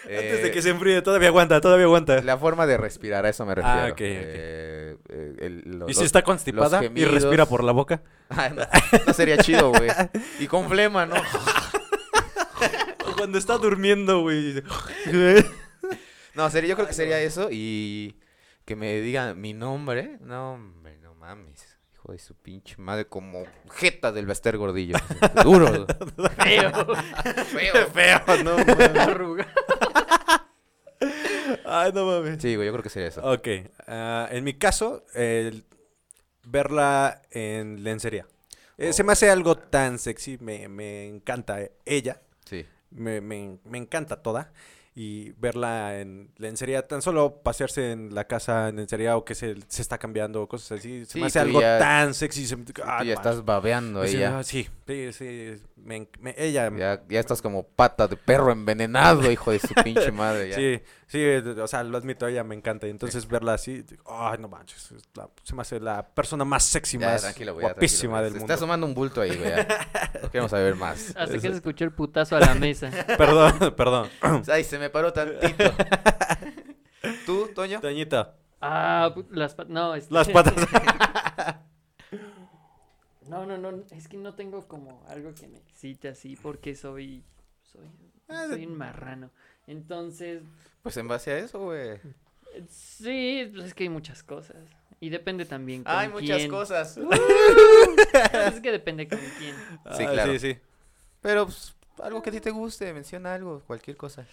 [SPEAKER 3] Antes de
[SPEAKER 2] Eh,
[SPEAKER 3] que se enfríe, todavía aguanta, todavía aguanta.
[SPEAKER 2] La forma de respirar, a eso me refiero.
[SPEAKER 3] Ah, ok, ok.
[SPEAKER 2] Eh, eh, el- lo-
[SPEAKER 3] y
[SPEAKER 2] los-
[SPEAKER 3] si está constipada y
[SPEAKER 2] gemidos.
[SPEAKER 3] respira por la boca.
[SPEAKER 2] Ah, no, no sería chido, güey. Y con flema, ¿no?
[SPEAKER 3] O Cuando está durmiendo, güey.
[SPEAKER 2] No, sería, yo creo que sería eso y que me digan mi nombre. No, hombre, no mames. Hijo de su pinche madre, como jeta del Bester Gordillo. así, Duro.
[SPEAKER 4] Feo.
[SPEAKER 2] Feo.
[SPEAKER 3] Feo, no.
[SPEAKER 4] Arruga.
[SPEAKER 3] Ay, no mames.
[SPEAKER 2] Sí, güey, yo creo que sería eso.
[SPEAKER 3] Ok. ah, en mi caso, el verla en lencería. Eh, Se me hace algo tan sexy. Me, me encanta ella.
[SPEAKER 2] Sí.
[SPEAKER 3] Me, me- me encanta toda. Y verla en lencería, tan solo pasearse en la casa en lencería o que se, se está cambiando o cosas así. Se
[SPEAKER 2] Sí,
[SPEAKER 3] me hace
[SPEAKER 2] tú
[SPEAKER 3] algo
[SPEAKER 2] ya-
[SPEAKER 3] tan sexy. se me- ah,
[SPEAKER 2] Tú ya
[SPEAKER 3] no
[SPEAKER 2] estás babeando
[SPEAKER 3] mames.
[SPEAKER 2] ahí.
[SPEAKER 3] Sí,
[SPEAKER 2] Ya.
[SPEAKER 3] ah, Sí, sí, sí, me enc- me- ella.
[SPEAKER 2] Em, Ya, ya estás como pata de perro envenenado, hijo de su pinche madre. ya.
[SPEAKER 3] Sí, sí, eh, o sea, lo admito, ella me encanta. Y entonces verla así, digo, ay, no manches, es la- se me hace la persona más sexy,
[SPEAKER 2] Ya,
[SPEAKER 3] más
[SPEAKER 2] tranquilo, güey, ya,
[SPEAKER 3] guapísima
[SPEAKER 2] tranquilo.
[SPEAKER 3] del
[SPEAKER 2] Se
[SPEAKER 3] mundo.
[SPEAKER 2] Está asomando un bulto ahí, güey. ya. No queremos saber más.
[SPEAKER 4] Hasta que se escuchó el putazo a la mesa.
[SPEAKER 3] Perdón, perdón.
[SPEAKER 2] Ay, se me paró tantito. ¿Tú, Toño?
[SPEAKER 3] Toñita,
[SPEAKER 4] Ah, pu- las patas. No, este-
[SPEAKER 3] las patas.
[SPEAKER 4] No, no, no. Es que no tengo como algo que me excite así porque soy. Soy,
[SPEAKER 3] Ah,
[SPEAKER 4] soy un marrano. Entonces,
[SPEAKER 2] Pues en base a eso, güey.
[SPEAKER 4] sí, pues es que hay muchas cosas. Y depende también con
[SPEAKER 2] Hay muchas
[SPEAKER 4] quién.
[SPEAKER 2] cosas.
[SPEAKER 3] Uh.
[SPEAKER 4] Es que depende con quién.
[SPEAKER 2] Sí,
[SPEAKER 3] Ah,
[SPEAKER 2] claro.
[SPEAKER 3] Sí, sí.
[SPEAKER 2] Pero pues, algo que a ti te guste, menciona algo, cualquier cosa.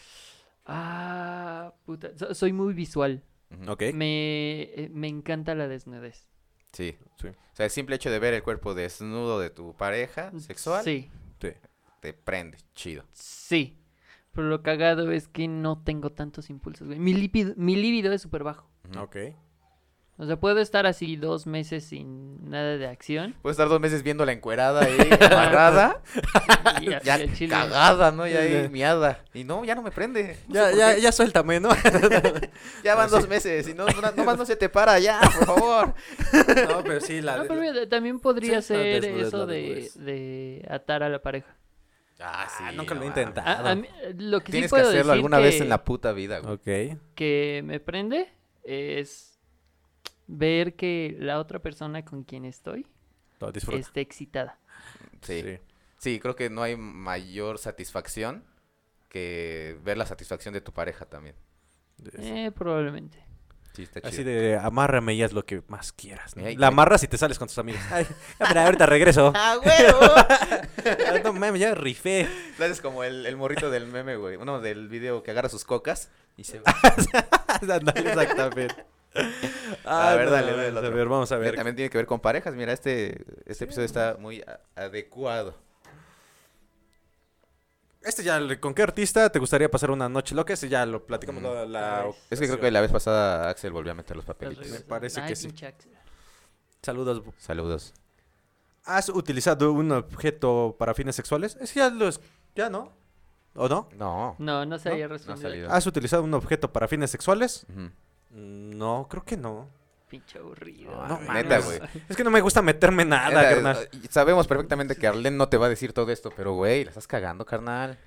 [SPEAKER 4] Ah, puta. so- soy muy visual.
[SPEAKER 3] Ok.
[SPEAKER 4] Me, eh, me encanta la desnudez.
[SPEAKER 2] Sí.
[SPEAKER 3] Sí.
[SPEAKER 2] O sea, el simple hecho de ver el cuerpo desnudo de tu pareja sexual
[SPEAKER 4] Sí,
[SPEAKER 3] sí.
[SPEAKER 2] te prende. Chido.
[SPEAKER 4] sí. Pero lo cagado es que no tengo tantos impulsos, güey. Mi lípido, mi líbido es súper bajo.
[SPEAKER 2] Ujú.
[SPEAKER 3] Ok.
[SPEAKER 4] O sea, puedo estar así dos meses sin nada de acción.
[SPEAKER 2] Puedes estar dos meses viendo la encuerada ahí, amarrada,
[SPEAKER 4] Y a-
[SPEAKER 2] ya
[SPEAKER 4] y al chile,
[SPEAKER 2] cagada, ¿no? Ya
[SPEAKER 3] Ya.
[SPEAKER 2] ahí miada. Y no, ya no me prende. No
[SPEAKER 3] Ya,
[SPEAKER 2] sé por
[SPEAKER 3] ya,
[SPEAKER 2] qué.
[SPEAKER 3] ya suéltame, ¿no?
[SPEAKER 2] Ya van dos meses y no, no, nomás no se te para ya, por favor.
[SPEAKER 3] no, pero sí, la...
[SPEAKER 4] No, pero mira, también podría
[SPEAKER 3] Sí, no,
[SPEAKER 4] ser
[SPEAKER 3] desnudez,
[SPEAKER 4] eso
[SPEAKER 3] la
[SPEAKER 4] de,
[SPEAKER 3] desnudez.
[SPEAKER 4] de atar a la pareja.
[SPEAKER 2] Ah,
[SPEAKER 3] sí, nunca lo he
[SPEAKER 2] no
[SPEAKER 3] intentado.
[SPEAKER 2] mames.
[SPEAKER 4] A- a mí- lo que
[SPEAKER 2] Tienes
[SPEAKER 4] sí
[SPEAKER 2] que
[SPEAKER 4] puedo
[SPEAKER 2] hacerlo
[SPEAKER 4] decir
[SPEAKER 2] alguna
[SPEAKER 4] que,
[SPEAKER 2] vez en la puta vida, güey.
[SPEAKER 3] Ok.
[SPEAKER 4] que me prende es ver que la otra persona con quien estoy
[SPEAKER 3] Lo disfruta.
[SPEAKER 4] esté excitada.
[SPEAKER 2] Sí. sí. creo que no hay mayor satisfacción que ver la satisfacción de tu pareja también.
[SPEAKER 4] Eh, probablemente.
[SPEAKER 2] Sí, está chido.
[SPEAKER 3] Así de amárrame y haz lo que más quieras. ¿no?
[SPEAKER 2] Ay,
[SPEAKER 3] La
[SPEAKER 2] ay.
[SPEAKER 3] amarras y te sales con tus amigos. Ay, ya, mira, ahorita regreso.
[SPEAKER 2] ¡Ah, huevo!
[SPEAKER 3] Ah, no mames, ya rifé.
[SPEAKER 2] Lo haces como el, el morrito del meme, güey. Uno del video que agarra sus cocas y se va.
[SPEAKER 3] Ándale, exactamente.
[SPEAKER 2] A ver, dale, dale el
[SPEAKER 3] vamos a
[SPEAKER 2] otro.
[SPEAKER 3] ver, vamos a
[SPEAKER 2] Que
[SPEAKER 3] ver.
[SPEAKER 2] También tiene que ver con parejas. Mira, este, este episodio está muy a- adecuado.
[SPEAKER 3] Este ya, le- ¿con qué artista te gustaría pasar una noche loca? Este ya lo platicamos la, la
[SPEAKER 4] Ay,
[SPEAKER 2] Es que creo que la vez pasada Axel volvió a meter los papelitos.
[SPEAKER 3] Me parece que sí.
[SPEAKER 4] pinche Axel.
[SPEAKER 3] Saludos.
[SPEAKER 2] Saludos.
[SPEAKER 3] ¿Has utilizado un objeto para fines sexuales? Es que ya lo es- ya no. ¿O no?
[SPEAKER 2] No.
[SPEAKER 4] No, no se
[SPEAKER 3] No,
[SPEAKER 4] había
[SPEAKER 2] no ha
[SPEAKER 4] respondido.
[SPEAKER 2] salido.
[SPEAKER 3] ¿Has utilizado un objeto para fines sexuales?
[SPEAKER 2] Ujú.
[SPEAKER 3] Mm, No, creo que no.
[SPEAKER 4] Pinche aburrido.
[SPEAKER 2] No,
[SPEAKER 3] No
[SPEAKER 2] neta,
[SPEAKER 3] Ah, mames.
[SPEAKER 2] güey.
[SPEAKER 3] Es que no me gusta meterme en nada,
[SPEAKER 2] Neta,
[SPEAKER 3] carnal.
[SPEAKER 2] eh, Sabemos perfectamente que Arlen no te va a decir todo esto, pero güey, la estás cagando, carnal.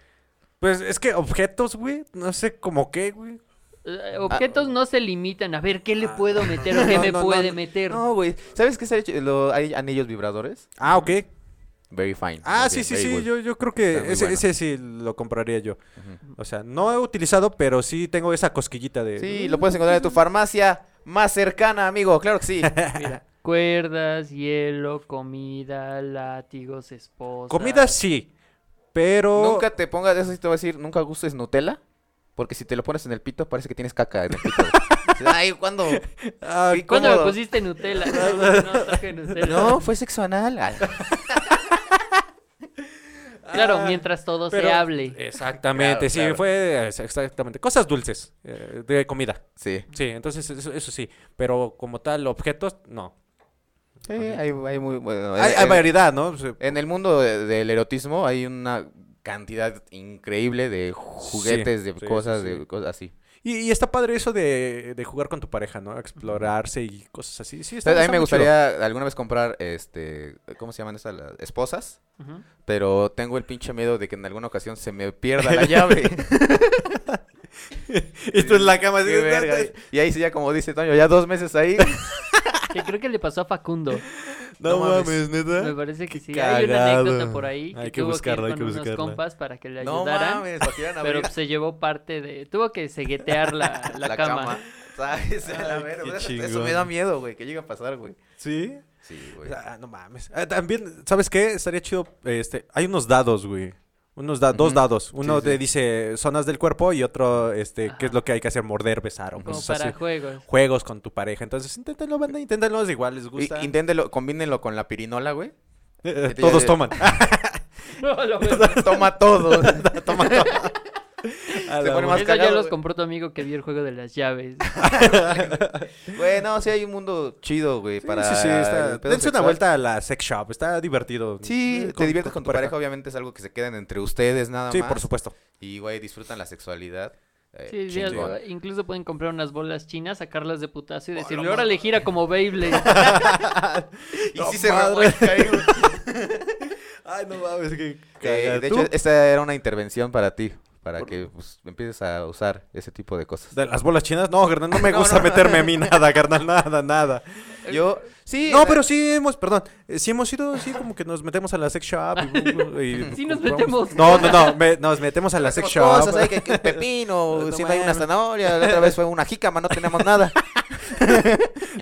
[SPEAKER 3] Pues es que objetos, güey. No sé cómo qué, güey.
[SPEAKER 4] Eh, Objetos
[SPEAKER 2] Ah.
[SPEAKER 4] no se limitan a ver qué le puedo meter o qué
[SPEAKER 3] No,
[SPEAKER 4] me
[SPEAKER 3] no, no,
[SPEAKER 4] puede
[SPEAKER 3] no.
[SPEAKER 4] meter.
[SPEAKER 2] No, güey. ¿Sabes qué se ha hecho? Lo- hay anillos vibradores.
[SPEAKER 3] Ah, ok.
[SPEAKER 2] Very fine.
[SPEAKER 3] Ah,
[SPEAKER 2] Muy
[SPEAKER 3] sí,
[SPEAKER 2] bien,
[SPEAKER 3] sí,
[SPEAKER 2] very
[SPEAKER 3] sí.
[SPEAKER 2] good.
[SPEAKER 3] Yo, yo creo
[SPEAKER 2] Está
[SPEAKER 3] que
[SPEAKER 2] muy
[SPEAKER 3] ese,
[SPEAKER 2] bueno.
[SPEAKER 3] ese sí lo compraría yo.
[SPEAKER 2] Ujú.
[SPEAKER 3] O sea, no he utilizado, pero sí tengo esa cosquillita de.
[SPEAKER 2] Sí, lo puedes encontrar en tu farmacia más cercana, amigo. Claro que sí.
[SPEAKER 4] Mira, cuerdas, hielo, comida, látigos, esposas.
[SPEAKER 3] Comida sí, pero.
[SPEAKER 2] Nunca te pongas, eso sí te voy a decir, nunca gustes Nutella. Porque si te lo pones en el pito, parece que tienes caca en el pito. güey. Ay, ¿cuándo?
[SPEAKER 3] Ah,
[SPEAKER 2] Sí,
[SPEAKER 4] ¿Cuándo
[SPEAKER 2] cómodo.
[SPEAKER 4] me pusiste Nutella? No, traje Nutella.
[SPEAKER 2] No, fue sexo anal. Ay,
[SPEAKER 4] Claro,
[SPEAKER 3] ah,
[SPEAKER 4] mientras todo se
[SPEAKER 3] pero- eh,
[SPEAKER 4] hable.
[SPEAKER 3] Exactamente,
[SPEAKER 2] Claro,
[SPEAKER 3] sí,
[SPEAKER 2] claro.
[SPEAKER 3] fue es- exactamente. Cosas dulces eh, de comida.
[SPEAKER 2] Sí.
[SPEAKER 3] Sí, entonces eso, eso sí. Pero como tal, objetos, no.
[SPEAKER 2] Sí, hay, hay muy bueno.
[SPEAKER 3] Hay,
[SPEAKER 2] en-
[SPEAKER 3] hay
[SPEAKER 2] en-
[SPEAKER 3] variedad, ¿no? Sí.
[SPEAKER 2] En el mundo de- del erotismo hay una cantidad increíble de juguetes, de
[SPEAKER 3] sí, sí,
[SPEAKER 2] cosas,
[SPEAKER 3] sí.
[SPEAKER 2] de cosas así.
[SPEAKER 3] Y, y está padre eso de, de jugar con tu pareja, ¿no? Explorarse y cosas así. Sí, está,
[SPEAKER 2] A mí
[SPEAKER 3] está
[SPEAKER 2] me
[SPEAKER 3] muy chido.
[SPEAKER 2] gustaría alguna vez comprar, este, ¿cómo se llaman estas? Las esposas.
[SPEAKER 4] Ujú.
[SPEAKER 2] Pero tengo el pinche miedo de que en alguna ocasión se me pierda la llave.
[SPEAKER 3] Y tú en la cama. así,
[SPEAKER 2] Qué verga. Y ahí sí, ya como dice Toño, ya dos meses ahí.
[SPEAKER 4] Que creo que le pasó a Facundo.
[SPEAKER 3] No,
[SPEAKER 2] No
[SPEAKER 3] mames, neta.
[SPEAKER 4] Me parece que
[SPEAKER 3] ¿Eh? Qué
[SPEAKER 4] sí. Hay una anécdota
[SPEAKER 3] cagado.
[SPEAKER 4] por ahí que,
[SPEAKER 3] Hay que
[SPEAKER 4] tuvo
[SPEAKER 3] buscarla, hay
[SPEAKER 4] que ir
[SPEAKER 3] que
[SPEAKER 4] con unos
[SPEAKER 3] buscarla.
[SPEAKER 4] compas para que le
[SPEAKER 2] No
[SPEAKER 4] ayudaran.
[SPEAKER 2] mames, para que iban a
[SPEAKER 4] pero
[SPEAKER 2] abrir
[SPEAKER 4] se llevó parte de... Tuvo que ceguetear la, la cama.
[SPEAKER 2] ¿Sabes? A la
[SPEAKER 3] Ay,
[SPEAKER 2] verga,
[SPEAKER 3] qué
[SPEAKER 2] eso- Eso
[SPEAKER 3] chingón.
[SPEAKER 2] me da miedo, güey, que llegue a pasar, güey.
[SPEAKER 3] Sí.
[SPEAKER 2] Sí, güey.
[SPEAKER 3] Ah, no mames. Ah, también, ¿sabes qué? Estaría chido, este, hay unos dados, güey. Unos da- dos
[SPEAKER 2] Ujú.
[SPEAKER 3] dados. Uno
[SPEAKER 2] Sí, sí.
[SPEAKER 3] te dice zonas del cuerpo y otro, este, qué es
[SPEAKER 4] Ajá.
[SPEAKER 3] lo que hay que hacer, morder, besar o
[SPEAKER 4] Como
[SPEAKER 3] cosas
[SPEAKER 4] para
[SPEAKER 3] así.
[SPEAKER 4] juegos.
[SPEAKER 3] Juegos con tu pareja. Entonces, inténtalo, banda, inténtalo, es igual, les
[SPEAKER 2] Y-
[SPEAKER 3] gusta.
[SPEAKER 2] Inténtelo, combínenlo con la pirinola, güey.
[SPEAKER 3] Eh,
[SPEAKER 2] te-
[SPEAKER 3] eh, todos
[SPEAKER 2] eh,
[SPEAKER 3] toman.
[SPEAKER 4] No, lo peor.
[SPEAKER 2] Toma todo.
[SPEAKER 3] Toma, toma.
[SPEAKER 2] Se
[SPEAKER 3] A la
[SPEAKER 2] pone
[SPEAKER 3] madre.
[SPEAKER 2] más
[SPEAKER 4] Eso
[SPEAKER 2] cagado,
[SPEAKER 4] ya los
[SPEAKER 2] güey.
[SPEAKER 4] compró tu amigo que vio el juego de las llaves.
[SPEAKER 2] Güey, no, sí hay un mundo chido, güey,
[SPEAKER 3] Sí,
[SPEAKER 2] para
[SPEAKER 3] sí, sí, está-
[SPEAKER 2] el pedo
[SPEAKER 3] Dense una
[SPEAKER 2] sexual.
[SPEAKER 3] vuelta a la sex shop, está divertido.
[SPEAKER 2] Sí,
[SPEAKER 3] Eh,
[SPEAKER 2] te diviertes con tu pareja, obviamente es algo que se quedan entre ustedes nada
[SPEAKER 3] Sí,
[SPEAKER 2] más.
[SPEAKER 3] por supuesto.
[SPEAKER 2] Y, güey, disfrutan la sexualidad. eh,
[SPEAKER 4] Sí, sí,
[SPEAKER 2] chingón.
[SPEAKER 4] algo- incluso pueden comprar unas bolas chinas, sacarlas de putazo y
[SPEAKER 2] Hola,
[SPEAKER 4] decirle,
[SPEAKER 2] madre.
[SPEAKER 4] ahora le gira como Beyblade.
[SPEAKER 2] Y
[SPEAKER 3] No
[SPEAKER 2] sí se
[SPEAKER 3] madre.
[SPEAKER 2] revuelca ahí, güey.
[SPEAKER 3] Ay, no mames, que
[SPEAKER 2] Eh, De hecho, esta era una intervención para ti, para que pues, empieces a usar ese tipo de cosas.
[SPEAKER 3] ¿De las bolas chinas? No, carnal, no me
[SPEAKER 2] No,
[SPEAKER 3] gusta
[SPEAKER 2] no.
[SPEAKER 3] meterme a mí nada, carnal, nada, nada.
[SPEAKER 2] Yo, sí.
[SPEAKER 3] Eh, No,
[SPEAKER 2] la-
[SPEAKER 3] pero sí hemos, perdón, eh, sí hemos ido, sí, como que nos metemos a la sex shop. y- y-
[SPEAKER 4] Sí nos
[SPEAKER 3] compramos-
[SPEAKER 4] metemos.
[SPEAKER 3] No, no, no, me- nos metemos a la sex
[SPEAKER 2] hacemos
[SPEAKER 3] shop.
[SPEAKER 2] cosas, hay que, que un pepino,
[SPEAKER 3] No
[SPEAKER 2] siempre hay una
[SPEAKER 3] mames.
[SPEAKER 2] zanahoria, la otra vez fue una jícama, no tenemos nada.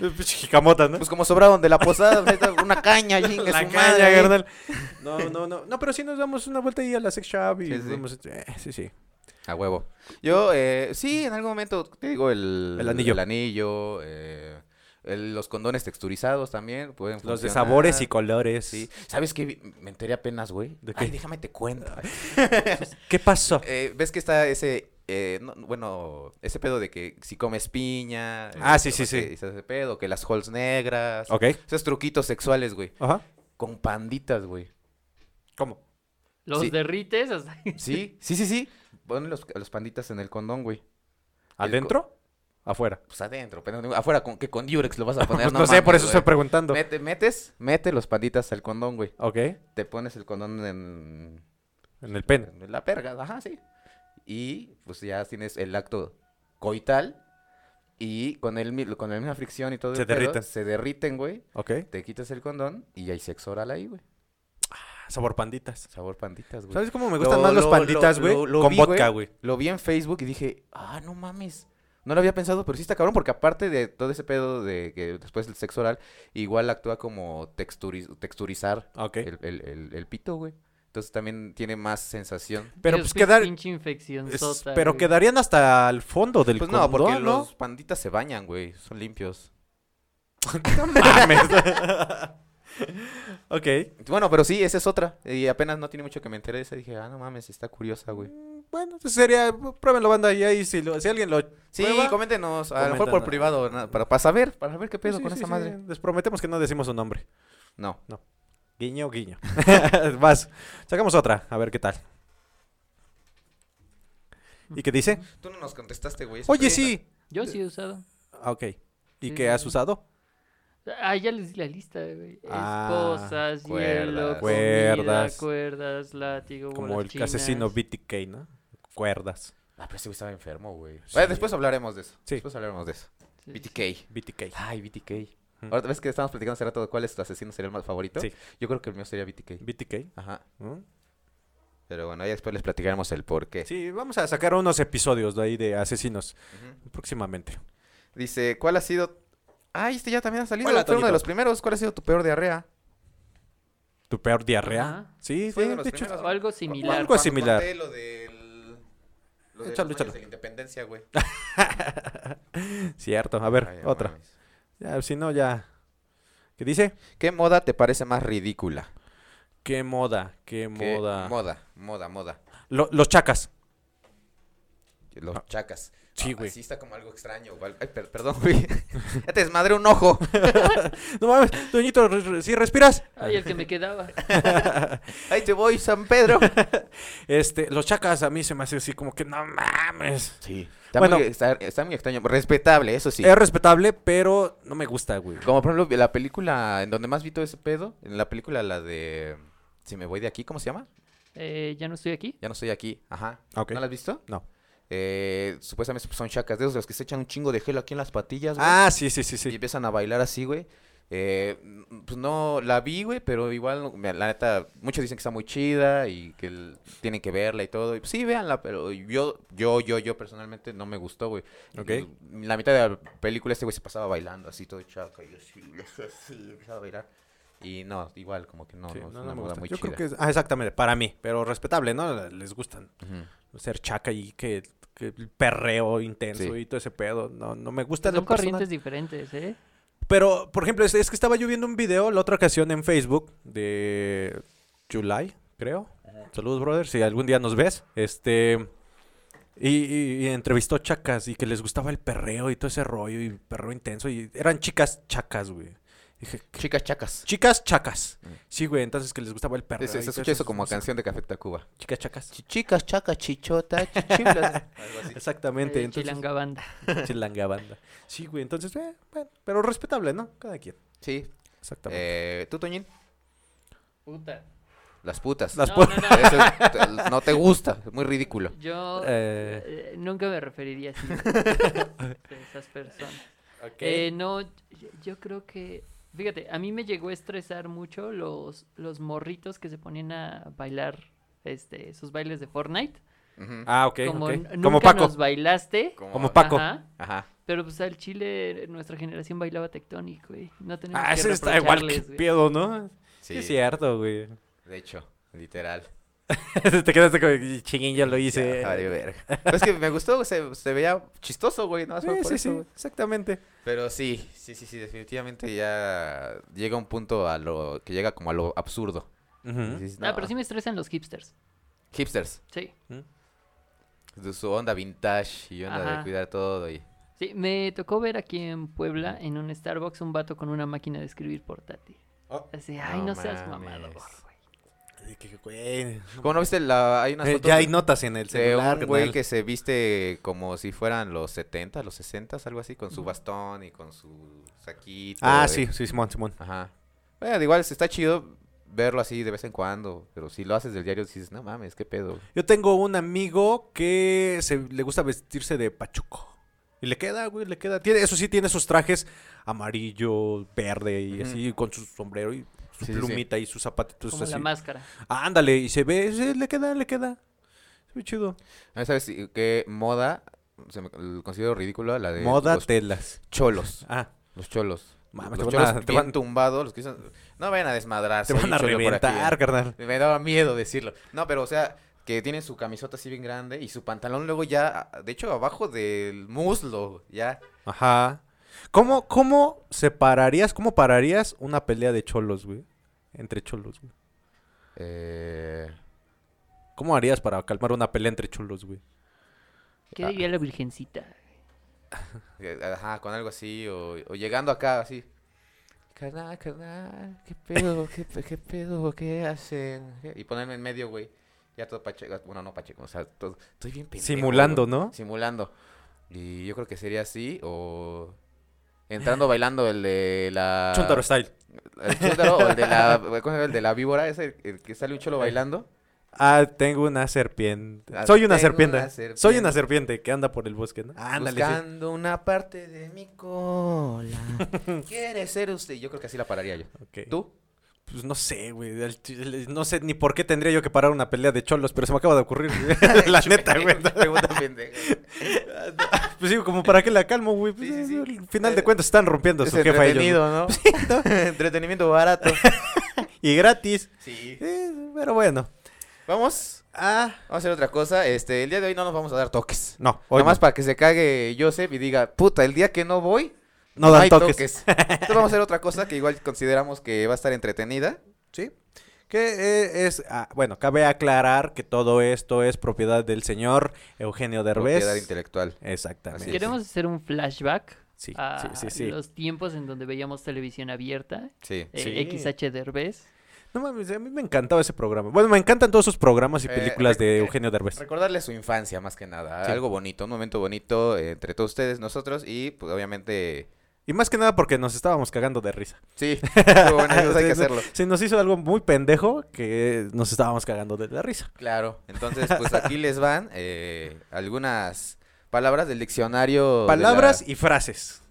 [SPEAKER 3] Pinche Jicamota, ¿no?
[SPEAKER 2] Pues como sobraron de la posada, pues, ahí está una caña, chingue
[SPEAKER 3] La
[SPEAKER 2] su madre,
[SPEAKER 3] caña,
[SPEAKER 2] ahí.
[SPEAKER 3] carnal. No, no, no. No, pero sí nos damos una vuelta ahí a la sex shop y
[SPEAKER 2] Sí, sí.
[SPEAKER 3] vemos- eh, sí, sí.
[SPEAKER 2] A huevo. Yo, eh, sí, en algún momento, te digo, el,
[SPEAKER 3] El anillo.
[SPEAKER 2] el anillo, eh, el- los condones texturizados también. Pueden
[SPEAKER 3] Los de
[SPEAKER 2] funcionar.
[SPEAKER 3] sabores y colores.
[SPEAKER 2] Sí. ¿Sabes qué? Vi- Me enteré apenas, güey.
[SPEAKER 3] ¿De
[SPEAKER 2] Ay,
[SPEAKER 3] qué?
[SPEAKER 2] déjame te cuento.
[SPEAKER 3] ¿Qué pasó?
[SPEAKER 2] Eh, ¿Ves que está ese... eh, no- bueno, ese pedo de que si comes piña.
[SPEAKER 3] Ah,
[SPEAKER 2] eh,
[SPEAKER 3] sí, sí, sí.
[SPEAKER 2] que- Ese pedo, que las holes negras.
[SPEAKER 3] Ok.
[SPEAKER 2] Esos truquitos sexuales, güey.
[SPEAKER 3] Ajá.
[SPEAKER 2] Con panditas, güey.
[SPEAKER 3] ¿Cómo?
[SPEAKER 4] Los
[SPEAKER 2] Sí.
[SPEAKER 4] derrites hasta...
[SPEAKER 2] Sí, sí, sí, sí. Ponen los, los panditas en el condón, güey.
[SPEAKER 3] ¿Adentro? ¿Afuera?
[SPEAKER 2] Pues adentro, pero afuera, con, que con Durex lo vas a poner.
[SPEAKER 3] Pues no, sé,
[SPEAKER 2] mames,
[SPEAKER 3] por eso
[SPEAKER 2] güey.
[SPEAKER 3] estoy preguntando.
[SPEAKER 2] Mete, metes, mete los panditas al condón, güey.
[SPEAKER 3] Ok.
[SPEAKER 2] Te pones el condón en,
[SPEAKER 3] En el pene.
[SPEAKER 2] en la perga, ajá, sí. Y pues ya tienes el acto coital. Y con, el, mi- con la misma fricción y todo
[SPEAKER 3] Se
[SPEAKER 2] el pedo,
[SPEAKER 3] derriten.
[SPEAKER 2] se derriten, güey.
[SPEAKER 3] Ok.
[SPEAKER 2] Te quitas el condón y hay sexo oral ahí, güey.
[SPEAKER 3] Sabor panditas.
[SPEAKER 2] Ah, Sabor panditas, güey.
[SPEAKER 3] ¿Sabes cómo me gustan
[SPEAKER 2] Lo-
[SPEAKER 3] más los
[SPEAKER 2] lo-
[SPEAKER 3] panditas,
[SPEAKER 2] lo-
[SPEAKER 3] güey?
[SPEAKER 2] lo- lo
[SPEAKER 3] Con
[SPEAKER 2] vi,
[SPEAKER 3] vodka, güey.
[SPEAKER 2] Lo vi en Facebook y dije, ah, no mames. No lo había pensado, pero sí está cabrón, porque aparte de todo ese pedo de que después el sexo oral, igual actúa como texturi- texturizar
[SPEAKER 3] Ok.
[SPEAKER 2] el, el- el- el pito, güey. Entonces también tiene más sensación.
[SPEAKER 3] Pero
[SPEAKER 4] Dios,
[SPEAKER 3] pues
[SPEAKER 4] qué
[SPEAKER 3] quedar...
[SPEAKER 4] pinche infección
[SPEAKER 3] es-
[SPEAKER 4] sota,
[SPEAKER 3] pero
[SPEAKER 4] güey.
[SPEAKER 3] quedarían hasta el fondo del
[SPEAKER 2] Pues no,
[SPEAKER 3] condón,
[SPEAKER 2] porque
[SPEAKER 3] ¿no?
[SPEAKER 2] los panditas se bañan, güey. Son limpios.
[SPEAKER 3] No mames. ok.
[SPEAKER 2] Bueno, pero sí, esa es otra. Y apenas no tiene mucho que me enteré de esa. Dije, ah, no mames, está curiosa, güey.
[SPEAKER 3] Mm, Bueno, pues sería... Pruébenlo, banda, y ahí si, lo- si alguien lo
[SPEAKER 2] Sí,
[SPEAKER 3] prueba,
[SPEAKER 2] coméntenos. A lo mejor por
[SPEAKER 3] coméntanos.
[SPEAKER 2] privado, na- para, para saber, para ver qué
[SPEAKER 3] pues
[SPEAKER 2] pedo
[SPEAKER 3] sí,
[SPEAKER 2] con
[SPEAKER 3] sí,
[SPEAKER 2] esa
[SPEAKER 3] sí,
[SPEAKER 2] madre.
[SPEAKER 3] Les prometemos que no decimos su nombre.
[SPEAKER 2] No.
[SPEAKER 3] Guiño, guiño. Vas. Sacamos otra, a ver qué tal. ¿Y qué dice?
[SPEAKER 2] Tú no nos contestaste, güey. esa
[SPEAKER 3] Oye,
[SPEAKER 2] pregunta.
[SPEAKER 3] sí.
[SPEAKER 4] Yo sí he usado.
[SPEAKER 3] Ah, Ok. ¿Y
[SPEAKER 4] Sí, sí,
[SPEAKER 3] qué has
[SPEAKER 4] sí.
[SPEAKER 3] usado?
[SPEAKER 4] Ah, ya les di la lista, güey.
[SPEAKER 3] Ah,
[SPEAKER 4] Esposas,
[SPEAKER 2] cuerdas.
[SPEAKER 4] hielo,
[SPEAKER 3] Cuerdas.
[SPEAKER 4] cuerdas, cuerdas, látigo,
[SPEAKER 3] Como
[SPEAKER 4] bolas
[SPEAKER 3] el asesino
[SPEAKER 4] chinas.
[SPEAKER 3] BTK, ¿no? Cuerdas.
[SPEAKER 2] Ah, pero ese güey estaba enfermo, güey.
[SPEAKER 3] Sí.
[SPEAKER 2] Después hablaremos de eso.
[SPEAKER 3] Sí.
[SPEAKER 2] Después hablaremos de eso.
[SPEAKER 4] Sí, sí.
[SPEAKER 2] BTK.
[SPEAKER 3] BTK.
[SPEAKER 2] Ay, BTK. Ahora ves que estábamos platicando hace rato de cuál es tu asesino serial más favorito.
[SPEAKER 3] Sí.
[SPEAKER 2] Yo creo que el mío sería BTK.
[SPEAKER 3] BTK.
[SPEAKER 2] Ajá.
[SPEAKER 3] ¿no?
[SPEAKER 2] Pero bueno, ahí después les platicaremos el por qué.
[SPEAKER 3] Sí, vamos a sacar unos episodios de ahí de asesinos próximamente.
[SPEAKER 2] Dice, ¿cuál ha sido? Ay, este ya también ha salido.
[SPEAKER 3] Hola,
[SPEAKER 2] fue uno de
[SPEAKER 3] Toñito.
[SPEAKER 2] los primeros. ¿Cuál ha sido tu peor diarrea?
[SPEAKER 3] ¿Tu peor diarrea?
[SPEAKER 4] Ajá.
[SPEAKER 2] Fue
[SPEAKER 3] Sí, fue
[SPEAKER 2] uno de los
[SPEAKER 3] de hecho-
[SPEAKER 2] primeros.
[SPEAKER 4] O algo similar.
[SPEAKER 3] Algo similar.
[SPEAKER 2] conté lo del... Lo de
[SPEAKER 3] Échalo,
[SPEAKER 2] los
[SPEAKER 3] échalo.
[SPEAKER 2] baños de la independencia, güey.
[SPEAKER 3] Cierto. A ver,
[SPEAKER 2] Ay, no
[SPEAKER 3] otra.
[SPEAKER 2] mames.
[SPEAKER 3] Ya, si no, ya. ¿Qué dice?
[SPEAKER 2] ¿Qué moda te parece más ridícula?
[SPEAKER 3] ¿Qué moda? ¿Qué
[SPEAKER 2] ¿Qué
[SPEAKER 3] moda?
[SPEAKER 2] Moda, moda, moda.
[SPEAKER 3] Lo- los chacas.
[SPEAKER 2] Los
[SPEAKER 3] Ah.
[SPEAKER 2] chacas.
[SPEAKER 3] Sí,
[SPEAKER 2] Ah,
[SPEAKER 3] güey.
[SPEAKER 2] Sí está como algo extraño. güey. Ay, per- perdón, güey. ya te desmadré un ojo.
[SPEAKER 3] No mames, Doñito, re- re- ¿sí respiras?
[SPEAKER 4] Ay, el que me quedaba.
[SPEAKER 2] Ahí te voy, San Pedro.
[SPEAKER 3] Este, los chacas a mí se me hace así como que no mames.
[SPEAKER 2] Sí. Está,
[SPEAKER 3] Bueno.
[SPEAKER 2] muy, está- está muy extraño. Respetable, eso sí.
[SPEAKER 3] Es respetable, pero no me gusta, güey.
[SPEAKER 2] Como por ejemplo, la película en donde más vi todo ese pedo, en la película la de Si me voy de aquí, ¿cómo se llama?
[SPEAKER 4] Eh, ya no estoy aquí.
[SPEAKER 2] Ya no estoy aquí. Ajá.
[SPEAKER 3] Ah, ok.
[SPEAKER 2] ¿No la has visto?
[SPEAKER 3] No.
[SPEAKER 2] Eh, supuestamente son chacas de esos los que se echan un chingo de gel aquí en las patillas, güey.
[SPEAKER 3] Ah, sí, sí, sí,
[SPEAKER 2] Y
[SPEAKER 3] sí.
[SPEAKER 2] empiezan a bailar así, güey. Eh, mm, pues no la vi, güey, pero igual, no- mira, la neta, muchos dicen que está muy chida y que el- tienen que verla y todo. Y, pues, sí, véanla, pero yo, yo, yo, yo personalmente no me gustó, güey.
[SPEAKER 3] Ok.
[SPEAKER 2] Eh, La mitad de la película este güey se pasaba bailando así todo chaca y así, y así, así, empezaba a bailar. Y no, igual, como que no,
[SPEAKER 3] Sí,
[SPEAKER 2] no,
[SPEAKER 3] no,
[SPEAKER 2] es
[SPEAKER 3] no
[SPEAKER 2] una
[SPEAKER 3] me
[SPEAKER 2] moda
[SPEAKER 3] gusta.
[SPEAKER 2] muy
[SPEAKER 3] Yo
[SPEAKER 2] chida.
[SPEAKER 3] creo que es- ah, exactamente, para mí, pero respetable, ¿no? Les gustan
[SPEAKER 2] Ujú.
[SPEAKER 3] ser chaca y que, que el perreo intenso
[SPEAKER 2] Sí.
[SPEAKER 3] y todo ese pedo. No, no me gusta en
[SPEAKER 4] Son
[SPEAKER 3] lo personal.
[SPEAKER 4] corrientes diferentes, ¿eh?
[SPEAKER 3] Pero, por ejemplo, es, es que estaba yo viendo un video la otra ocasión en Facebook de July, creo. Saludos, brother, si algún día nos ves. Este. Y, y- y entrevistó chacas y que les gustaba el perreo y todo ese rollo y perreo intenso. Y eran chicas chacas, güey. Dije, "¿Qué?
[SPEAKER 2] Chicas chacas.
[SPEAKER 3] chicas chacas.
[SPEAKER 2] Mm.
[SPEAKER 3] Sí, güey, entonces que les gustaba el perreo.
[SPEAKER 2] Se, se
[SPEAKER 3] y todo
[SPEAKER 2] escucha eso como
[SPEAKER 3] esas
[SPEAKER 2] canción de Café Tacuba.
[SPEAKER 3] Chicas chacas.
[SPEAKER 2] Chicas chacas, chichota, chichiblas. Algo así.
[SPEAKER 3] Exactamente.
[SPEAKER 4] Eh,
[SPEAKER 3] entonces,
[SPEAKER 4] Chilanga banda.
[SPEAKER 3] chilanga banda. Sí, güey, entonces, eh, bueno, pero respetable, ¿no? Cada quien.
[SPEAKER 2] Sí.
[SPEAKER 3] Exactamente.
[SPEAKER 2] Eh, ¿Tú, Toñín?
[SPEAKER 4] Puta.
[SPEAKER 2] Las putas.
[SPEAKER 3] Las
[SPEAKER 4] No,
[SPEAKER 3] pu-
[SPEAKER 4] no, no.
[SPEAKER 2] Eso es- te- no te gusta, es muy ridículo.
[SPEAKER 4] Yo
[SPEAKER 3] Eh.
[SPEAKER 4] eh, nunca me referiría así de esas personas. Eh, no, yo- yo creo que, fíjate, a mí me llegó a estresar mucho los, los morritos que se ponían a bailar este, sus bailes de Fortnite.
[SPEAKER 2] Ujú.
[SPEAKER 3] Ah, ok.
[SPEAKER 4] como
[SPEAKER 3] ok.
[SPEAKER 4] n- nunca
[SPEAKER 3] Como Paco.
[SPEAKER 4] nos bailaste.
[SPEAKER 3] como Paco.
[SPEAKER 4] Ajá,
[SPEAKER 2] Ajá.
[SPEAKER 4] pero pues al Chile nuestra generación bailaba tectónico, güey. No tenemos
[SPEAKER 3] Ah,
[SPEAKER 4] que
[SPEAKER 3] ese está igual que
[SPEAKER 4] reprocharles, güey.
[SPEAKER 3] pedo, ¿no? Sí.
[SPEAKER 2] Sí,
[SPEAKER 3] Es cierto, güey.
[SPEAKER 2] de hecho, literal.
[SPEAKER 3] Te quedaste como, chingín, ya lo hice.
[SPEAKER 2] Ya, vale, verga. Pero es que me gustó, se, se veía chistoso, güey. nada más fue
[SPEAKER 3] Sí,
[SPEAKER 2] "Ah, por
[SPEAKER 3] sí,
[SPEAKER 2] eso,
[SPEAKER 3] sí,
[SPEAKER 2] güey.
[SPEAKER 3] exactamente.
[SPEAKER 2] Pero sí, sí, sí, sí, definitivamente ya llega un punto a lo que llega como a lo absurdo. Y dices,
[SPEAKER 4] Ah,
[SPEAKER 2] "No,
[SPEAKER 4] pero sí me estresan los hipsters.
[SPEAKER 2] Hipsters,
[SPEAKER 4] Sí.
[SPEAKER 2] de su onda vintage y onda de
[SPEAKER 4] Ajá.
[SPEAKER 2] cuidar todo y...
[SPEAKER 4] Sí, me tocó ver aquí en Puebla, en un Starbucks, un vato con una máquina de escribir portátil.
[SPEAKER 3] Oh.
[SPEAKER 4] Así, ay,
[SPEAKER 2] No
[SPEAKER 4] no, seas mamado,
[SPEAKER 2] mames.
[SPEAKER 4] güey.
[SPEAKER 3] Ay, que- que, güey.
[SPEAKER 2] ¿Cómo no viste? La... Hay unas
[SPEAKER 3] Eh,
[SPEAKER 2] fotos
[SPEAKER 3] ya
[SPEAKER 2] de-
[SPEAKER 3] hay notas en el
[SPEAKER 2] de
[SPEAKER 3] celular,
[SPEAKER 2] un güey
[SPEAKER 3] carnal.
[SPEAKER 2] que se viste como si fueran los 70, los 60, algo así, con su bastón y con su saquito.
[SPEAKER 3] Ah,
[SPEAKER 2] y-
[SPEAKER 3] sí, sí, Simón, Simón.
[SPEAKER 2] Ajá. Bueno, igual está chido verlo así de vez en cuando, pero si lo haces del diario dices, no mames, qué pedo.
[SPEAKER 3] Yo tengo un amigo que se, le gusta vestirse de pachuco. Y le queda, güey, le queda. Tiene, eso sí, tiene sus trajes amarillo, verde y
[SPEAKER 2] Ujú.
[SPEAKER 3] así, con su sombrero y su
[SPEAKER 2] Sí, sí, sí.
[SPEAKER 3] plumita y sus zapatitos
[SPEAKER 4] Como la
[SPEAKER 3] Pues así.
[SPEAKER 4] máscara.
[SPEAKER 3] Ah, ándale, y se ve, sí, le queda, le queda. Se ve chido.
[SPEAKER 2] A ver, Ah, ¿sabes si- qué moda? Se me l- considero ridícula la de
[SPEAKER 3] Moda
[SPEAKER 2] Eh, los
[SPEAKER 3] telas.
[SPEAKER 2] cholos.
[SPEAKER 3] Ah,
[SPEAKER 2] Los cholos.
[SPEAKER 3] Mames,
[SPEAKER 2] los
[SPEAKER 3] te van a-
[SPEAKER 2] cholos
[SPEAKER 3] te
[SPEAKER 2] bien
[SPEAKER 3] van-
[SPEAKER 2] tumbados, los que dicen, no vayan a desmadrarse.
[SPEAKER 3] te
[SPEAKER 2] hay
[SPEAKER 3] van
[SPEAKER 2] un
[SPEAKER 3] a
[SPEAKER 2] cholo por aquí". ¿eh?
[SPEAKER 3] reventar, carnal.
[SPEAKER 2] Me daba miedo decirlo. No, pero o sea, que tiene su camisota así bien grande y su pantalón luego ya, de hecho, abajo del muslo, ya.
[SPEAKER 3] Ajá. ¿Cómo, cómo separarías, cómo pararías una pelea de cholos, güey? Entre cholos, güey.
[SPEAKER 2] Eh,
[SPEAKER 3] ¿Cómo harías para calmar una pelea entre cholos, güey?
[SPEAKER 4] ¿Qué
[SPEAKER 2] Ah.
[SPEAKER 4] diría la virgencita?
[SPEAKER 2] eh, ajá, con algo así, o, o llegando acá así. Carnal, carnal, qué pedo, qué, pe- qué pedo, qué hacen. ¿Qué? Y ponerme en medio, güey. Ya todo pacheco, bueno, no pacheco, o sea, todo, estoy bien pendejo,
[SPEAKER 3] Simulando,
[SPEAKER 2] güey.
[SPEAKER 3] ¿no?
[SPEAKER 2] Simulando. Y yo creo que sería así, o entrando bailando el de la...
[SPEAKER 3] Ah, Chuntaro style.
[SPEAKER 2] El chúntaro o el de la, ¿cómo se llama? El de la víbora, ese, el que sale un cholo bailando.
[SPEAKER 3] Ah, tengo una serpiente.
[SPEAKER 2] Ah,
[SPEAKER 3] Soy una
[SPEAKER 2] tengo
[SPEAKER 3] serpiente.
[SPEAKER 2] una serpiente.
[SPEAKER 3] Soy una serpiente que anda por el bosque, ¿no? Ándale. sí.
[SPEAKER 2] Buscando una parte de mi cola. ¿Quiere ser usted? Yo creo que así la pararía yo.
[SPEAKER 3] Ok.
[SPEAKER 2] ¿Tú?
[SPEAKER 3] Pues no sé, güey. al chile, No sé ni por qué tendría yo que parar una pelea de cholos, pero se me acaba de ocurrir. güey. la neta, güey.
[SPEAKER 2] Pregunta pendeja.
[SPEAKER 3] Pues digo, como para qué la calmo, güey. Pues,
[SPEAKER 2] Sí, sí, sí.
[SPEAKER 3] Al final de cuentas están rompiendo a
[SPEAKER 2] Es
[SPEAKER 3] su jefa ellos,
[SPEAKER 2] entretenido, ¿no? Entretenimiento barato.
[SPEAKER 3] ¿no? Y gratis.
[SPEAKER 2] Sí.
[SPEAKER 3] Eh, pero bueno.
[SPEAKER 2] Vamos.
[SPEAKER 3] Ah,
[SPEAKER 2] Vamos a hacer otra cosa. Este, el día de hoy no nos vamos a dar toques.
[SPEAKER 3] no. Hoy
[SPEAKER 2] Nada más
[SPEAKER 3] no.
[SPEAKER 2] para que se cague Joseph y diga, puta, el día que no voy,
[SPEAKER 3] no dan
[SPEAKER 2] hay
[SPEAKER 3] toques.
[SPEAKER 2] Entonces vamos a hacer otra cosa que igual consideramos que va a estar entretenida.
[SPEAKER 3] Sí. Que eh, es. ah, bueno, cabe aclarar que todo esto es propiedad del señor Eugenio Derbez.
[SPEAKER 2] Propiedad intelectual.
[SPEAKER 3] Exactamente.
[SPEAKER 2] Así es.
[SPEAKER 4] Queremos hacer un flashback
[SPEAKER 3] Sí,
[SPEAKER 4] a
[SPEAKER 3] sí, sí, sí.
[SPEAKER 4] Ah, los tiempos en donde veíamos televisión abierta,
[SPEAKER 2] Sí.
[SPEAKER 4] eh,
[SPEAKER 3] Sí.
[SPEAKER 4] XH Derbez.
[SPEAKER 3] No mames, a mí me encantaba ese programa. Bueno, me encantan todos sus programas y
[SPEAKER 2] Eh,
[SPEAKER 3] películas
[SPEAKER 2] rec-
[SPEAKER 3] de
[SPEAKER 2] eh,
[SPEAKER 3] Eugenio Derbez.
[SPEAKER 2] Recordarle su infancia, más que nada.
[SPEAKER 3] Sí.
[SPEAKER 2] Algo bonito, un momento bonito eh, entre todos ustedes, nosotros y, pues, obviamente...
[SPEAKER 3] Y más que nada porque nos estábamos cagando de risa.
[SPEAKER 2] Sí, estuvo bueno, entonces hay que
[SPEAKER 3] Se-
[SPEAKER 2] hacerlo.
[SPEAKER 3] Se nos hizo algo muy pendejo que nos estábamos cagando de la risa.
[SPEAKER 2] Claro. Entonces, pues aquí les van eh, algunas palabras del diccionario... de
[SPEAKER 3] Palabras
[SPEAKER 2] la-
[SPEAKER 3] y frases.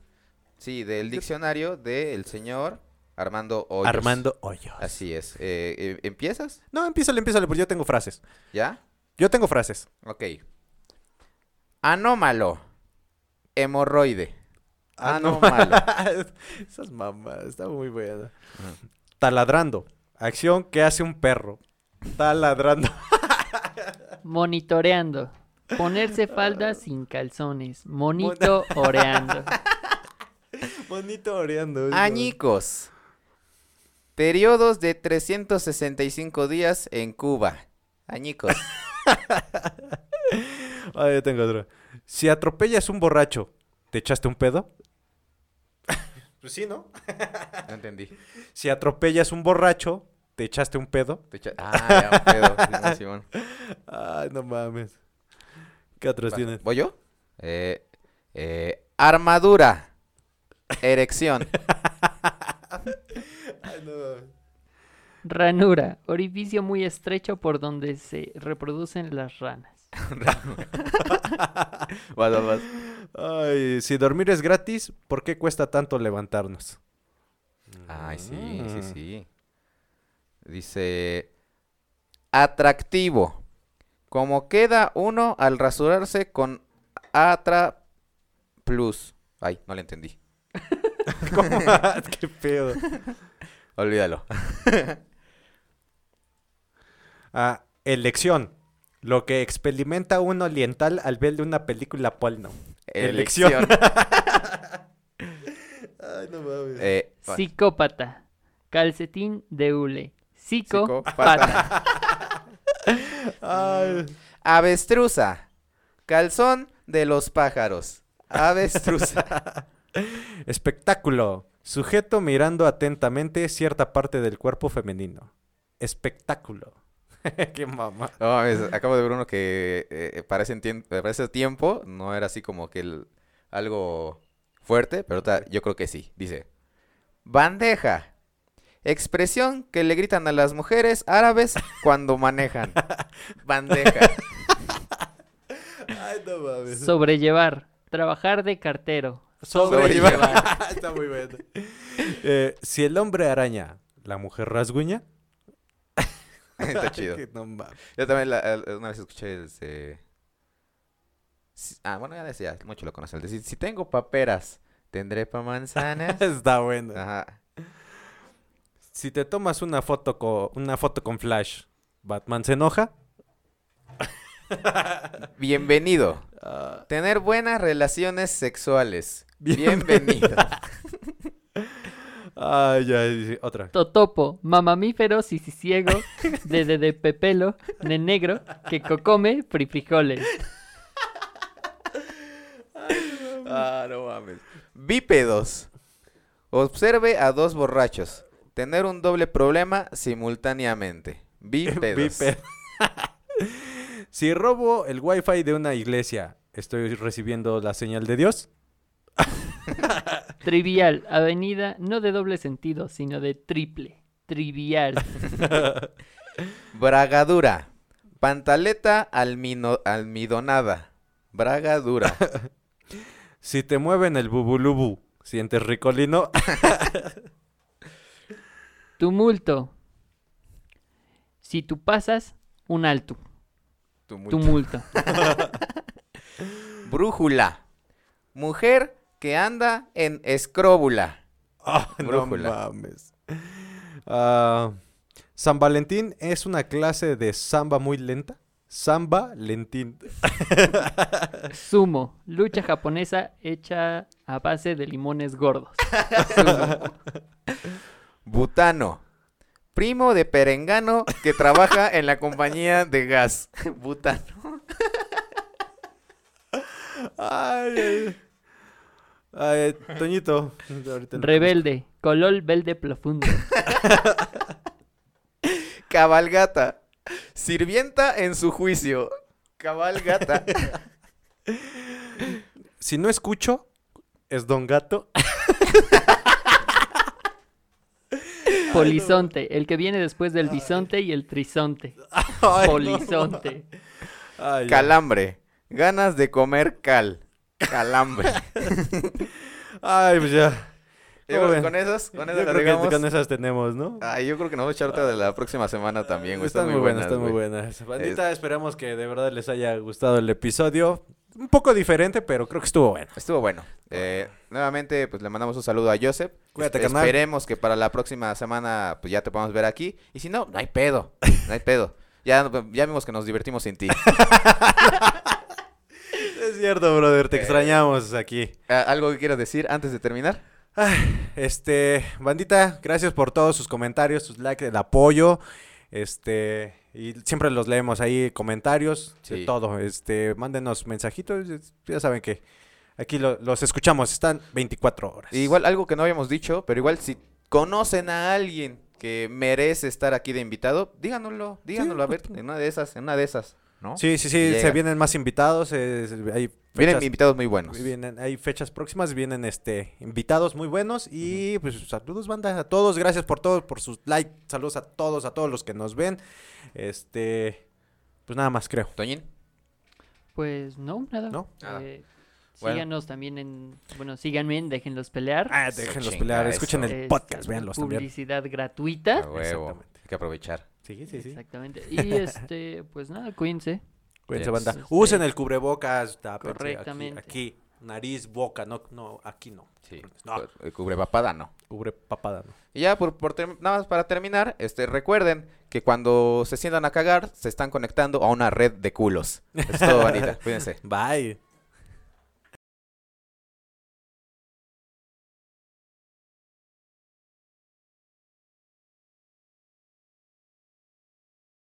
[SPEAKER 2] Sí, del diccionario del señor Armando Hoyos.
[SPEAKER 3] Armando Hoyos.
[SPEAKER 2] Así es. Eh, eh, ¿Empiezas?
[SPEAKER 3] No, empiézale, empiézale, porque yo tengo frases.
[SPEAKER 2] ¿Ya?
[SPEAKER 3] Yo tengo frases.
[SPEAKER 2] Ok. Anómalo. Hemorroide. Ah, Anómalo.
[SPEAKER 3] Ah, Esas mamás, está muy buena. Taladrando. Acción que hace un perro. Taladrando.
[SPEAKER 4] Monitoreando. Ponerse falda sin calzones. Monito oreando.
[SPEAKER 3] Bonito oreando.
[SPEAKER 2] Ah, Añicos. Periodos de 365 días en Cuba. Añicos.
[SPEAKER 3] Ah, yo tengo otra. Si atropellas un borracho, ¿te echaste un pedo? Pues sí, ¿no?
[SPEAKER 2] No entendí.
[SPEAKER 3] Si atropellas un borracho, ¿te echaste un pedo?
[SPEAKER 2] Te echa- Ah, ya, un pedo. Simón, Simón.
[SPEAKER 3] Ay, no mames. ¿Qué otros tienes?
[SPEAKER 2] ¿Voy yo? Eh, eh, armadura. Erección.
[SPEAKER 4] Ranura. Orificio muy estrecho por donde se reproducen las ranas.
[SPEAKER 2] Vas, vas, vas.
[SPEAKER 3] Ay, si dormir es gratis, ¿por qué cuesta tanto levantarnos?
[SPEAKER 2] Ay, sí, sí,
[SPEAKER 3] Mm.
[SPEAKER 2] sí. Dice, atractivo. Como queda uno al rasurarse con Atra Plus. Ay, no le entendí.
[SPEAKER 3] ¿Cómo? ¿Qué pedo?
[SPEAKER 2] Olvídalo.
[SPEAKER 3] Ah, elección. Lo que experimenta un oriental al ver una película porno. Elección. Ay, no mames.
[SPEAKER 2] Eh, va.
[SPEAKER 4] Psicópata. Calcetín de hule.
[SPEAKER 2] Psicópata.
[SPEAKER 4] Psicópata.
[SPEAKER 3] Ay.
[SPEAKER 2] Avestruza. Calzón de los pájaros. Avestruza.
[SPEAKER 3] Espectáculo. Sujeto mirando atentamente cierta parte del cuerpo femenino. Espectáculo. Qué mamá.
[SPEAKER 2] No, mames, acabo de ver uno que eh, para, ese entien- para ese tiempo no era así como que el- algo fuerte, pero ahorita yo creo que sí. Dice, bandeja. Expresión que le gritan a las mujeres árabes cuando manejan. Bandeja.
[SPEAKER 3] Ay, no mames.
[SPEAKER 4] Sobrellevar. Trabajar de cartero.
[SPEAKER 3] Sobrellevar.
[SPEAKER 2] Sobrellevar.
[SPEAKER 3] Está muy bueno. Eh, si el hombre araña, la mujer rasguña.
[SPEAKER 2] Está chido.
[SPEAKER 3] Ay, no mames.
[SPEAKER 2] Yo también la- el- una vez escuché este... si- Ah, bueno, ya decía, mucho lo conocen. el de, Si, si tengo paperas, tendré pa' manzanas.
[SPEAKER 3] Está bueno.
[SPEAKER 2] Ajá.
[SPEAKER 3] Si te tomas una foto con una foto con flash, Batman se enoja.
[SPEAKER 2] Bienvenido.
[SPEAKER 3] Ah,
[SPEAKER 2] Tener buenas relaciones sexuales.
[SPEAKER 3] Bien-
[SPEAKER 2] Bienvenido.
[SPEAKER 3] ay, ay, sí, otra.
[SPEAKER 4] Totopo. Mamamífero sisiciego. De de de pepelo. De negro. Que cocome frijoles.
[SPEAKER 2] ah, no mames. Bípedos. Observe a dos borrachos. Tener un doble problema simultáneamente. Bípedos.
[SPEAKER 3] Bípedo. si robo el wifi de una iglesia, estoy recibiendo la señal de Dios.
[SPEAKER 4] Trivial, avenida no de doble sentido, sino de triple. Trivial.
[SPEAKER 2] Bragadura. Pantaleta almino- almidonada. Braga dura.
[SPEAKER 3] Si te mueven el bubulubu, ¿sientes ricolino?
[SPEAKER 4] Tumulto. Si tú pasas, un alto.
[SPEAKER 2] Tumulto.
[SPEAKER 4] Tumulto.
[SPEAKER 2] Brújula. Mujer que anda en escróbula.
[SPEAKER 3] Ah, no
[SPEAKER 2] Brújula.
[SPEAKER 3] mames. Ah, San Valentín es una clase de samba muy lenta. Samba Lentín.
[SPEAKER 4] Sumo. Lucha japonesa hecha a base de limones gordos.
[SPEAKER 2] Butano. Primo de Perengano que trabaja en la compañía de gas. Butano.
[SPEAKER 3] Ay, ay. Ay, Toñito. ahorita no-
[SPEAKER 4] Rebelde. Color verde profundo.
[SPEAKER 2] Cabalgata. Sirvienta en su juicio. Cabalgata.
[SPEAKER 3] Si no escucho, es Don Gato.
[SPEAKER 4] Polizonte. El que viene después del bisonte y el trisonte.
[SPEAKER 3] Ay, no.
[SPEAKER 4] Polizonte.
[SPEAKER 3] Ay, ay.
[SPEAKER 2] Calambre. Ganas de comer cal. Calambre.
[SPEAKER 3] Ay, pues ya.
[SPEAKER 2] Yo creo
[SPEAKER 3] ¿Cómo
[SPEAKER 2] que
[SPEAKER 3] ven?
[SPEAKER 2] con esas,
[SPEAKER 3] Yo
[SPEAKER 2] con esas las
[SPEAKER 3] creo que
[SPEAKER 2] dejamos.
[SPEAKER 3] con esas tenemos, ¿no?
[SPEAKER 2] Ay, yo creo que nos vamos a echar otra de la próxima semana también, güey.
[SPEAKER 3] están, muy buenas, están muy
[SPEAKER 2] güey.
[SPEAKER 3] buenas. Bandita, esperamos que de verdad les haya gustado el episodio. Un poco diferente, pero creo que estuvo bueno.
[SPEAKER 2] Estuvo bueno. Eh, nuevamente, pues le mandamos un saludo a Joseph.
[SPEAKER 3] Cuídate,
[SPEAKER 2] Es-
[SPEAKER 3] carnal.
[SPEAKER 2] Esperemos que para la próxima semana, pues ya te podamos ver aquí. Y si no, no hay pedo. No hay pedo. Ya, ya vimos que nos divertimos sin ti.
[SPEAKER 3] Es cierto, brother, te extrañamos aquí.
[SPEAKER 2] Ah, ¿Algo que quieras decir antes de terminar?
[SPEAKER 3] Este, bandita, gracias por todos sus comentarios, sus likes, el apoyo. Este, y siempre los leemos ahí, comentarios, de
[SPEAKER 2] Sí.
[SPEAKER 3] todo. Este, mándenos mensajitos, es- ya saben que aquí lo- los escuchamos, están 24 horas.
[SPEAKER 2] Igual algo que no habíamos dicho, pero igual si conocen a alguien que merece estar aquí de invitado, díganoslo, díganoslo, a ver, en una de esas, en una de esas, ¿no?
[SPEAKER 3] Sí, sí, sí,
[SPEAKER 2] Llega.
[SPEAKER 3] se vienen más invitados, es- hay
[SPEAKER 2] Vienen
[SPEAKER 3] fechas-
[SPEAKER 2] invitados muy buenos.
[SPEAKER 3] Vienen, hay fechas próximas, vienen este invitados muy buenos y pues saludos banda a todos, gracias por todos, por sus likes, saludos a todos, a todos los que nos ven. Este, pues nada más creo.
[SPEAKER 2] Toñín,
[SPEAKER 4] Pues no, nada.
[SPEAKER 3] ¿No?
[SPEAKER 2] Nada.
[SPEAKER 4] Eh,
[SPEAKER 2] Bueno.
[SPEAKER 4] Síganos también en. Bueno, síganme en Déjenlos pelear.
[SPEAKER 3] Ah, déjenlos
[SPEAKER 2] chinga
[SPEAKER 3] pelear,
[SPEAKER 2] eso. Este,
[SPEAKER 3] escuchen el
[SPEAKER 4] Es
[SPEAKER 3] podcast, véanlos también.
[SPEAKER 4] publicidad gratuita.
[SPEAKER 2] a huevo,
[SPEAKER 3] Exactamente.
[SPEAKER 2] hay que aprovechar.
[SPEAKER 3] Sí, sí, sí.
[SPEAKER 4] Exactamente. Y este, pues nada, cuídense.
[SPEAKER 3] Cuídense,
[SPEAKER 2] Yes.
[SPEAKER 3] banda.
[SPEAKER 4] Este-
[SPEAKER 3] Usen el cubrebocas, tápense aquí-
[SPEAKER 4] Correctamente.
[SPEAKER 3] Aquí, nariz, boca, no, no, aquí no.
[SPEAKER 2] Sí.
[SPEAKER 3] No,
[SPEAKER 2] Eh, Cubrepapada, no.
[SPEAKER 3] cubre papada, no.
[SPEAKER 2] Y ya, por, por term- nada más para terminar, este, recuerden que cuando se sientan a cagar, se están conectando a una red de culos. Es todo, Anita. Cuídense.
[SPEAKER 3] Bye.